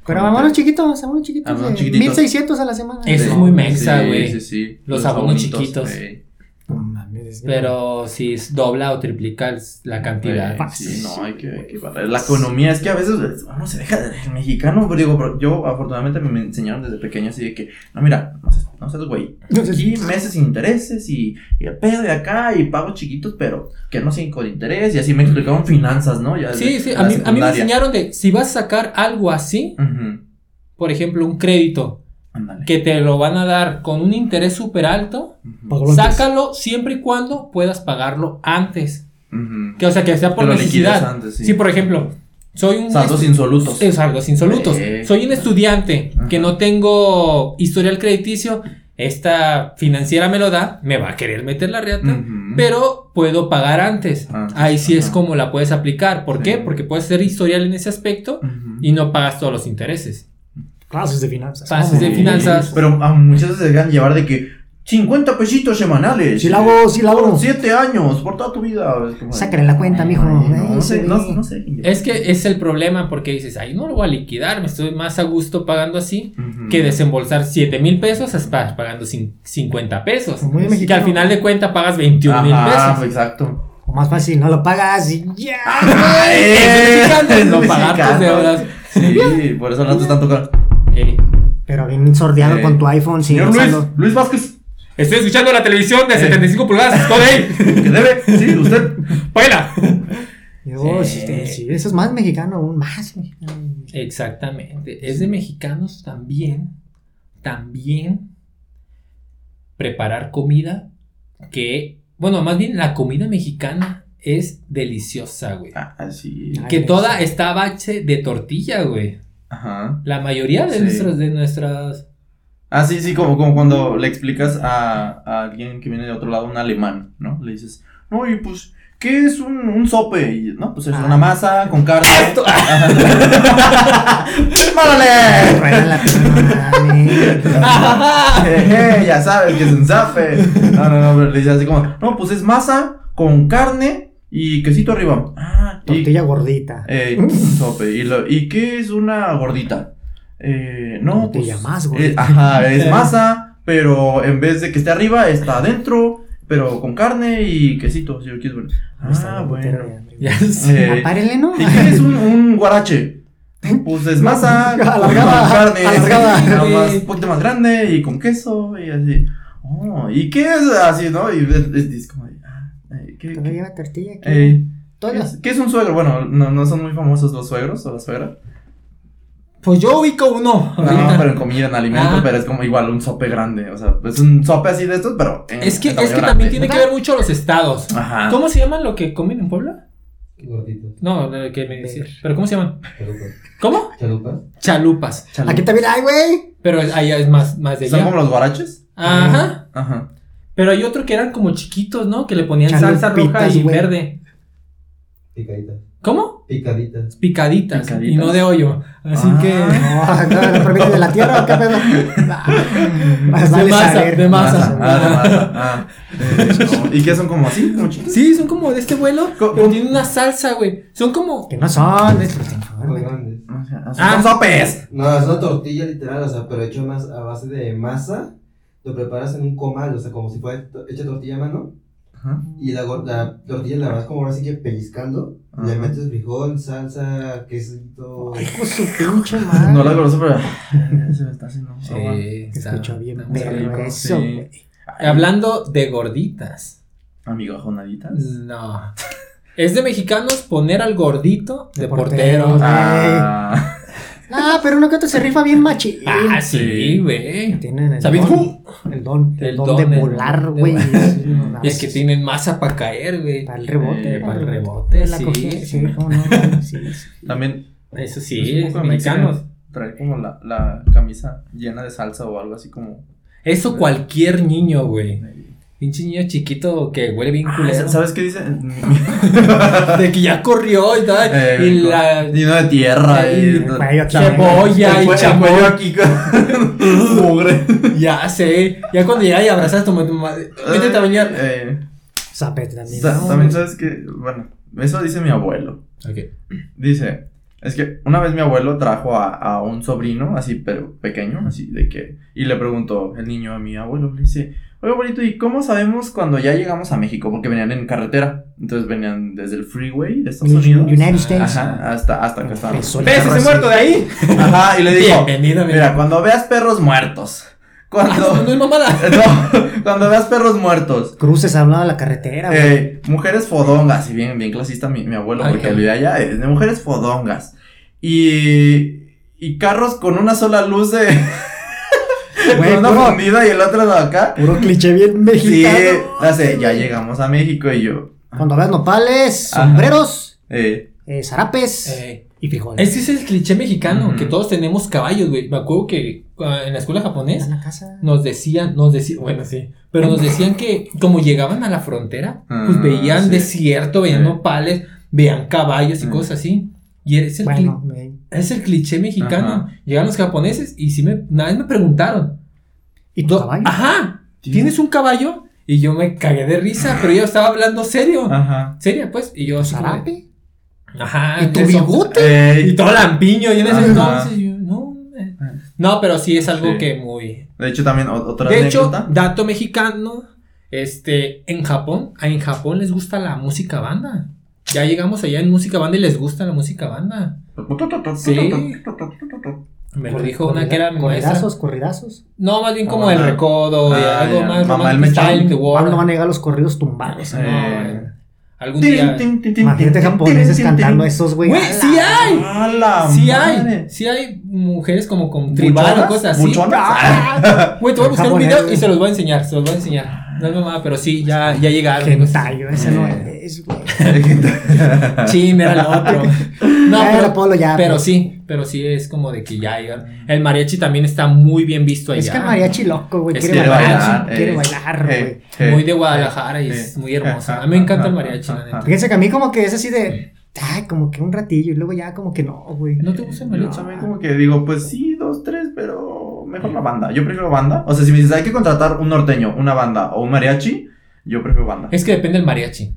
Speaker 3: Pero vámonos chiquitos, vámonos chiquitos.
Speaker 2: Vámonos
Speaker 3: de
Speaker 2: chiquititos.
Speaker 3: 1600 a la semana.
Speaker 1: Eso
Speaker 2: Sí,
Speaker 1: es muy mexa,
Speaker 2: sí,
Speaker 1: güey.
Speaker 2: Sí, sí.
Speaker 1: Los abonos chiquitos.
Speaker 2: ey.
Speaker 3: No mames.
Speaker 1: Pero si es dobla o triplica el- la cantidad.
Speaker 2: Ey, Eh, sí,
Speaker 3: Fácil.
Speaker 2: no, hay que, hay que valer. La economía es que a veces pues, uno se deja del mexicano. Pero digo, pero yo afortunadamente me- me enseñaron desde pequeño así de que, no, mira, no seas, no seas güey. Aquí meses sin intereses y, y el pedo de acá y pagos chiquitos, pero que no cinco de interés. Y así me explicaron finanzas, ¿no? Ya
Speaker 1: Sí,
Speaker 2: desde
Speaker 1: sí, a
Speaker 2: la
Speaker 1: mí, a mí me
Speaker 2: secundaria.
Speaker 1: enseñaron de si vas a sacar algo así,
Speaker 2: Ujú,
Speaker 1: por ejemplo, un crédito
Speaker 2: ándale.
Speaker 1: que te lo van a dar con un interés súper alto,
Speaker 2: Ujú,
Speaker 3: Pago lo antes.
Speaker 1: sácalo siempre y cuando puedas pagarlo antes.
Speaker 2: ujú.
Speaker 1: Que o sea, que sea por
Speaker 2: Pero liquidas
Speaker 1: necesidad.
Speaker 2: antes,
Speaker 1: Sí, por ejemplo, soy un
Speaker 2: Saldos
Speaker 1: estu-
Speaker 2: insolutos.
Speaker 1: Eh, saldos insolutos.
Speaker 2: Eh.
Speaker 1: Soy un estudiante
Speaker 2: Ajá.
Speaker 1: que no tengo historial crediticio. Esta financiera me lo da, me va a querer meter la reata,
Speaker 2: Ujú.
Speaker 1: pero puedo pagar antes.
Speaker 2: Antes,
Speaker 1: Ahí sí es
Speaker 2: Mm. Ah, ajá.
Speaker 1: como la puedes aplicar. ¿Por
Speaker 2: Sí.
Speaker 1: qué? Porque puedes hacer historial en ese aspecto
Speaker 2: Ujú.
Speaker 1: y no pagas todos los intereses.
Speaker 3: Clases de finanzas.
Speaker 1: Clases de
Speaker 3: ¿Cómo?
Speaker 1: finanzas.
Speaker 2: Pero a muchas se dejan llevar de que 50 pesitos semanales.
Speaker 3: Sí la hago, sí la hago.
Speaker 2: Por 7 años, por toda tu vida. Es como de-
Speaker 3: Sácale la cuenta,
Speaker 2: Ay,
Speaker 3: mijo.
Speaker 2: No,
Speaker 3: Ay,
Speaker 2: no sé,
Speaker 3: sí.
Speaker 2: no, no sé.
Speaker 1: Es que es el problema porque dices, ay, no lo voy a liquidar, me estoy más a gusto pagando así
Speaker 2: Ujú.
Speaker 1: que desembolsar 7 mil pesos, estás pagando cin- 50 pesos.
Speaker 3: Muy
Speaker 1: Y que
Speaker 3: mexicano.
Speaker 1: al final de cuenta pagas 21 mil
Speaker 2: Ajá,
Speaker 1: pesos.
Speaker 2: exacto.
Speaker 3: O Pues más fácil, no lo pagas y ya.
Speaker 1: Es mexicano, no
Speaker 2: Es
Speaker 1: pagar tus
Speaker 2: mexicano.
Speaker 1: deudas.
Speaker 2: Sí, por eso no te están tocando.
Speaker 1: Eh,
Speaker 3: Pero bien sordeado
Speaker 2: Eh,
Speaker 3: con tu iPhone sin
Speaker 2: Señor Luis,
Speaker 3: usarlo.
Speaker 2: Luis Vázquez,
Speaker 1: estoy escuchando la televisión de
Speaker 2: Eh.
Speaker 1: 75 pulgadas, estoy ahí.
Speaker 2: que debe. Sí, usted.
Speaker 1: ¡Baila!
Speaker 3: Yo,
Speaker 1: Sí.
Speaker 3: sí, este, sí, eso es más mexicano, aún más mexicano.
Speaker 1: Exactamente. Es de mexicanos también, también preparar comida que, bueno, más bien la comida mexicana es deliciosa, güey.
Speaker 2: Ah, así.
Speaker 3: Ay,
Speaker 1: Que
Speaker 3: no
Speaker 1: toda
Speaker 3: sé.
Speaker 1: está bache de tortilla, güey.
Speaker 2: Ajá.
Speaker 1: La mayoría de
Speaker 2: Sí.
Speaker 1: nuestras, de nuestras.
Speaker 2: Ah, sí, sí, como, como cuando le explicas a, a alguien que viene de otro lado, un alemán, ¿no? Le dices, no, y pues, ¿qué es un, un sope? Y, no, pues es
Speaker 3: Ah.
Speaker 2: una masa con carne.
Speaker 1: Esto-
Speaker 3: [LAUGHS]
Speaker 2: ¡Márale! [LAUGHS]
Speaker 3: Rueda la mano,
Speaker 2: Jeje, Eh, ya sabes que es un zape. No, no, no, pero le dices así como, no, pues es masa con carne y quesito arriba. Ah, y-
Speaker 3: Tortilla gordita. [LAUGHS]
Speaker 2: eh, un sope. ¿Y, lo- ¿y qué es una gordita? Eh, no,
Speaker 3: Tortilla
Speaker 2: pues,
Speaker 3: más
Speaker 2: eh,
Speaker 3: gordita.
Speaker 2: ajá,
Speaker 3: [LAUGHS]
Speaker 2: es masa, pero en vez de que esté arriba, está adentro, pero con carne y quesito, si lo quieres ver.
Speaker 3: Me está
Speaker 2: Ah,
Speaker 3: dando
Speaker 2: bueno.
Speaker 3: tierra de hambre.
Speaker 1: [LAUGHS] Ya sé.
Speaker 2: Eh,
Speaker 3: [LAUGHS] Apárenle, ¿no?
Speaker 2: ¿Y qué es un, un guarache? Pues es masa,
Speaker 3: [LAUGHS] Alargada,
Speaker 2: con carne,
Speaker 3: alargada.
Speaker 2: nada más, un poquito más grande y con queso y así. Oh, ¿y qué es así, no? Y es, es- es como, ah, eh, ¿qué-
Speaker 3: Todavía
Speaker 2: qué-
Speaker 3: lleva tortilla aquí.
Speaker 2: eh, ¿Qué
Speaker 3: Todas.
Speaker 2: es, qué es un suegro? Bueno, no, no son muy famosos los suegros o la suegra.
Speaker 1: Pues yo ubico uno.
Speaker 2: No,
Speaker 1: ahorita.
Speaker 2: pero en comida, en alimento,
Speaker 1: Ah.
Speaker 2: pero es como igual un sope grande. O sea, es un sope así de estos, pero. en-
Speaker 1: es que,
Speaker 2: en
Speaker 1: es que
Speaker 2: tamaño
Speaker 1: también
Speaker 2: grande. Ah.
Speaker 1: tiene que ver mucho los estados.
Speaker 2: Ajá.
Speaker 1: ¿Cómo se llaman lo que comen en Puebla?
Speaker 4: Gorditos.
Speaker 1: No, lo que me decía. ¿Pero cómo se llaman?
Speaker 4: Chalupas.
Speaker 1: ¿Cómo?
Speaker 4: Chalupas.
Speaker 1: Chalupas.
Speaker 2: Chale.
Speaker 3: Aquí también hay, güey.
Speaker 1: Pero allá es más, más de
Speaker 2: ¿Son
Speaker 1: allá.
Speaker 2: como los guaraches?
Speaker 1: Ajá.
Speaker 2: Ajá.
Speaker 1: Pero hay otro que eran como chiquitos, ¿no? Que le ponían salsa roja
Speaker 3: Chalupitas,
Speaker 1: y
Speaker 3: güey.
Speaker 1: verde.
Speaker 4: Picaditas.
Speaker 1: ¿Cómo?
Speaker 4: Picaditas.
Speaker 1: Picaditas,
Speaker 2: Picaditas.
Speaker 1: Y no de hoyo. Así
Speaker 2: Ah.
Speaker 1: que.
Speaker 3: No, no, no permite de la tierra, ¿o
Speaker 2: [LAUGHS]
Speaker 3: ¿qué pedo? Más
Speaker 1: De
Speaker 3: vale
Speaker 1: masa,
Speaker 3: saber.
Speaker 1: de masa.
Speaker 2: Ah, de masa. Ah. Eh, no. ¿Y qué son como así? Como chiquitos.
Speaker 1: Sí, son como de este vuelo.
Speaker 2: Co-
Speaker 1: Pero tienen una salsa, güey. Son como.
Speaker 3: Que no son, es los
Speaker 4: Muy
Speaker 3: informes.
Speaker 4: grandes.
Speaker 2: O sea, son
Speaker 1: Ah.
Speaker 2: sopes.
Speaker 4: No, es una tortilla literal, o sea, pero hecho más a base de masa. Lo preparas en un comal, o sea, como si fuera to- hecha tortilla a mano.
Speaker 2: Ajá.
Speaker 4: Y la, gor- la tortilla la vas como ahora sí que pellizcando. Le
Speaker 2: Ajá.
Speaker 4: metes frijol, salsa, quesito.
Speaker 3: Ay, con su pinche
Speaker 2: No la
Speaker 3: madre.
Speaker 2: conozco, pero. ah, Se me está haciendo. agua.
Speaker 3: Escuchó bien,
Speaker 1: está muy
Speaker 3: pero
Speaker 1: rico.
Speaker 3: eso,
Speaker 2: sí.
Speaker 3: güey.
Speaker 1: Hablando de gorditas.
Speaker 2: Amigo, ajonaditas.
Speaker 1: No. Es de mexicanos poner al gordito de,
Speaker 3: De
Speaker 1: portero.
Speaker 3: portero.
Speaker 2: Ah.
Speaker 3: Ah, pero uno que otro se rifa bien machín.
Speaker 1: Ah,
Speaker 2: Sí.
Speaker 1: sí, güey.
Speaker 3: Tienen el
Speaker 1: ¿Sabes
Speaker 3: don,
Speaker 1: tú?
Speaker 3: el don, el
Speaker 1: El
Speaker 3: don,
Speaker 1: don, el
Speaker 3: de
Speaker 1: don
Speaker 3: volar,
Speaker 1: de
Speaker 3: güey.
Speaker 1: volar.
Speaker 3: Sí, no,
Speaker 1: Y es que
Speaker 3: sí.
Speaker 1: tienen masa para caer, güey.
Speaker 3: Para el rebote.
Speaker 2: Eh,
Speaker 1: para el rebote, sí.
Speaker 3: cogida, sí, cómo no, sí,
Speaker 2: [LAUGHS]
Speaker 3: sí.
Speaker 2: También.
Speaker 1: Eso
Speaker 2: es
Speaker 1: sí,
Speaker 2: un poco
Speaker 1: mexicanos.
Speaker 2: mexicano. Trae como la, la camisa llena de salsa o algo así como.
Speaker 1: Eso cualquier niño, güey. Pinche niño chiquito que huele bien
Speaker 2: Ah,
Speaker 1: culero.
Speaker 2: ¿Sabes qué [LAUGHS] dice?
Speaker 1: [LAUGHS] De que ya corrió y tal.
Speaker 2: Eh,
Speaker 1: y
Speaker 2: con-
Speaker 1: la
Speaker 2: Lleno de tierra
Speaker 1: Ay,
Speaker 2: y.
Speaker 1: el
Speaker 3: cuello aquí.
Speaker 1: cebolla
Speaker 2: El
Speaker 1: y
Speaker 2: cue- el
Speaker 1: chamoy.
Speaker 2: cuello aquí con- [LAUGHS] Mugre.
Speaker 1: Ya sé. Ya cuando llegas y abrazas a tu ma- tu madre. Vete a bañar.
Speaker 2: Eh,
Speaker 3: Zapete también.
Speaker 2: sa-
Speaker 3: ¿no?
Speaker 2: también sabes que. Bueno, eso dice mi abuelo.
Speaker 1: Ok.
Speaker 2: Dice. Es que una vez mi abuelo trajo a, a un sobrino, así, pero pequeño, así de que. Y le preguntó el niño a mi abuelo, le dice, oye abuelito, ¿y cómo sabemos cuando ya llegamos a México? Porque venían en carretera. Entonces venían desde el freeway de Estados Unidos. Ah.
Speaker 3: United States.
Speaker 2: Ajá, hasta, hasta acá estaban.
Speaker 3: Empezó el
Speaker 1: ¿Ves
Speaker 3: carro
Speaker 1: ese
Speaker 3: así.
Speaker 1: muerto de ahí?
Speaker 2: Ajá, y le dijo,
Speaker 1: Bienvenido, Ah,
Speaker 2: Mira, cuando veas perros muertos.
Speaker 1: No, no [LAUGHS]
Speaker 2: Cuando. [LAUGHS]
Speaker 1: es mamada.
Speaker 2: no, cuando veas perros muertos.
Speaker 3: Cruces al lado de la carretera, güey.
Speaker 2: eh, mujeres fodongas. Y bien, bien clasista mi, mi abuelo,
Speaker 1: Ay,
Speaker 2: porque
Speaker 1: ay.
Speaker 2: lo de allá es de mujeres fodongas. Y. Y carros con una sola luz de. [LAUGHS]
Speaker 3: Güey,
Speaker 2: con una
Speaker 3: puro-
Speaker 2: fundida y el otro de acá.
Speaker 3: Puro cliché bien
Speaker 2: Sí,
Speaker 3: mexicano.
Speaker 2: la sé, ya llegamos a México y yo.
Speaker 3: Cuando veas nopales,
Speaker 2: Ajá.
Speaker 3: sombreros,
Speaker 2: Eh,
Speaker 3: eh, zarapes
Speaker 1: Eh,
Speaker 3: y frijoles.
Speaker 1: ese es el cliché mexicano,
Speaker 2: Ujú.
Speaker 1: que todos tenemos caballos, güey. Me acuerdo que ah, en la escuela japonés
Speaker 3: En la casa.
Speaker 1: nos decían, nos decían, bueno, sí, pero nos decían que como llegaban a la frontera,
Speaker 2: Ah,
Speaker 1: pues veían
Speaker 2: sí.
Speaker 1: desierto, veían
Speaker 2: Sí.
Speaker 1: nopales, veían caballos y
Speaker 2: Mm.
Speaker 1: cosas así. Y es el,
Speaker 3: Bueno,
Speaker 1: cli-
Speaker 3: eh.
Speaker 1: es el cliché mexicano.
Speaker 2: Ajá.
Speaker 1: Llegaron los japoneses y sí me, una vez me preguntaron.
Speaker 3: ¿Y tu
Speaker 1: do-
Speaker 3: caballo?
Speaker 1: Ajá, ¿tienes un caballo? Y yo me cagué de risa, pero yo estaba hablando serio.
Speaker 2: Ajá.
Speaker 1: Seria, pues. Y yo así como de-
Speaker 3: ¿Zarape?
Speaker 1: Ajá.
Speaker 3: ¿Y tu
Speaker 1: eso.
Speaker 3: bigote?
Speaker 2: Ey,
Speaker 1: Y todo lampiño. Y en ese
Speaker 2: Ajá. Ah.
Speaker 1: entonces yo, no. eh. No, pero sí es algo
Speaker 2: Sí.
Speaker 1: que muy.
Speaker 2: de hecho, también o- otra
Speaker 1: De hecho,
Speaker 2: anécdota.
Speaker 1: dato mexicano. Este, en Japón, a- en Japón les gusta la música banda. Ya llegamos allá en música banda y les gusta la música banda. Sí. Me lo
Speaker 3: Corri-
Speaker 1: dijo una
Speaker 3: corrida-
Speaker 1: que era mi maestra.
Speaker 3: Corridazos, corridazos.
Speaker 1: No, más bien como
Speaker 2: Ah,
Speaker 1: el recodo y
Speaker 2: ah,
Speaker 1: algo
Speaker 2: ya.
Speaker 1: más
Speaker 2: Mamá, el
Speaker 1: romántico,
Speaker 2: mechón.
Speaker 1: Time the War.
Speaker 3: ¿Cuándo van a llegar los corridos tumbados?
Speaker 1: No,
Speaker 2: Eh.
Speaker 1: Algún día.
Speaker 3: Imagínate japoneses cantando esos, güey.
Speaker 1: Güey, sí hay.
Speaker 2: ¡A la
Speaker 1: Sí
Speaker 2: madre!
Speaker 1: hay, sí hay mujeres como con tribal o
Speaker 2: ¿Buchonas?
Speaker 1: cosas así.
Speaker 2: ¿Buchonas?
Speaker 1: Ah, Güey, te voy a buscar un
Speaker 3: Japonés,
Speaker 1: video
Speaker 3: güey.
Speaker 1: y se los voy a enseñar, se los voy a enseñar. No es mamada, pero sí, ya, ya llegaron.
Speaker 3: Gentayo, ese no
Speaker 2: Eh.
Speaker 3: es, güey.
Speaker 2: [LAUGHS]
Speaker 1: Sí, mira el otro. [LAUGHS] No,
Speaker 3: Ya era
Speaker 1: pero,
Speaker 3: Polo, ya,
Speaker 1: pero
Speaker 3: pues.
Speaker 1: sí, pero sí es como de que ya llegaron. El mariachi también está muy bien visto allá.
Speaker 3: Es que el mariachi loco, güey.
Speaker 1: Es
Speaker 3: Quiere
Speaker 1: que
Speaker 3: bailar,
Speaker 2: eh.
Speaker 3: quiere bailar, güey.
Speaker 2: Eh, eh,
Speaker 1: Muy de Guadalajara y
Speaker 2: eh,
Speaker 1: es
Speaker 2: eh,
Speaker 1: muy hermoso. A
Speaker 2: ajá,
Speaker 1: mí me encanta el
Speaker 2: ajá,
Speaker 1: mariachi, la neta.
Speaker 2: ajá.
Speaker 3: Fíjense que a mí como que es así de... Ay, como que un ratillo y luego ya como que no, güey.
Speaker 1: ¿No te gusta el
Speaker 2: Yo
Speaker 1: mariachi?
Speaker 2: también como que digo, pues sí, dos, tres, pero mejor la banda. Yo prefiero banda. O sea, si me dices, hay que contratar un norteño, una banda o un mariachi, yo prefiero banda.
Speaker 1: Es que depende del mariachi.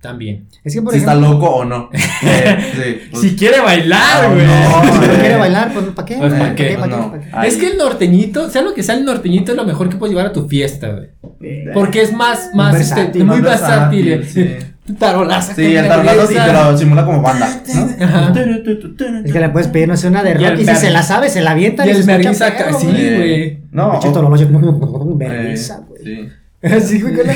Speaker 1: También.
Speaker 3: Es que por
Speaker 2: Si está
Speaker 3: ejemplo,
Speaker 2: loco
Speaker 1: [LAUGHS]
Speaker 2: o no. Eh, sí, pues,
Speaker 1: Si quiere bailar,
Speaker 2: Ah,
Speaker 1: güey.
Speaker 2: no.
Speaker 3: si no
Speaker 2: eh.
Speaker 3: quiere bailar, pues ¿para qué?
Speaker 1: Pues, ¿pa'
Speaker 3: ¿Pa'
Speaker 1: qué?
Speaker 3: ¿Pa'
Speaker 2: No.
Speaker 3: ¿Pa' qué?
Speaker 2: Ay.
Speaker 1: Es que el norteñito, sea lo que sea el norteñito, es lo mejor que puedes llevar a tu fiesta, güey.
Speaker 3: Eh,
Speaker 1: Porque es más, más, este,
Speaker 3: Versátil,
Speaker 1: muy
Speaker 2: más
Speaker 1: versátil. eh.
Speaker 2: versátil,
Speaker 1: [LAUGHS] Tu tarolaza.
Speaker 2: Sí, el tardazo sí te lo simula
Speaker 1: [LAUGHS]
Speaker 2: como banda. ¿no?
Speaker 1: Ajá.
Speaker 3: Es que le puedes pedir, no sé, una
Speaker 1: Y
Speaker 3: de
Speaker 1: el
Speaker 3: rock y si
Speaker 1: mer-
Speaker 3: se la sabe, se la avienta.
Speaker 1: Y el merguiza
Speaker 3: merguiza
Speaker 1: acá, sí, güey.
Speaker 2: Eh, No.
Speaker 3: Pinche
Speaker 2: o-
Speaker 3: tololoche, como [LAUGHS] como
Speaker 2: eh,
Speaker 3: merguiza, güey.
Speaker 2: sí.
Speaker 3: [LAUGHS] Así, güey,
Speaker 2: [LAUGHS]
Speaker 3: con la-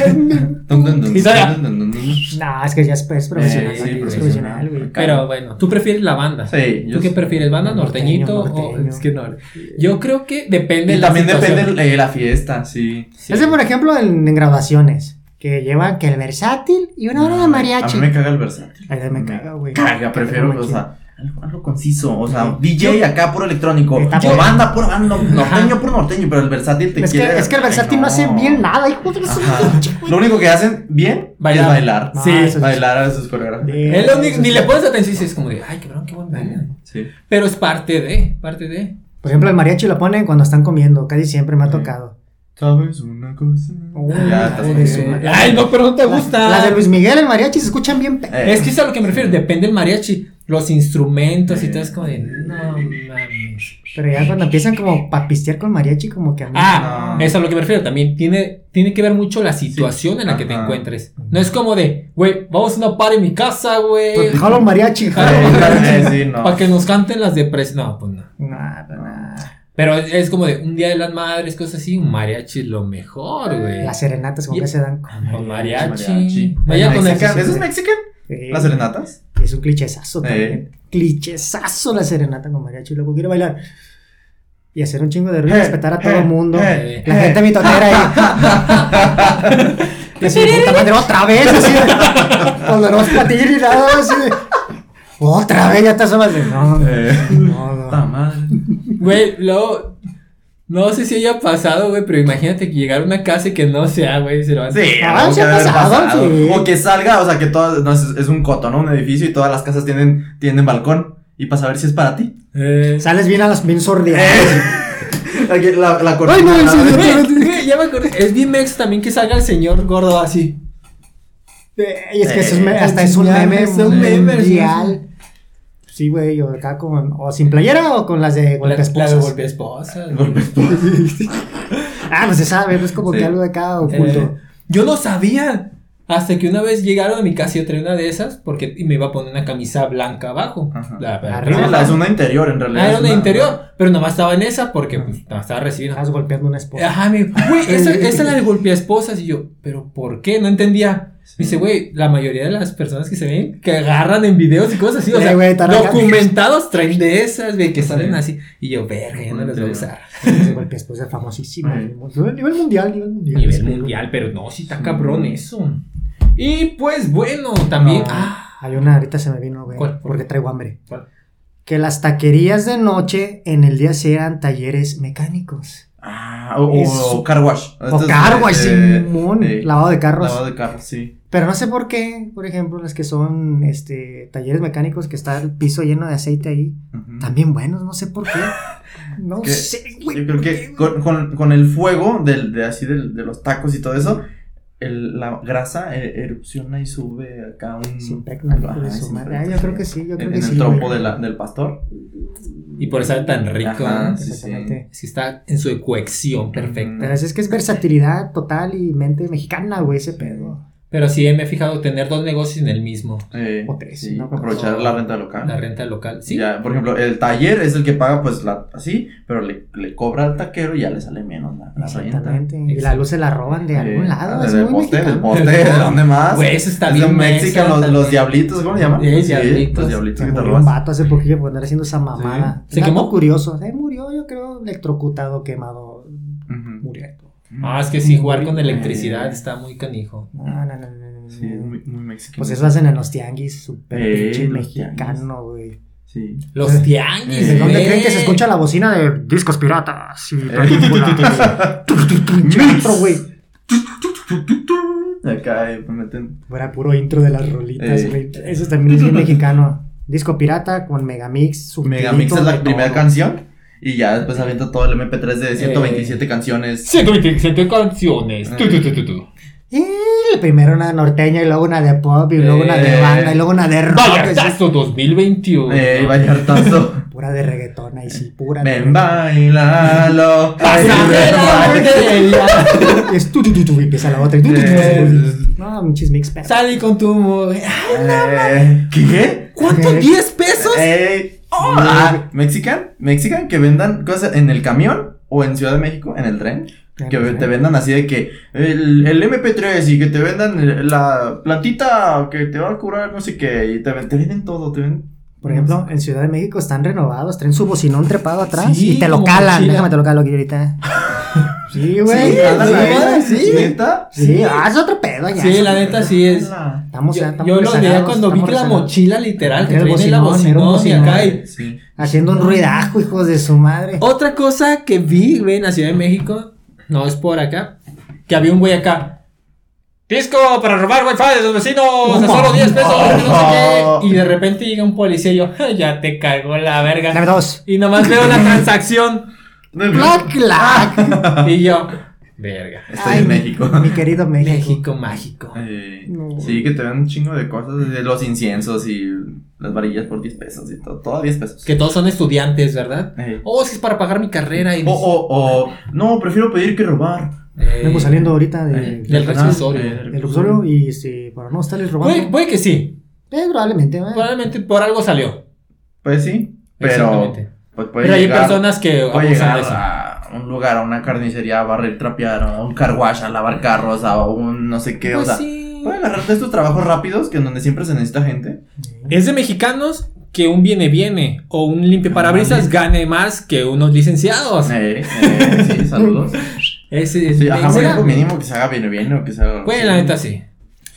Speaker 2: Dun, dun, dun,
Speaker 1: Y todavía-
Speaker 2: dun, dun, dun, dun.
Speaker 3: No, es que ya es, es profesional.
Speaker 2: Eh,
Speaker 1: sí,
Speaker 3: es
Speaker 1: profesional.
Speaker 3: profesional, güey.
Speaker 1: Pero bueno, tú prefieres la banda.
Speaker 2: Sí,
Speaker 1: ¿Tú
Speaker 2: yo
Speaker 1: qué
Speaker 2: sí.
Speaker 1: prefieres? ¿Banda
Speaker 3: Norteño,
Speaker 1: norteñito o
Speaker 3: norteño.
Speaker 1: es que no? Yo creo que depende
Speaker 2: Y
Speaker 1: de la
Speaker 2: también depende
Speaker 1: situación.
Speaker 2: de la fiesta, sí.
Speaker 1: Sí.
Speaker 3: Ese, por ejemplo, en, en graduaciones, que llevan que el versátil y una hora de mariachi.
Speaker 2: A mí me caga el versátil.
Speaker 3: Ay, me caga, güey.
Speaker 2: Caga, prefiero,
Speaker 3: Caga,
Speaker 2: o sea, algo, algo conciso. O sea,
Speaker 3: Sí.
Speaker 2: DJ acá puro electrónico.
Speaker 3: Está
Speaker 2: O
Speaker 3: bien.
Speaker 2: banda puro banda, no-
Speaker 1: Ajá.
Speaker 2: norteño puro norteño, pero el versátil te
Speaker 3: Es que,
Speaker 2: quiere.
Speaker 3: es que el
Speaker 2: Ay,
Speaker 3: versátil no hace bien nada, hijo de su
Speaker 2: Ajá.
Speaker 3: pinche, güey.
Speaker 2: Lo único que hacen bien
Speaker 1: Bailar.
Speaker 2: es bailar.
Speaker 1: Sí.
Speaker 3: No, eso-
Speaker 2: Bailar a sus coreografías.
Speaker 3: Sí,
Speaker 1: Es lo
Speaker 3: eso
Speaker 1: único-
Speaker 3: sí.
Speaker 1: ni le pones atención y es como de, ay, cabrón, qué buen baile.
Speaker 2: Sí.
Speaker 1: Pero es parte de, parte de.
Speaker 3: Por ejemplo, el mariachi lo ponen cuando están comiendo, casi siempre me ha
Speaker 2: Sí.
Speaker 3: tocado.
Speaker 2: ¿Sabes una cosa?
Speaker 3: Oh,
Speaker 2: ya,
Speaker 3: hijo
Speaker 2: estás
Speaker 3: de su
Speaker 2: bien.
Speaker 3: madre.
Speaker 1: Ay, no, pero no te
Speaker 3: Las,
Speaker 1: gusta.
Speaker 3: las de Luis Miguel, el mariachi, se escuchan bien. pe-
Speaker 2: Eh,
Speaker 1: Es que es a lo que me refiero, depende del mariachi, los instrumentos y todo es como de, no mames.
Speaker 3: Pero ya cuando empiezan como a pistear con mariachi, como que a mí.
Speaker 1: Ah,
Speaker 2: No.
Speaker 1: es a lo que me refiero, también tiene, tiene que ver mucho la situación en la que te
Speaker 2: Ajá.
Speaker 1: encuentres. No es como de, güey, vamos a una party en mi casa, güey,
Speaker 3: Pues, jalo el mariachi.
Speaker 1: Ah,
Speaker 3: jalo.
Speaker 2: Eh,
Speaker 1: [LAUGHS]
Speaker 2: [LAUGHS] eh, sí, no.
Speaker 1: para que nos canten las depresiones. No, pues no.
Speaker 3: No, no, no.
Speaker 1: Pero es, es como de un día de las madres, cosas así, un mariachi es lo mejor, güey.
Speaker 3: Las serenatas como
Speaker 1: Y-
Speaker 3: que se dan
Speaker 1: Con
Speaker 3: con
Speaker 1: mariachi.
Speaker 2: Mariachi.
Speaker 1: Vaya con el
Speaker 2: Mexican,
Speaker 3: ese-
Speaker 2: ¿Eso es mexican?
Speaker 3: Sí.
Speaker 2: ¿Las serenatas?
Speaker 3: Y Es un clichesazo
Speaker 2: Eh.
Speaker 3: también. Clichesazo la serenata con mariachi. Luego quiero bailar. Y hacer un chingo de ruido y
Speaker 2: Eh,
Speaker 3: respetar a todo
Speaker 2: eh,
Speaker 3: el mundo.
Speaker 2: eh,
Speaker 3: la
Speaker 2: eh.
Speaker 3: gente mitotera ahí. que se puta madre otra vez. Así de, cuando no vas a ni nada. Así de, otra vez ya te asomas de. No, no, no.
Speaker 2: eh. Puta madre.
Speaker 1: Güey, luego. No sé si haya pasado, güey, pero imagínate que llegar a una casa y que no sea, güey, se lo van
Speaker 2: Sí,
Speaker 3: Ah,
Speaker 2: algo
Speaker 3: sí
Speaker 2: que
Speaker 3: ha
Speaker 2: debe haber
Speaker 3: pasado,
Speaker 2: pasado.
Speaker 3: sí.
Speaker 2: O que salga, o sea, que todas, no, es, es un coto, ¿no? Un edificio y todas las casas tienen, tienen balcón. Y para saber si es para ti.
Speaker 1: Eh,
Speaker 3: Sales bien a las bien sordias.
Speaker 2: Aquí la, la cortina.
Speaker 3: Ay, no, en serio.
Speaker 1: Güey, güey, ya me acordé. Es bien mex también que salga el señor gordo así.
Speaker 3: Y es que eso es me-
Speaker 1: Eh,
Speaker 3: hasta es un
Speaker 1: ya,
Speaker 3: meme
Speaker 1: es un meme,
Speaker 3: mundial. Sí, güey, o acá con. O sin playera o con las de
Speaker 1: La,
Speaker 3: golpes
Speaker 1: la de golpe esposa.
Speaker 3: Ah, no se sabe, no es como
Speaker 2: Sí.
Speaker 3: que algo de acá oculto.
Speaker 1: yo no sabía. Hasta que una vez llegaron a mi casa y yo traía una de esas porque y me iba a poner una camisa blanca abajo.
Speaker 2: Ajá.
Speaker 1: La- la-
Speaker 3: Arriba.
Speaker 1: la-
Speaker 2: la- es una interior, en realidad.
Speaker 1: Ah, era
Speaker 2: es
Speaker 1: una interior, pero nomás estaba en esa porque pues, nomás estaba recibiendo.
Speaker 3: Estás golpeando una esposa. [LAUGHS]
Speaker 1: Ajá, me dijo, güey, esa, esa es la de golpea esposas. Y yo, ¿pero por qué? No entendía. Me Dice, güey, la mayoría de las personas que se ven, que agarran en videos y cosas así, o
Speaker 3: Eh,
Speaker 1: sea,
Speaker 3: güey, están acá.
Speaker 1: documentados traen de esas, de que salen
Speaker 2: Sí.
Speaker 1: así. Y yo, verga, ya no las voy a usar.
Speaker 3: Ese golpe de esposa pues, es famosísimo.
Speaker 2: Sí.
Speaker 3: A nivel mundial, nivel mundial.
Speaker 1: Nivel mundial, pero no, si está cabrón eso. Y pues bueno, también.
Speaker 3: No,
Speaker 1: Ah,
Speaker 3: Hay una, ahorita se me vino, güey.
Speaker 1: ¿Cuál?
Speaker 3: Porque traigo hambre.
Speaker 1: ¿Cuál?
Speaker 3: Que las taquerías de noche en el día sí eran talleres mecánicos.
Speaker 2: Ah, o, o
Speaker 3: Es-
Speaker 2: car wash.
Speaker 3: o
Speaker 2: Esto es,
Speaker 3: cargo,
Speaker 2: eh,
Speaker 3: Simón.
Speaker 2: eh,
Speaker 3: lavado de carros.
Speaker 2: Lavado de carros, sí.
Speaker 3: Pero no sé por qué, por ejemplo, las que son este, talleres mecánicos que está el piso lleno de aceite ahí,
Speaker 2: Ujú.
Speaker 3: también buenos, no sé por qué. No
Speaker 2: Que-
Speaker 3: sé, güey.
Speaker 2: Yo creo
Speaker 3: por qué,
Speaker 2: que
Speaker 3: güey.
Speaker 2: con, con- con el fuego del, de así del- de los tacos y todo eso, el- la grasa eh, erupciona y sube acá un.
Speaker 3: Se impregna, hijo
Speaker 2: Ajá,
Speaker 3: de
Speaker 2: se
Speaker 3: su madre.
Speaker 2: impregna,
Speaker 3: Ah, yo creo que sí, yo
Speaker 2: En,
Speaker 3: creo
Speaker 2: en
Speaker 3: que
Speaker 2: el
Speaker 3: sí.
Speaker 2: trompo
Speaker 3: güey.
Speaker 2: de la- del pastor.
Speaker 1: Y por eso sabe tan rico.
Speaker 2: Ajá,
Speaker 1: ¿no?
Speaker 2: sí, sí.
Speaker 3: Exactamente.
Speaker 1: Es que está en su ecuación perfecta.
Speaker 3: Pero así es que es versatilidad total y mente mexicana, güey, ese pedo.
Speaker 1: Pero sí me he fijado tener dos negocios en el mismo.
Speaker 2: Eh,
Speaker 3: O tres,
Speaker 2: sí,
Speaker 3: ¿no?
Speaker 2: aprovechar la renta local.
Speaker 1: La renta local. Sí.
Speaker 2: Ya, por ejemplo, el taller es el que paga, pues, la, así, pero le, le cobra al taquero y ya le sale menos la, la renta.
Speaker 3: Exactamente. Y la luz se la roban de algún
Speaker 2: Eh,
Speaker 3: lado.
Speaker 2: ah,
Speaker 3: es
Speaker 2: del
Speaker 3: muy
Speaker 2: poste, del
Speaker 3: mexicano.
Speaker 1: [LAUGHS]
Speaker 2: poste, ¿de dónde más?
Speaker 1: Güey, eso está
Speaker 2: Es
Speaker 1: bien.
Speaker 2: de México,
Speaker 1: mexa
Speaker 2: los, los
Speaker 1: también.
Speaker 2: diablitos, ¿cómo se llaman?
Speaker 1: Eh,
Speaker 2: Sí,
Speaker 1: diablitos.
Speaker 2: Los diablitos
Speaker 3: Se
Speaker 2: que te
Speaker 3: murió un
Speaker 2: robas.
Speaker 3: vato hace poquillo por andar haciendo esa mamada.
Speaker 1: ¿Se
Speaker 3: Un
Speaker 1: quemó?
Speaker 3: dato curioso. Eh, murió, yo creo, electrocutado, quemado,
Speaker 2: Ujú.
Speaker 3: murió.
Speaker 1: Ah, es que sí, jugar con electricidad está muy canijo.
Speaker 3: No, no, no, no, no, no.
Speaker 2: Sí, es muy, muy mexicano.
Speaker 3: Pues eso hacen en los tianguis, súper
Speaker 2: Eh,
Speaker 3: pinche
Speaker 2: los
Speaker 3: mexicano, güey.
Speaker 2: Sí.
Speaker 1: Los tianguis,
Speaker 2: Eh,
Speaker 3: ¿De dónde
Speaker 1: güey.
Speaker 3: creen que se escucha la bocina de discos piratas y
Speaker 2: [LAUGHS]
Speaker 3: películas? Pinche antro, güey.
Speaker 2: Acá eh, meten.
Speaker 3: Era puro intro de las rolitas,
Speaker 2: Eh.
Speaker 3: güey. Eso también es
Speaker 1: [LAUGHS]
Speaker 3: bien mexicano. Disco pirata con Megamix, su
Speaker 2: Megamix es la primera
Speaker 3: canción.
Speaker 2: canción. Y ya después avienta todo el MP3 de 127 canciones.
Speaker 1: 127
Speaker 3: Ah.
Speaker 1: canciones. Tu, tu, tu, tu, tu.
Speaker 3: Eh, Primero una norteña y luego una de pop y luego una de
Speaker 2: Eh.
Speaker 3: banda y luego una de rock. así,
Speaker 1: Vallartazo 2021.
Speaker 2: Eh, Vallartazo.
Speaker 3: Pura de reggaetón, ahí sí, pura de
Speaker 2: Ven,
Speaker 3: reggaetón.
Speaker 1: Ah,
Speaker 2: bailalo.
Speaker 1: [LAUGHS] Pasajera de [LAUGHS] la-
Speaker 3: Y es tu, tu, tu, tu, y empieza la otra. y tu, tu, tu,
Speaker 1: Eh.
Speaker 3: tu, tu. No, muchis mix, pero.
Speaker 1: Sal y con tu mujer.
Speaker 2: Eh, ¿Qué?
Speaker 1: ¿Cuánto?
Speaker 3: Eh.
Speaker 1: ¿10 pesos?
Speaker 2: Eh,
Speaker 1: Oh.
Speaker 2: ah, ¿Mexican? ¿Mexican? Que vendan cosas en el camión o en Ciudad de México, en el tren. Que te vendan así de que el, el MP3 y que te vendan el- la plantita que te va a curar, no sé qué. Y te, ven- te venden todo, te venden.
Speaker 3: Por ejemplo, en Ciudad de México están renovados, traen su bocinón trepado atrás
Speaker 1: Sí,
Speaker 3: y te lo
Speaker 1: como
Speaker 3: calan.
Speaker 1: mochila.
Speaker 3: Déjame te lo calo
Speaker 1: [LAUGHS]
Speaker 3: aquí ahorita. Sí, güey.
Speaker 1: Sí,
Speaker 2: jalan
Speaker 1: sí,
Speaker 2: ahí,
Speaker 1: sí.
Speaker 2: ¿Neta?
Speaker 3: Sí, ah, es otro pedo ya.
Speaker 1: Sí, la neta sí es.
Speaker 2: Jala.
Speaker 3: Estamos,
Speaker 1: Yo,
Speaker 3: ya, estamos
Speaker 1: yo lo veía
Speaker 3: rezagados,
Speaker 1: cuando vi
Speaker 3: estamos
Speaker 1: que la
Speaker 3: rezagados.
Speaker 1: mochila literal que
Speaker 3: Era el
Speaker 1: traía en la
Speaker 3: bocinón, era un
Speaker 1: bocinón y acá.
Speaker 3: bocinón.
Speaker 1: y-
Speaker 2: Sí.
Speaker 3: Haciendo un ruidajo, hijos de su madre.
Speaker 1: Otra cosa que vi, güey, en la Ciudad de México, no es por acá, que había un güey acá. Disco para robar wifi de los vecinos, a solo 10 pesos, no sé qué. Y de repente llega un policía y yo, "Ja, ya te cagó la
Speaker 3: Dame
Speaker 1: verga.
Speaker 3: dos.
Speaker 1: Y nomás veo la transacción.
Speaker 3: Clac, clac.
Speaker 1: Y yo, verga.
Speaker 2: Estoy
Speaker 3: Ay,
Speaker 2: en México.
Speaker 3: Mi querido México.
Speaker 1: México mágico.
Speaker 2: Eh,
Speaker 3: No.
Speaker 2: Sí, que te dan un chingo de cosas, de los inciensos y las varillas por 10 pesos y todo, todo a 10 pesos.
Speaker 1: Que todos son estudiantes, ¿verdad?
Speaker 2: Eh,
Speaker 1: Oh, es que es para pagar mi carrera y
Speaker 2: O, o, o, no, prefiero pedir que robar.
Speaker 1: Eh,
Speaker 3: Oh, Vengo saliendo ahorita
Speaker 2: Eh,
Speaker 3: de,
Speaker 1: del reclusorio.
Speaker 2: eh,
Speaker 3: del Luxorio y este, para no estarles robando.
Speaker 1: "Eh, Puede, puede que sí.
Speaker 3: Eh, probablemente, güey.
Speaker 1: Probablemente por algo salió.
Speaker 2: Pues sí, pero,
Speaker 1: Exactamente.
Speaker 2: pues puede
Speaker 1: Pero hay
Speaker 2: llegar,
Speaker 1: personas que abusan
Speaker 2: puede llegar
Speaker 1: de eso.
Speaker 2: a un lugar, a una carnicería, a barrer, trapear, a un car wash, a lavar carros, a un no sé qué, o
Speaker 1: Pues
Speaker 2: sea,
Speaker 1: sí.
Speaker 2: pueden agarrarte estos trabajos rápidos que en donde siempre se necesita gente.
Speaker 1: Es de mexicanos que un viene viene o un
Speaker 2: Ah,
Speaker 1: limpia parabrisas
Speaker 2: mames.
Speaker 1: gane más que unos licenciados.
Speaker 2: Eh, eh,
Speaker 1: [LAUGHS]
Speaker 2: sí, saludos.
Speaker 1: Ese es
Speaker 2: Sí, ajá,
Speaker 1: ¿será?
Speaker 2: bueno, pues, mínimo que se haga bien, bien o que se haga.
Speaker 1: Güey, la
Speaker 2: [LAUGHS]
Speaker 1: neta sí.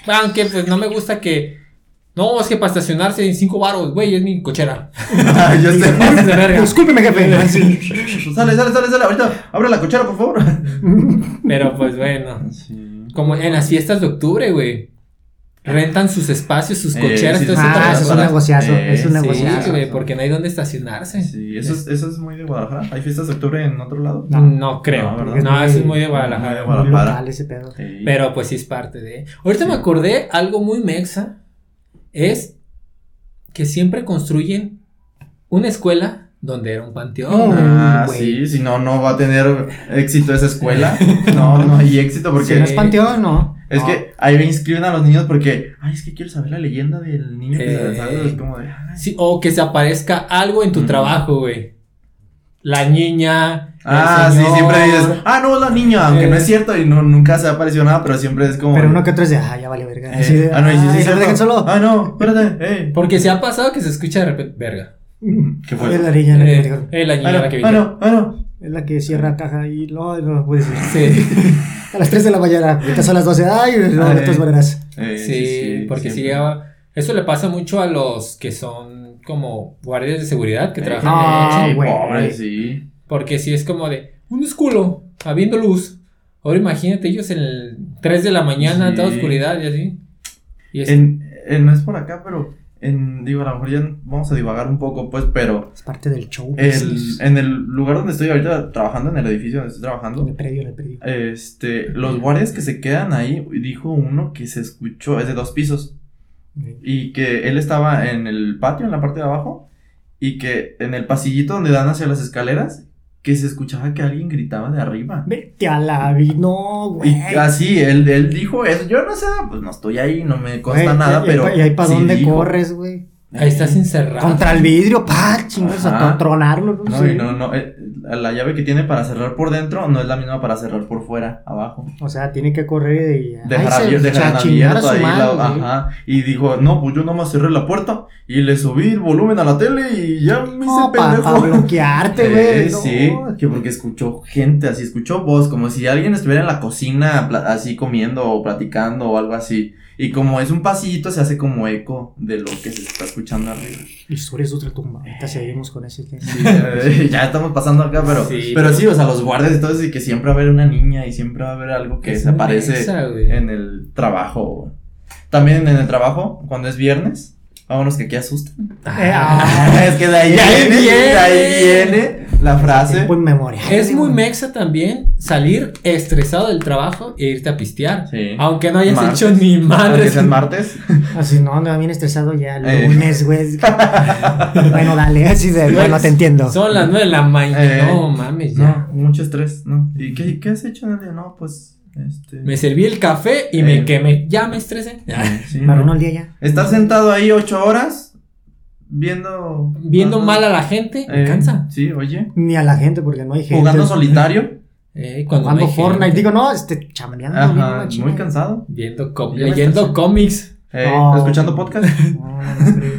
Speaker 1: Aunque pues no me gusta que no, es que para estacionarse en cinco baros, güey, es mi
Speaker 2: [LAUGHS]
Speaker 1: cochera. [LAUGHS]
Speaker 2: Ah, Yo sé.
Speaker 1: Pases de verga.
Speaker 3: Discúlpeme, jefe. Sí.
Speaker 2: Sale, sale, sale, sale. Ahorita abre la cochera, por favor.
Speaker 1: Pero pues bueno,
Speaker 2: Sí.
Speaker 1: como en las fiestas de octubre, güey, rentan sus espacios, sus
Speaker 2: Eh,
Speaker 1: cocheras,
Speaker 2: sí,
Speaker 1: todo eso
Speaker 2: sí, sí.
Speaker 3: Ah,
Speaker 1: para-
Speaker 3: eso es un
Speaker 2: para-
Speaker 3: negociazo.
Speaker 2: eh,
Speaker 3: es un
Speaker 2: sí,
Speaker 1: Sí,
Speaker 3: negociazo.
Speaker 1: güey, porque no hay dónde estacionarse.
Speaker 2: Sí, eso es, eso es muy de Guadalajara. ¿Hay fiestas de octubre en otro lado?
Speaker 1: No, no creo.
Speaker 2: No,
Speaker 1: No,
Speaker 2: ¿verdad?
Speaker 1: eso es muy de
Speaker 2: Muy
Speaker 1: Guadalajara.
Speaker 2: de
Speaker 3: Muy
Speaker 2: Guadalajara.
Speaker 3: local ese pedo.
Speaker 2: Sí.
Speaker 1: Pero pues sí es parte de. Ahorita me acordé algo muy mexa. Es que siempre construyen una escuela donde era un panteón.
Speaker 3: No.
Speaker 2: Ah,
Speaker 3: Güey.
Speaker 2: sí, si no, no va a tener éxito esa escuela. No, no hay éxito porque
Speaker 3: Si no es panteón, no.
Speaker 2: es
Speaker 3: No.
Speaker 2: que ahí me inscriben a los niños porque, ay, es que quiero saber la leyenda del niño que
Speaker 1: Eh.
Speaker 2: se sale, es como de, ay.
Speaker 1: Sí, o que se aparezca algo en tu
Speaker 2: Mm.
Speaker 1: trabajo, güey. La niña. el
Speaker 2: Ah, sí,
Speaker 1: señor.
Speaker 2: siempre dices, ah, no, la niña, aunque
Speaker 1: Eh.
Speaker 2: no es cierto y no, nunca se ha aparecido nada, pero siempre es como.
Speaker 3: Pero uno que otro es de, ah, ya vale verga.
Speaker 2: eh,
Speaker 3: Así de,
Speaker 2: ah, no, y sí, sí,
Speaker 3: "Ay,
Speaker 2: es
Speaker 3: no me dejen
Speaker 2: cierto.
Speaker 3: solo.
Speaker 2: Ah, no, espérate,
Speaker 1: [LAUGHS]
Speaker 2: eh.
Speaker 1: Porque se ha pasado que se escucha de repente. Verga.
Speaker 2: ¿Qué fue?
Speaker 3: Es la niña la que me dijo.
Speaker 1: Eh, eh, la niña
Speaker 2: Ah,
Speaker 1: la que vi.
Speaker 2: no, ah, no, ah, no.
Speaker 3: Es la que cierra caja y no, no puede ser.
Speaker 1: Sí,
Speaker 3: A las 3 de la mañana, ahorita son las 12. Ay, no,
Speaker 2: Ay.
Speaker 3: de todas maneras.
Speaker 2: Eh,
Speaker 1: sí, porque si
Speaker 2: siempre.
Speaker 1: llegaba. Eso le pasa mucho a los que son como guardias de seguridad que
Speaker 2: Eh,
Speaker 1: trabajan
Speaker 3: no,
Speaker 1: de noche.
Speaker 3: güey.
Speaker 2: Pobre, sí.
Speaker 1: Porque si es como de un esculo, habiendo luz. Ahora imagínate ellos en el 3 de la mañana,
Speaker 2: Sí.
Speaker 1: toda oscuridad y así. Y es-
Speaker 2: En, en- no es por acá, pero en, digo, a lo mejor ya vamos a divagar un poco, pues, pero
Speaker 3: Es parte del show.
Speaker 2: el- en el lugar donde estoy ahorita trabajando, en el edificio donde estoy
Speaker 3: En
Speaker 2: trabajando,
Speaker 3: el predio, en el predio.
Speaker 2: este, los guardias que se quedan ahí, dijo uno que se escuchó, es de dos pisos, y que él estaba en el patio, en la parte de abajo, y que en el pasillito donde dan hacia las escaleras, que se escuchaba que alguien gritaba de arriba.
Speaker 3: Vete a la vi. No, güey.
Speaker 2: Y así, él, él dijo eso. Yo no sé, pues no estoy ahí, no me consta
Speaker 3: Güey,
Speaker 2: nada,
Speaker 3: y- y-
Speaker 2: pero.
Speaker 3: Y ahí para
Speaker 2: sí
Speaker 3: dónde
Speaker 2: dijo.
Speaker 3: corres, güey.
Speaker 1: Ahí estás encerrado.
Speaker 3: Contra el vidrio, pa, chingos,
Speaker 2: Ajá.
Speaker 3: a tronarlo, no,
Speaker 2: No,
Speaker 3: sé.
Speaker 2: y no, no. eh, la llave que tiene para cerrar por dentro no es la misma para cerrar por fuera, abajo.
Speaker 3: O sea, tiene que correr y.
Speaker 2: Dejar
Speaker 3: Ay, se-
Speaker 2: abierto, dejar
Speaker 3: a chingar a
Speaker 2: abierto
Speaker 3: su
Speaker 2: ahí.
Speaker 3: madre,
Speaker 2: la-
Speaker 3: güey.
Speaker 2: ajá. Y dijo, no, pues yo nomás cerré la puerta y le subí el volumen a la tele y ya me hice
Speaker 3: No, para
Speaker 2: pendejo. [LAUGHS]
Speaker 3: bloquearte,
Speaker 2: Eh,
Speaker 3: güey. no.
Speaker 2: sí, que porque escuchó gente, así escuchó voz, como si alguien estuviera en la cocina, pla- así comiendo o platicando o algo así. Y como es un pasillito, se hace como eco de lo que se está escuchando arriba.
Speaker 3: Y sobre es otra tumba. Ahorita seguimos con ese tema.
Speaker 2: Eh, [LAUGHS] ya estamos pasando acá, pero
Speaker 1: Sí.
Speaker 2: pero sí, o sea, los guardias y todo eso, y que siempre va a haber una niña y siempre va a haber algo que
Speaker 1: Es
Speaker 2: se
Speaker 1: una
Speaker 2: aparece
Speaker 1: esa, güey.
Speaker 2: en el trabajo. También en el trabajo, cuando es viernes, vámonos que aquí asustan.
Speaker 3: Eh, ah,
Speaker 2: [LAUGHS] es que de ahí,
Speaker 1: Ya
Speaker 2: viene,
Speaker 1: viene. pues,
Speaker 2: de ahí viene la frase.
Speaker 3: Tiempo inmemorial.
Speaker 1: Es muy mexa también salir estresado del trabajo e irte a pistear.
Speaker 2: Sí.
Speaker 1: Aunque no hayas
Speaker 2: Mar-
Speaker 1: hecho ni
Speaker 2: Aunque
Speaker 1: madre. [LAUGHS]
Speaker 2: sean martes.
Speaker 3: Así, Ah, no, andaba bien estresado ya
Speaker 2: Eh.
Speaker 3: el lunes,
Speaker 2: [LAUGHS]
Speaker 3: güey. bueno, dale, así de,
Speaker 1: Güey,
Speaker 3: bueno, te entiendo.
Speaker 1: Son las nueve de la mañana.
Speaker 2: Eh,
Speaker 1: no mames, ya.
Speaker 2: No, mucho estrés, ¿no? ¿Y qué, qué has hecho en el día? No, pues, este...
Speaker 1: Me serví el café y
Speaker 2: Eh.
Speaker 1: me quemé. Ya me estresé.
Speaker 2: sí,
Speaker 3: Pero
Speaker 2: ¿no?
Speaker 3: no al día ya.
Speaker 2: Estar sentado ahí ocho horas viendo...
Speaker 1: [LAUGHS] Viendo
Speaker 2: Ajá.
Speaker 1: mal a la gente, me
Speaker 2: Eh,
Speaker 1: cansa.
Speaker 2: Sí, oye.
Speaker 3: Ni a la gente, porque no hay gente.
Speaker 2: Jugando
Speaker 3: [LAUGHS]
Speaker 2: solitario.
Speaker 1: Eh, cuando no
Speaker 3: Jugando
Speaker 1: hay
Speaker 3: Fortnite.
Speaker 1: gente.
Speaker 3: Digo, no, este, chambeando. bien,
Speaker 2: Ajá,
Speaker 3: machín.
Speaker 2: muy cansado.
Speaker 1: Viendo com-
Speaker 2: Ya me
Speaker 1: leyendo
Speaker 2: estresé.
Speaker 1: cómics.
Speaker 2: Eh,
Speaker 3: No.
Speaker 2: Escuchando
Speaker 3: [LAUGHS]
Speaker 2: podcast.
Speaker 3: No, no, hombre.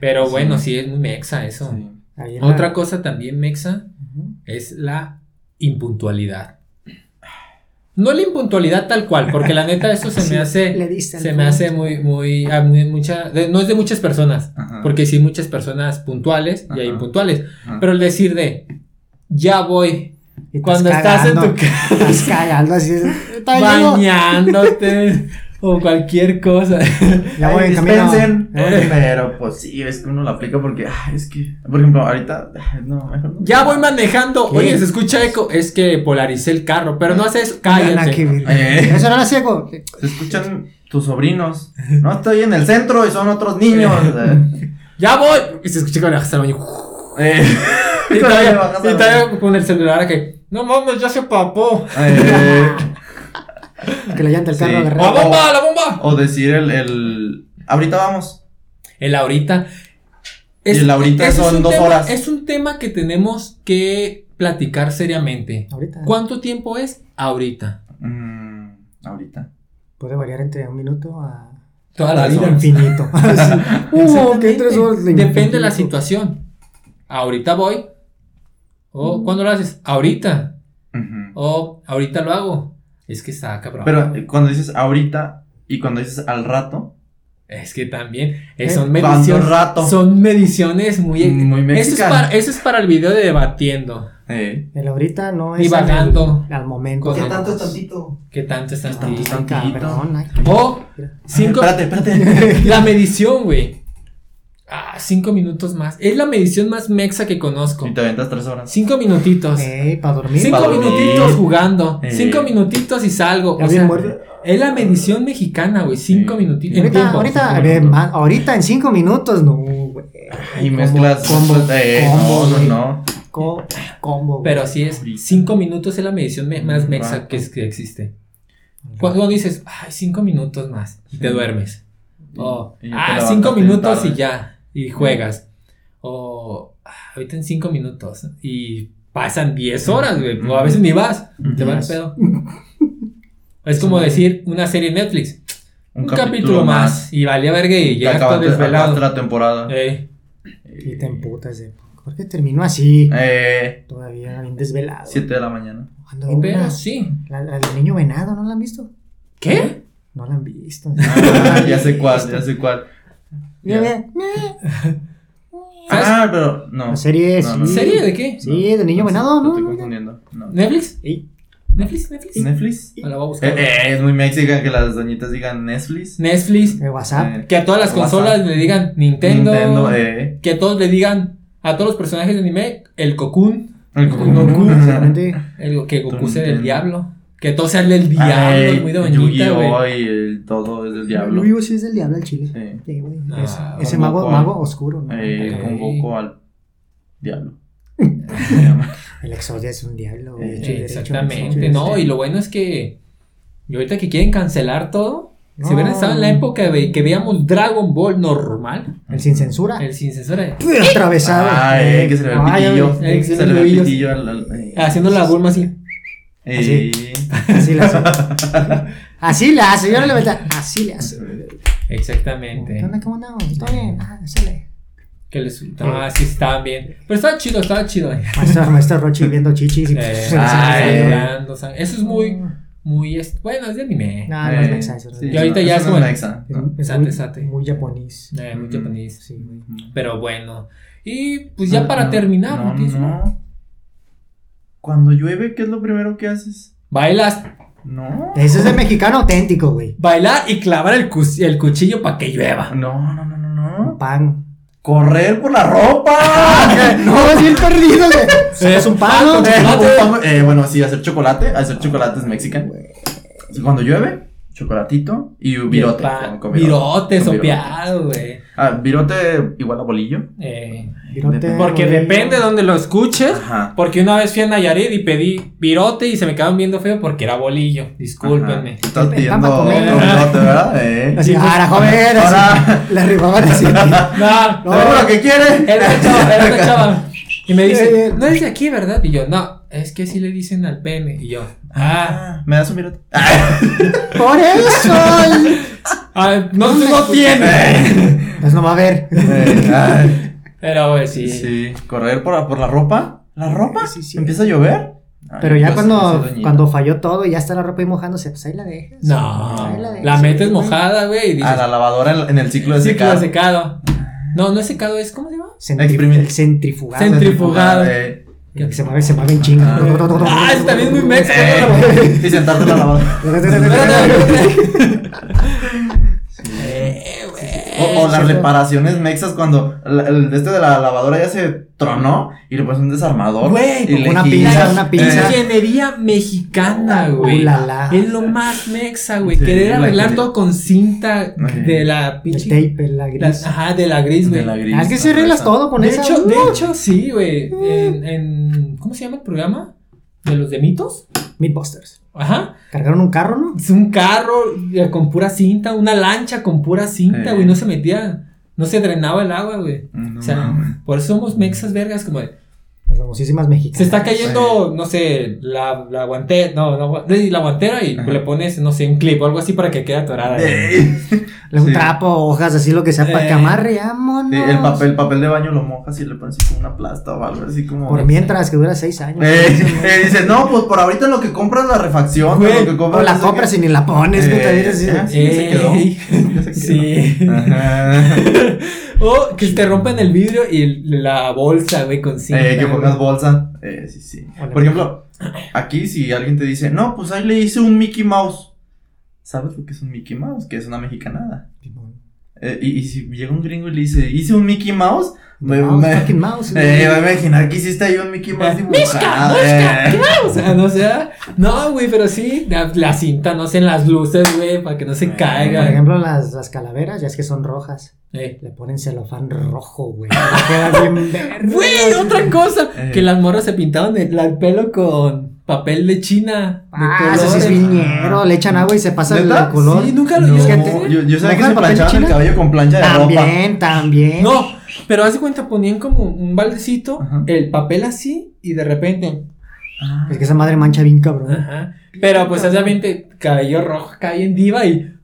Speaker 1: Pero
Speaker 2: Sí.
Speaker 1: bueno, sí, es muy mexa eso.
Speaker 3: Ahí en la-
Speaker 1: Otra cosa también mexa
Speaker 3: Ujú.
Speaker 1: es la impuntualidad. No la impuntualidad tal cual, porque la neta
Speaker 3: [LAUGHS]
Speaker 1: eso se
Speaker 3: Sí,
Speaker 1: me hace
Speaker 3: le diste al
Speaker 1: se me
Speaker 3: fondo.
Speaker 1: hace muy muy a muy- mucha de- no es de muchas personas,
Speaker 2: Ajá.
Speaker 1: porque sí hay muchas personas puntuales y hay
Speaker 2: Ajá.
Speaker 1: impuntuales,
Speaker 2: Ajá.
Speaker 1: pero el decir de ya voy
Speaker 3: Y estás
Speaker 1: cuando estás en
Speaker 3: cagando,
Speaker 1: tu casa
Speaker 3: Estás cagando así.
Speaker 1: [LAUGHS]
Speaker 3: de- Baña. [LAUGHS]
Speaker 1: bañándote o cualquier cosa. [LAUGHS]
Speaker 3: Ya voy
Speaker 2: Ay,
Speaker 3: en camino.
Speaker 2: dispensen.
Speaker 3: Ya voy en camino.
Speaker 2: Pero pues sí, es que uno lo aplica porque, ay, es que, por ejemplo, ahorita, ay, no, mejor no.
Speaker 1: Ya voy manejando.
Speaker 3: ¿Qué?
Speaker 1: Oye, se escucha eco. Es que polaricé el carro, pero no haces.
Speaker 3: Ana, qué
Speaker 1: Cállate.
Speaker 3: virgen.
Speaker 2: Eh.
Speaker 3: Eso no lo hacía como-
Speaker 2: Se escuchan tus sobrinos. No estoy en el centro y son otros
Speaker 3: [LAUGHS]
Speaker 2: niños. Eh,
Speaker 1: Ya voy. Y se escucha que le bajas al baño.
Speaker 2: [LAUGHS] eh, [LAUGHS]
Speaker 1: Y todavía,
Speaker 2: todavía le bajas
Speaker 1: y
Speaker 2: al-
Speaker 1: todavía con el celular a que. No mames, ya se papó.
Speaker 2: eh,
Speaker 3: que la llanta del
Speaker 2: Sí.
Speaker 3: carro agarraba.
Speaker 1: ¡La
Speaker 2: Oh.
Speaker 1: bomba! ¡La bomba!
Speaker 2: o decir el, el, ahorita vamos.
Speaker 1: El ahorita.
Speaker 2: Y el ahorita
Speaker 1: ese es
Speaker 2: son
Speaker 1: un
Speaker 2: dos
Speaker 1: tema-
Speaker 2: horas.
Speaker 1: Es un tema que tenemos que platicar seriamente.
Speaker 3: Ahorita
Speaker 1: ¿Cuánto tiempo es ahorita?
Speaker 2: Mm, ahorita.
Speaker 3: puede variar entre un minuto a
Speaker 1: Toda la
Speaker 2: Tres
Speaker 1: vida. [LAUGHS]
Speaker 2: horas.
Speaker 3: infinito. [LAUGHS] Sí. Uh,
Speaker 1: Exactamente.
Speaker 3: que tres horas de
Speaker 1: Depende de la
Speaker 3: infinito.
Speaker 1: situación. Ahorita voy. O ¿cuándo lo haces? Ahorita.
Speaker 2: Ujú.
Speaker 1: O ahorita lo hago. Es que está cabrón.
Speaker 2: Pero eh, cuando dices ahorita y cuando dices al rato,
Speaker 1: es que también eh,
Speaker 3: Eh,
Speaker 1: son
Speaker 2: cuando
Speaker 1: mediciones.
Speaker 2: rato.
Speaker 1: Son mediciones muy.
Speaker 2: Muy
Speaker 1: eso, es
Speaker 2: mexicano.
Speaker 1: para, eso es para el video de debatiendo.
Speaker 2: Eh,
Speaker 3: El ahorita no es
Speaker 1: Divagando.
Speaker 3: al, al momento.
Speaker 4: ¿Qué
Speaker 1: Cosas.
Speaker 4: tanto es tantito?
Speaker 1: ¿Qué tanto estás
Speaker 3: Ay,
Speaker 1: tantito?
Speaker 2: tantito.
Speaker 3: cabrón, ay,
Speaker 1: O
Speaker 3: mira.
Speaker 1: cinco.
Speaker 2: Espérate, espérate.
Speaker 1: la medición, güey. Ah, cinco minutos más. Es la medición más mexa que conozco.
Speaker 2: [LAUGHS] Y te aventas tres horas.
Speaker 1: Cinco minutitos.
Speaker 3: Ey, para dormir.
Speaker 1: Cinco
Speaker 2: Pa' Eh, dormir.
Speaker 1: minutitos jugando.
Speaker 2: Eh.
Speaker 1: Cinco minutitos y salgo.
Speaker 3: Ya
Speaker 1: O
Speaker 3: bien
Speaker 1: sea,
Speaker 3: muerto.
Speaker 1: es la medición mexicana, güey. Cinco
Speaker 2: Sí.
Speaker 1: minutitos. en
Speaker 3: Ahorita,
Speaker 1: tiempo.
Speaker 3: ahorita,
Speaker 1: Cinco
Speaker 3: a ver,
Speaker 1: minutos.
Speaker 3: ma- ahorita en cinco minutos, no, güey.
Speaker 2: Y
Speaker 3: Combo,
Speaker 2: mezclas.
Speaker 3: combo,
Speaker 2: eh,
Speaker 3: combo,
Speaker 2: no, no,
Speaker 3: güey.
Speaker 2: no.
Speaker 3: Co- combo, güey.
Speaker 1: Pero así es, 5 minutos es la medición me- más
Speaker 2: Un
Speaker 1: mexa
Speaker 2: rato.
Speaker 1: que, es- que existe. Cuando dices, ay, 5 minutos más, y te
Speaker 2: Sí.
Speaker 1: duermes. O,
Speaker 2: Y- y ya te
Speaker 1: ah,
Speaker 2: levantas
Speaker 1: 5
Speaker 2: bien
Speaker 1: minutos
Speaker 2: tarde.
Speaker 1: y ya, y juegas. O, "Ah, ahorita en 5 minutos, y pasan 10 horas, güey, o a veces ni vas, te va el
Speaker 2: [LAUGHS]
Speaker 1: pedo. Es como decir una serie en Netflix, un, capítulo, más, y valía verga y
Speaker 2: Y
Speaker 1: llegas todo
Speaker 2: acabaste, acabaste
Speaker 1: desvelado.
Speaker 2: la temporada.
Speaker 1: Ey,
Speaker 3: Y te emputas de. ¿Por qué terminó así?
Speaker 2: Eh,
Speaker 3: Todavía bien desvelado.
Speaker 2: 7 de la mañana.
Speaker 3: Ando bien
Speaker 1: pero
Speaker 3: una-
Speaker 1: sí.
Speaker 3: La, la del niño venado, ¿no la han visto?
Speaker 1: ¿Qué?
Speaker 3: No la han visto.
Speaker 2: [LAUGHS] Ah, ya sé cuál, ya sé cuál.
Speaker 3: [LAUGHS] Mira,
Speaker 2: ya.
Speaker 3: mira.
Speaker 2: Ah, pero no.
Speaker 3: La serie
Speaker 2: No,
Speaker 3: sí.
Speaker 2: no, no.
Speaker 1: ¿Serie de qué?
Speaker 3: Sí, del niño
Speaker 2: No,
Speaker 3: venado,
Speaker 2: te
Speaker 3: ¿no?
Speaker 2: Estoy
Speaker 3: no, ya.
Speaker 2: confundiendo. No.
Speaker 1: ¿Netflix?
Speaker 3: Sí.
Speaker 1: Netflix, Netflix.
Speaker 2: ¿Netflix?
Speaker 1: Me la voy a
Speaker 2: Eh,
Speaker 1: buscar.
Speaker 2: eh, es muy mexican que las doñitas digan Netflix.
Speaker 1: Netflix.
Speaker 3: De WhatsApp.
Speaker 2: Eh,
Speaker 1: Que a todas las
Speaker 2: WhatsApp.
Speaker 1: consolas le digan Nintendo.
Speaker 2: Nintendo, eh.
Speaker 1: Que a todos le digan, a todos los personajes de anime, el Cocoon.
Speaker 2: El
Speaker 1: Goku,
Speaker 3: Exactamente.
Speaker 1: El, que Goku sea el
Speaker 2: Nintendo.
Speaker 1: diablo. Que todo sea el del diablo,
Speaker 2: Ay,
Speaker 1: muy de doñita,
Speaker 2: Ah, Yu-Gi-Oh!
Speaker 1: güey.
Speaker 2: y el todo es del diablo.
Speaker 3: Luis sí es del diablo al chile.
Speaker 2: Sí.
Speaker 3: Sí, güey.
Speaker 1: Ah,
Speaker 3: Es-
Speaker 1: un
Speaker 3: ese mago,
Speaker 2: poco.
Speaker 3: mago oscuro, ¿no?
Speaker 2: Eh,
Speaker 1: Ok.
Speaker 2: Convoco al diablo.
Speaker 3: El exodia es un diablo, güey.
Speaker 2: Eh,
Speaker 3: hecho y derecho, hecho y
Speaker 1: Exactamente,
Speaker 3: derecho.
Speaker 1: no, y lo bueno es que y ahorita que quieren cancelar todo, si
Speaker 3: No.
Speaker 1: hubieran estado en la época de que veíamos Dragon Ball normal,
Speaker 3: Mm. El sin censura.
Speaker 1: el sin censura,
Speaker 3: Pero atravesado.
Speaker 2: Ah, eh, que se le ve el
Speaker 3: Ay,
Speaker 2: pitillo.
Speaker 1: eh, que se
Speaker 2: Se
Speaker 1: le
Speaker 2: le ve el
Speaker 1: ve
Speaker 2: pitillo al. al- eh.
Speaker 1: haciendo la Bulma así.
Speaker 2: Eh,
Speaker 3: Así le
Speaker 1: [LAUGHS]
Speaker 3: hace. Así le hace. Yo no le meto. Así le hace. ¿Qué
Speaker 1: Exactamente.
Speaker 3: onda? ¿Cómo andamos? ¿Todo bien? Ah, sale.
Speaker 1: Que les ah, sí estaban bien. Pero estaba chido, estaba chido. [LAUGHS] Eh,
Speaker 3: Maestro, maestro Rochi viendo chichis. Y, pues,
Speaker 2: ay,
Speaker 1: sangrando, sang- Eso Eh, es muy, muy es- bueno, es de anime.
Speaker 3: No, Ah, no es
Speaker 2: eh,
Speaker 3: mexa, eso no es
Speaker 2: sí,
Speaker 1: Y ahorita
Speaker 2: no,
Speaker 1: ya
Speaker 2: eso
Speaker 1: es
Speaker 2: no
Speaker 1: bueno.
Speaker 2: mexa,
Speaker 3: Es-
Speaker 2: ¿no?
Speaker 3: es
Speaker 1: Sate,
Speaker 3: muy-
Speaker 1: sate.
Speaker 3: Muy japonés.
Speaker 1: Eh, muy
Speaker 2: Mm.
Speaker 1: japonés.
Speaker 3: Sí, güey.
Speaker 1: Pero bueno. Y pues ya para
Speaker 2: No,
Speaker 1: terminar,
Speaker 2: no,
Speaker 1: ¿no tienes-
Speaker 2: no. Cuando llueve, ¿qué es lo primero que haces?
Speaker 1: bailas,
Speaker 2: No.
Speaker 3: Eso es de mexicano auténtico, güey.
Speaker 1: bailar y clavar el, cus- el cuchillo para que llueva.
Speaker 2: No, no, no, no, no.
Speaker 1: [LAUGHS]
Speaker 3: Pan. [LAUGHS]
Speaker 2: Correr por la ropa.
Speaker 3: No, es bien perdido, güey. Es un pan.
Speaker 1: Ah, no,
Speaker 3: güey.
Speaker 1: chocolate.
Speaker 2: Eh, bueno, sí, hacer chocolate. Hacer chocolate es mexicano. Cuando llueve, chocolatito y virote.
Speaker 1: Pa-
Speaker 2: con- con
Speaker 1: virote
Speaker 2: con
Speaker 1: sopeado, güey.
Speaker 2: Ah, virote igual a bolillo.
Speaker 1: Eh,
Speaker 3: Virote,
Speaker 1: porque
Speaker 3: güey.
Speaker 1: depende de donde lo escuches.
Speaker 2: Ajá.
Speaker 1: Porque una vez fui a Nayarit y pedí virote y se me quedaban viendo feo porque era bolillo. Discúlpenme.
Speaker 2: Ajá. Estás
Speaker 3: Vamos
Speaker 2: pidiendo
Speaker 3: a comer.
Speaker 2: otro virote, ¿verdad?
Speaker 3: [LAUGHS]
Speaker 2: Eh. [LAUGHS]
Speaker 3: Así, ahora, joven.
Speaker 2: Ahora.
Speaker 3: [LAUGHS] Así, la rifaban así.
Speaker 1: No,
Speaker 2: No, lo que
Speaker 3: [LAUGHS]
Speaker 2: quiere.
Speaker 1: era una chava, era una
Speaker 2: [LAUGHS]
Speaker 1: chava. Y me
Speaker 3: Eh, eh.
Speaker 1: dice, no es de aquí, ¿verdad? Y yo, no, es que así le dicen al pene. Y yo, ah,
Speaker 2: Ah, ¿Me das un virote?
Speaker 3: Por eso.
Speaker 1: ah, no, no
Speaker 2: [LAUGHS]
Speaker 1: tiene.
Speaker 3: [LAUGHS] Pues no va a haber.
Speaker 2: Eh, Ah, ay.
Speaker 1: Pero, güey, sí.
Speaker 2: Sí. correr por la, por la ropa. ¿La ropa?
Speaker 3: Sí, sí.
Speaker 2: ¿Empieza a llover? Ay,
Speaker 3: Pero ya
Speaker 2: pues, esa
Speaker 3: cuando,
Speaker 2: doñita.
Speaker 3: cuando falló todo y ya está la ropa ahí mojándose, pues ahí la dejas.
Speaker 1: No,
Speaker 3: Ahí la dejas.
Speaker 1: la metes mojada, güey, y dices,
Speaker 2: A Ah, la lavadora en, en el ciclo de
Speaker 1: ciclo
Speaker 2: secado.
Speaker 1: de secado. No, no es secado, es, ¿cómo se llama?
Speaker 3: Centri-
Speaker 2: Exprimir.
Speaker 3: el centrifugado.
Speaker 1: Centri- Centrifugado.
Speaker 2: Eh,
Speaker 1: [LAUGHS]
Speaker 3: que se mueve, se mueve en chinga.
Speaker 1: Ah, eso también es muy mexa.
Speaker 2: eh,
Speaker 3: [LAUGHS]
Speaker 2: y sentarte en la lavadora.
Speaker 1: Eh, güey.
Speaker 2: O, o las reparaciones mexas cuando la- el este de la lavadora ya se tronó y le pones un desarmador.
Speaker 1: Güey,
Speaker 2: y
Speaker 3: con una
Speaker 2: giras,
Speaker 3: pinza, una pinza.
Speaker 2: eh,
Speaker 1: Ingeniería mexicana, güey.
Speaker 3: Uh, la, la.
Speaker 1: Es lo más mexa, güey.
Speaker 2: Sí,
Speaker 1: Querer
Speaker 2: la
Speaker 1: arreglar
Speaker 2: que-
Speaker 1: todo con cinta
Speaker 2: Ajá.
Speaker 1: de la
Speaker 3: El
Speaker 1: pinche.
Speaker 3: tape, la
Speaker 1: la-
Speaker 3: gris.
Speaker 1: ajá, de la gris,
Speaker 2: de
Speaker 1: güey.
Speaker 2: la
Speaker 1: De,
Speaker 2: gris,
Speaker 3: Ah, es que se arreglas todo con esa. Mm.
Speaker 1: hecho, de
Speaker 3: Uh,
Speaker 1: hecho, sí, güey. En, en- ¿Cómo se llama el programa? De los de mitos.
Speaker 3: Meatbusters.
Speaker 1: Ajá.
Speaker 3: Cargaron un carro, ¿no?
Speaker 1: Es un carro eh, con pura cinta, una lancha con pura cinta,
Speaker 2: Eh.
Speaker 1: güey. No se metía, no se drenaba el agua, güey.
Speaker 2: No,
Speaker 1: o sea,
Speaker 2: mames.
Speaker 1: por eso somos mexas vergas, como de,
Speaker 3: Las famosísimas mexicanas.
Speaker 1: Se está cayendo, no sé, la, la guantera, no, no, gua- la guantera y
Speaker 2: Ajá.
Speaker 1: le pones, no sé, un clip o algo así para que quede atorada.
Speaker 2: Eh,
Speaker 3: Le Un
Speaker 2: Sí.
Speaker 3: trapo, hojas, así lo que sea, para
Speaker 1: Eh.
Speaker 3: que amarre, vámonos.
Speaker 2: sí, el papel, el papel de baño lo mojas y le pones así como una plasta o algo así como.
Speaker 3: Por mientras, que dura seis años.
Speaker 2: Eh, [LAUGHS] eh, dice, no, pues por ahorita en lo que compras la refacción,
Speaker 1: Güey,
Speaker 2: en lo que
Speaker 3: O
Speaker 2: compras.
Speaker 3: la
Speaker 2: no sé
Speaker 3: compras
Speaker 2: qué".
Speaker 3: y ni la pones, güey, también así.
Speaker 2: Eh, sí, se quedó.
Speaker 1: Ey.
Speaker 2: [LAUGHS] se quedó. Ah.
Speaker 1: Sí.
Speaker 2: Ajá.
Speaker 1: [LAUGHS] o que te rompan el vidrio y el- la bolsa, güey, con cinta.
Speaker 2: Eh, que
Speaker 1: güey.
Speaker 2: pongas bolsa. Eh, sí, sí.
Speaker 3: Hola.
Speaker 2: Por ejemplo, aquí si alguien te dice, no, pues ahí le hice un Mickey Mouse. ¿Sabes lo que es un Mickey Mouse? Que es una mexicanada. Eh, y, y si llega un gringo y le dice, hice un Mickey Mouse, me, [LAUGHS]
Speaker 3: Mouse,
Speaker 2: me-
Speaker 3: fucking mouse, güey.
Speaker 2: eh, va a imaginar que hiciste ahí un Mickey Mouse
Speaker 1: Eh,
Speaker 2: dibujado.
Speaker 1: ¡Mishka!
Speaker 2: eh.
Speaker 1: [LAUGHS] O sea, no sea, no, güey, pero sí, la, la cinta, no sé, en las luces, güey, para que no se
Speaker 2: Eh,
Speaker 1: caiga.
Speaker 3: Por ejemplo, las, las calaveras, ya es que son rojas.
Speaker 1: Eh.
Speaker 3: Le ponen celofán rojo, güey. Le
Speaker 2: [LAUGHS]
Speaker 3: queda bien verde.
Speaker 1: Güey, otra cosa,
Speaker 2: Eh.
Speaker 1: que las morras se pintaban el, el pelo con papel de China. De
Speaker 3: Ah, eso sí es
Speaker 1: colores.
Speaker 3: viñero. Le echan agua y se pasa el
Speaker 2: ¿Neta?
Speaker 3: color.
Speaker 1: Sí, nunca lo
Speaker 2: No,
Speaker 1: vi.
Speaker 3: Fíjate.
Speaker 2: yo, yo sabía que
Speaker 3: ¿Mojas
Speaker 2: se
Speaker 3: papel
Speaker 2: planchaban el
Speaker 3: china?
Speaker 2: cabello con plancha de ropa.
Speaker 3: También, también.
Speaker 1: No, pero haz de cuenta, ponían como un baldecito,
Speaker 2: Ajá.
Speaker 1: el papel así, y de repente.
Speaker 2: Ah.
Speaker 3: Es que esa madre mancha bien cabrón.
Speaker 1: Ajá. Pero pues obviamente cabello rojo cae en diva y.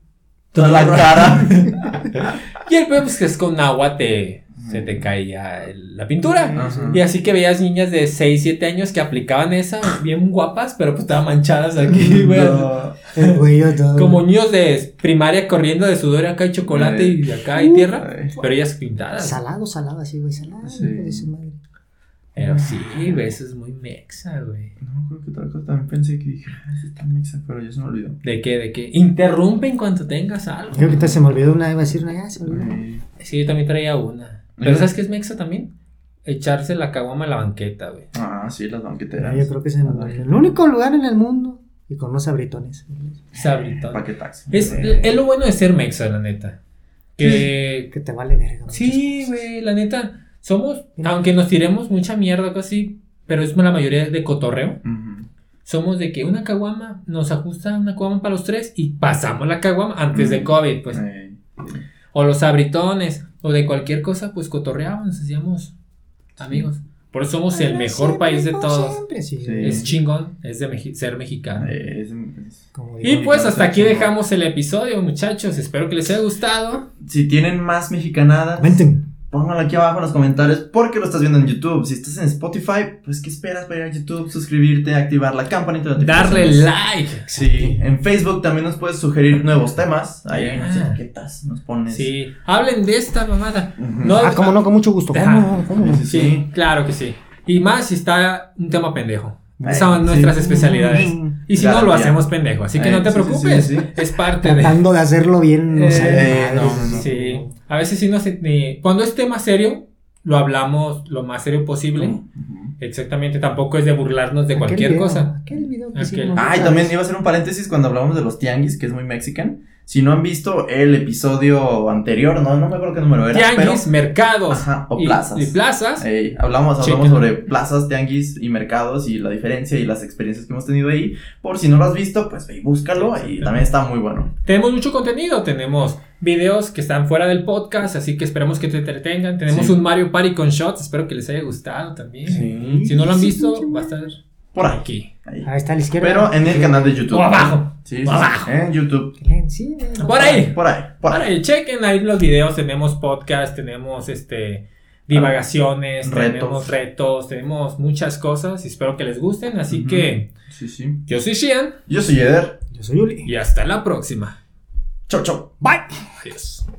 Speaker 2: Toda la cara.
Speaker 1: [LAUGHS] Y el peor pues que es con agua te. Se te caía el- la pintura.
Speaker 2: Ajá.
Speaker 1: Y así que veías niñas de 6, 7 años que aplicaban esa, bien guapas, pero pues estaban manchadas
Speaker 2: [LAUGHS]
Speaker 1: aquí, güey.
Speaker 2: No.
Speaker 3: El cuello todo.
Speaker 1: Como niños de primaria corriendo de sudor acá hay chocolate y acá hay tierra. Pero ellas pintadas.
Speaker 3: Salado, salado así, güey. Salado.
Speaker 2: Sí.
Speaker 3: hijo de su madre.
Speaker 1: Pero sí, güey, eso es muy mexa, güey.
Speaker 2: No, creo que otra cosa también pensé que dije, ah, ese está mexa, pero ya se me olvidó.
Speaker 1: ¿De qué? ¿De qué? Interrumpe en cuanto tengas algo.
Speaker 3: Creo que ahorita se me olvidó una, iba a decir una, ah, se me olvidó.
Speaker 2: Eh,
Speaker 1: Sí, yo también traía una. ¿Pero
Speaker 2: Ujú.
Speaker 1: sabes qué es mexa también? Echarse la caguama a la banqueta, güey.
Speaker 2: Ah, sí, las banqueteras.
Speaker 3: Ah, Yo creo que se me olvidó. El único lugar en el mundo y con unos abritones.
Speaker 1: Sabritón.
Speaker 2: Paquetax.
Speaker 1: Es,
Speaker 2: Eh,
Speaker 1: es lo bueno de ser mexa, la neta. Que.
Speaker 3: Que te vale verga.
Speaker 1: Sí, güey, la neta. Somos, aunque nos tiremos mucha mierda, casi, pero es la mayoría de cotorreo.
Speaker 2: ujú.
Speaker 1: Somos de que una caguama nos ajusta una caguama para los tres y pasamos la caguama antes de
Speaker 2: Mm.
Speaker 1: COVID, pues.
Speaker 2: Eh,
Speaker 1: o los abritones, o de cualquier cosa, pues cotorreábamos, nos hacíamos amigos. Por eso somos el mejor país de todos.
Speaker 3: Siempre, sí.
Speaker 2: Sí.
Speaker 1: Es chingón, es de meji- ser mexicano.
Speaker 2: eh, es- es-
Speaker 3: Como
Speaker 1: Y
Speaker 3: digo,
Speaker 1: pues hasta
Speaker 2: ser
Speaker 1: aquí
Speaker 2: chingón.
Speaker 1: dejamos el episodio, muchachos. Espero que les haya gustado.
Speaker 2: Si tienen más
Speaker 1: pues,
Speaker 2: mexicanadas,
Speaker 3: comenten.
Speaker 2: pónganlo aquí abajo en los comentarios porque lo estás viendo en YouTube. Si estás en Spotify, pues ¿qué esperas para ir a YouTube? Suscribirte, activar la campanita de
Speaker 1: Darle
Speaker 2: notificaciones.
Speaker 1: like.
Speaker 2: Sí, en Facebook también nos puedes sugerir nuevos temas. Ahí en las
Speaker 1: Ah.
Speaker 2: etiquetas nos pones.
Speaker 1: Sí. Hablen de esta mamada.
Speaker 2: Ujú.
Speaker 1: No,
Speaker 3: Ah, cómo no, con mucho gusto.
Speaker 1: Ajá.
Speaker 3: ¿Cómo no? ¿Cómo no?
Speaker 2: Sí, sí, sí.
Speaker 1: Sí, claro que sí. Y más si está un tema pendejo.
Speaker 2: Eh,
Speaker 1: Esas son
Speaker 2: sí.
Speaker 1: nuestras especialidades.
Speaker 3: Mm,
Speaker 1: Y si no, lo
Speaker 2: Garantía.
Speaker 1: hacemos pendejo. Así que
Speaker 2: Eh,
Speaker 1: no te
Speaker 2: sí, sí, sí,
Speaker 1: preocupes.
Speaker 2: sí.
Speaker 1: Es parte de.
Speaker 3: Tratando de hacerlo bien, no
Speaker 1: Eh,
Speaker 3: sé.
Speaker 2: no, no, no.
Speaker 1: Sí, a veces sí nos... ni- Cuando es tema serio, lo hablamos lo más serio posible.
Speaker 2: Ujú.
Speaker 1: Exactamente, tampoco es de burlarnos de cualquier cosa.
Speaker 3: Aquel video que
Speaker 1: Aquel.
Speaker 3: hicimos,
Speaker 2: Ah, y
Speaker 3: ¿sabes?
Speaker 2: también iba a hacer un paréntesis cuando hablamos de los tianguis, que es muy mexican. Si no han visto el episodio anterior, no, no me acuerdo qué número era.
Speaker 1: Tianguis,
Speaker 2: pero,
Speaker 1: mercados
Speaker 2: ajá, o
Speaker 1: y,
Speaker 2: plazas. Eh.
Speaker 1: y plazas.
Speaker 2: Ey, hablamos hablamos
Speaker 1: Chequen.
Speaker 2: sobre plazas, tianguis y mercados y la diferencia y las experiencias que hemos tenido ahí. Por si no lo has visto, pues ve y búscalo y también está muy bueno.
Speaker 1: Tenemos mucho contenido, tenemos videos que están fuera del podcast, así que esperamos que te entretengan. Tenemos
Speaker 2: Sí.
Speaker 1: un Mario Party con shots, espero que les haya gustado también.
Speaker 2: Sí.
Speaker 1: Si no lo han
Speaker 3: Sí,
Speaker 1: visto,
Speaker 3: sí, sí.
Speaker 1: va a estar
Speaker 2: Por ahí.
Speaker 1: aquí.
Speaker 2: ahí.
Speaker 3: Ahí está a la izquierda.
Speaker 2: Pero en el canal de YouTube.
Speaker 1: O abajo.
Speaker 2: Sí, sí,
Speaker 1: O
Speaker 2: sí,
Speaker 1: abajo.
Speaker 2: En YouTube.
Speaker 3: Sí, no,
Speaker 1: Por ahí.
Speaker 2: Por ahí. Por ahí.
Speaker 1: Órale, chequen ahí los videos, tenemos podcast, tenemos este divagaciones,
Speaker 2: Retos.
Speaker 1: tenemos retos, tenemos muchas cosas y espero que les gusten, así
Speaker 2: Ujú.
Speaker 1: que
Speaker 2: Sí, sí.
Speaker 1: yo soy Shian
Speaker 2: Yo soy Eder.
Speaker 3: Yo soy Uli.
Speaker 1: y hasta la próxima.
Speaker 2: Chau, chau.
Speaker 1: Adiós.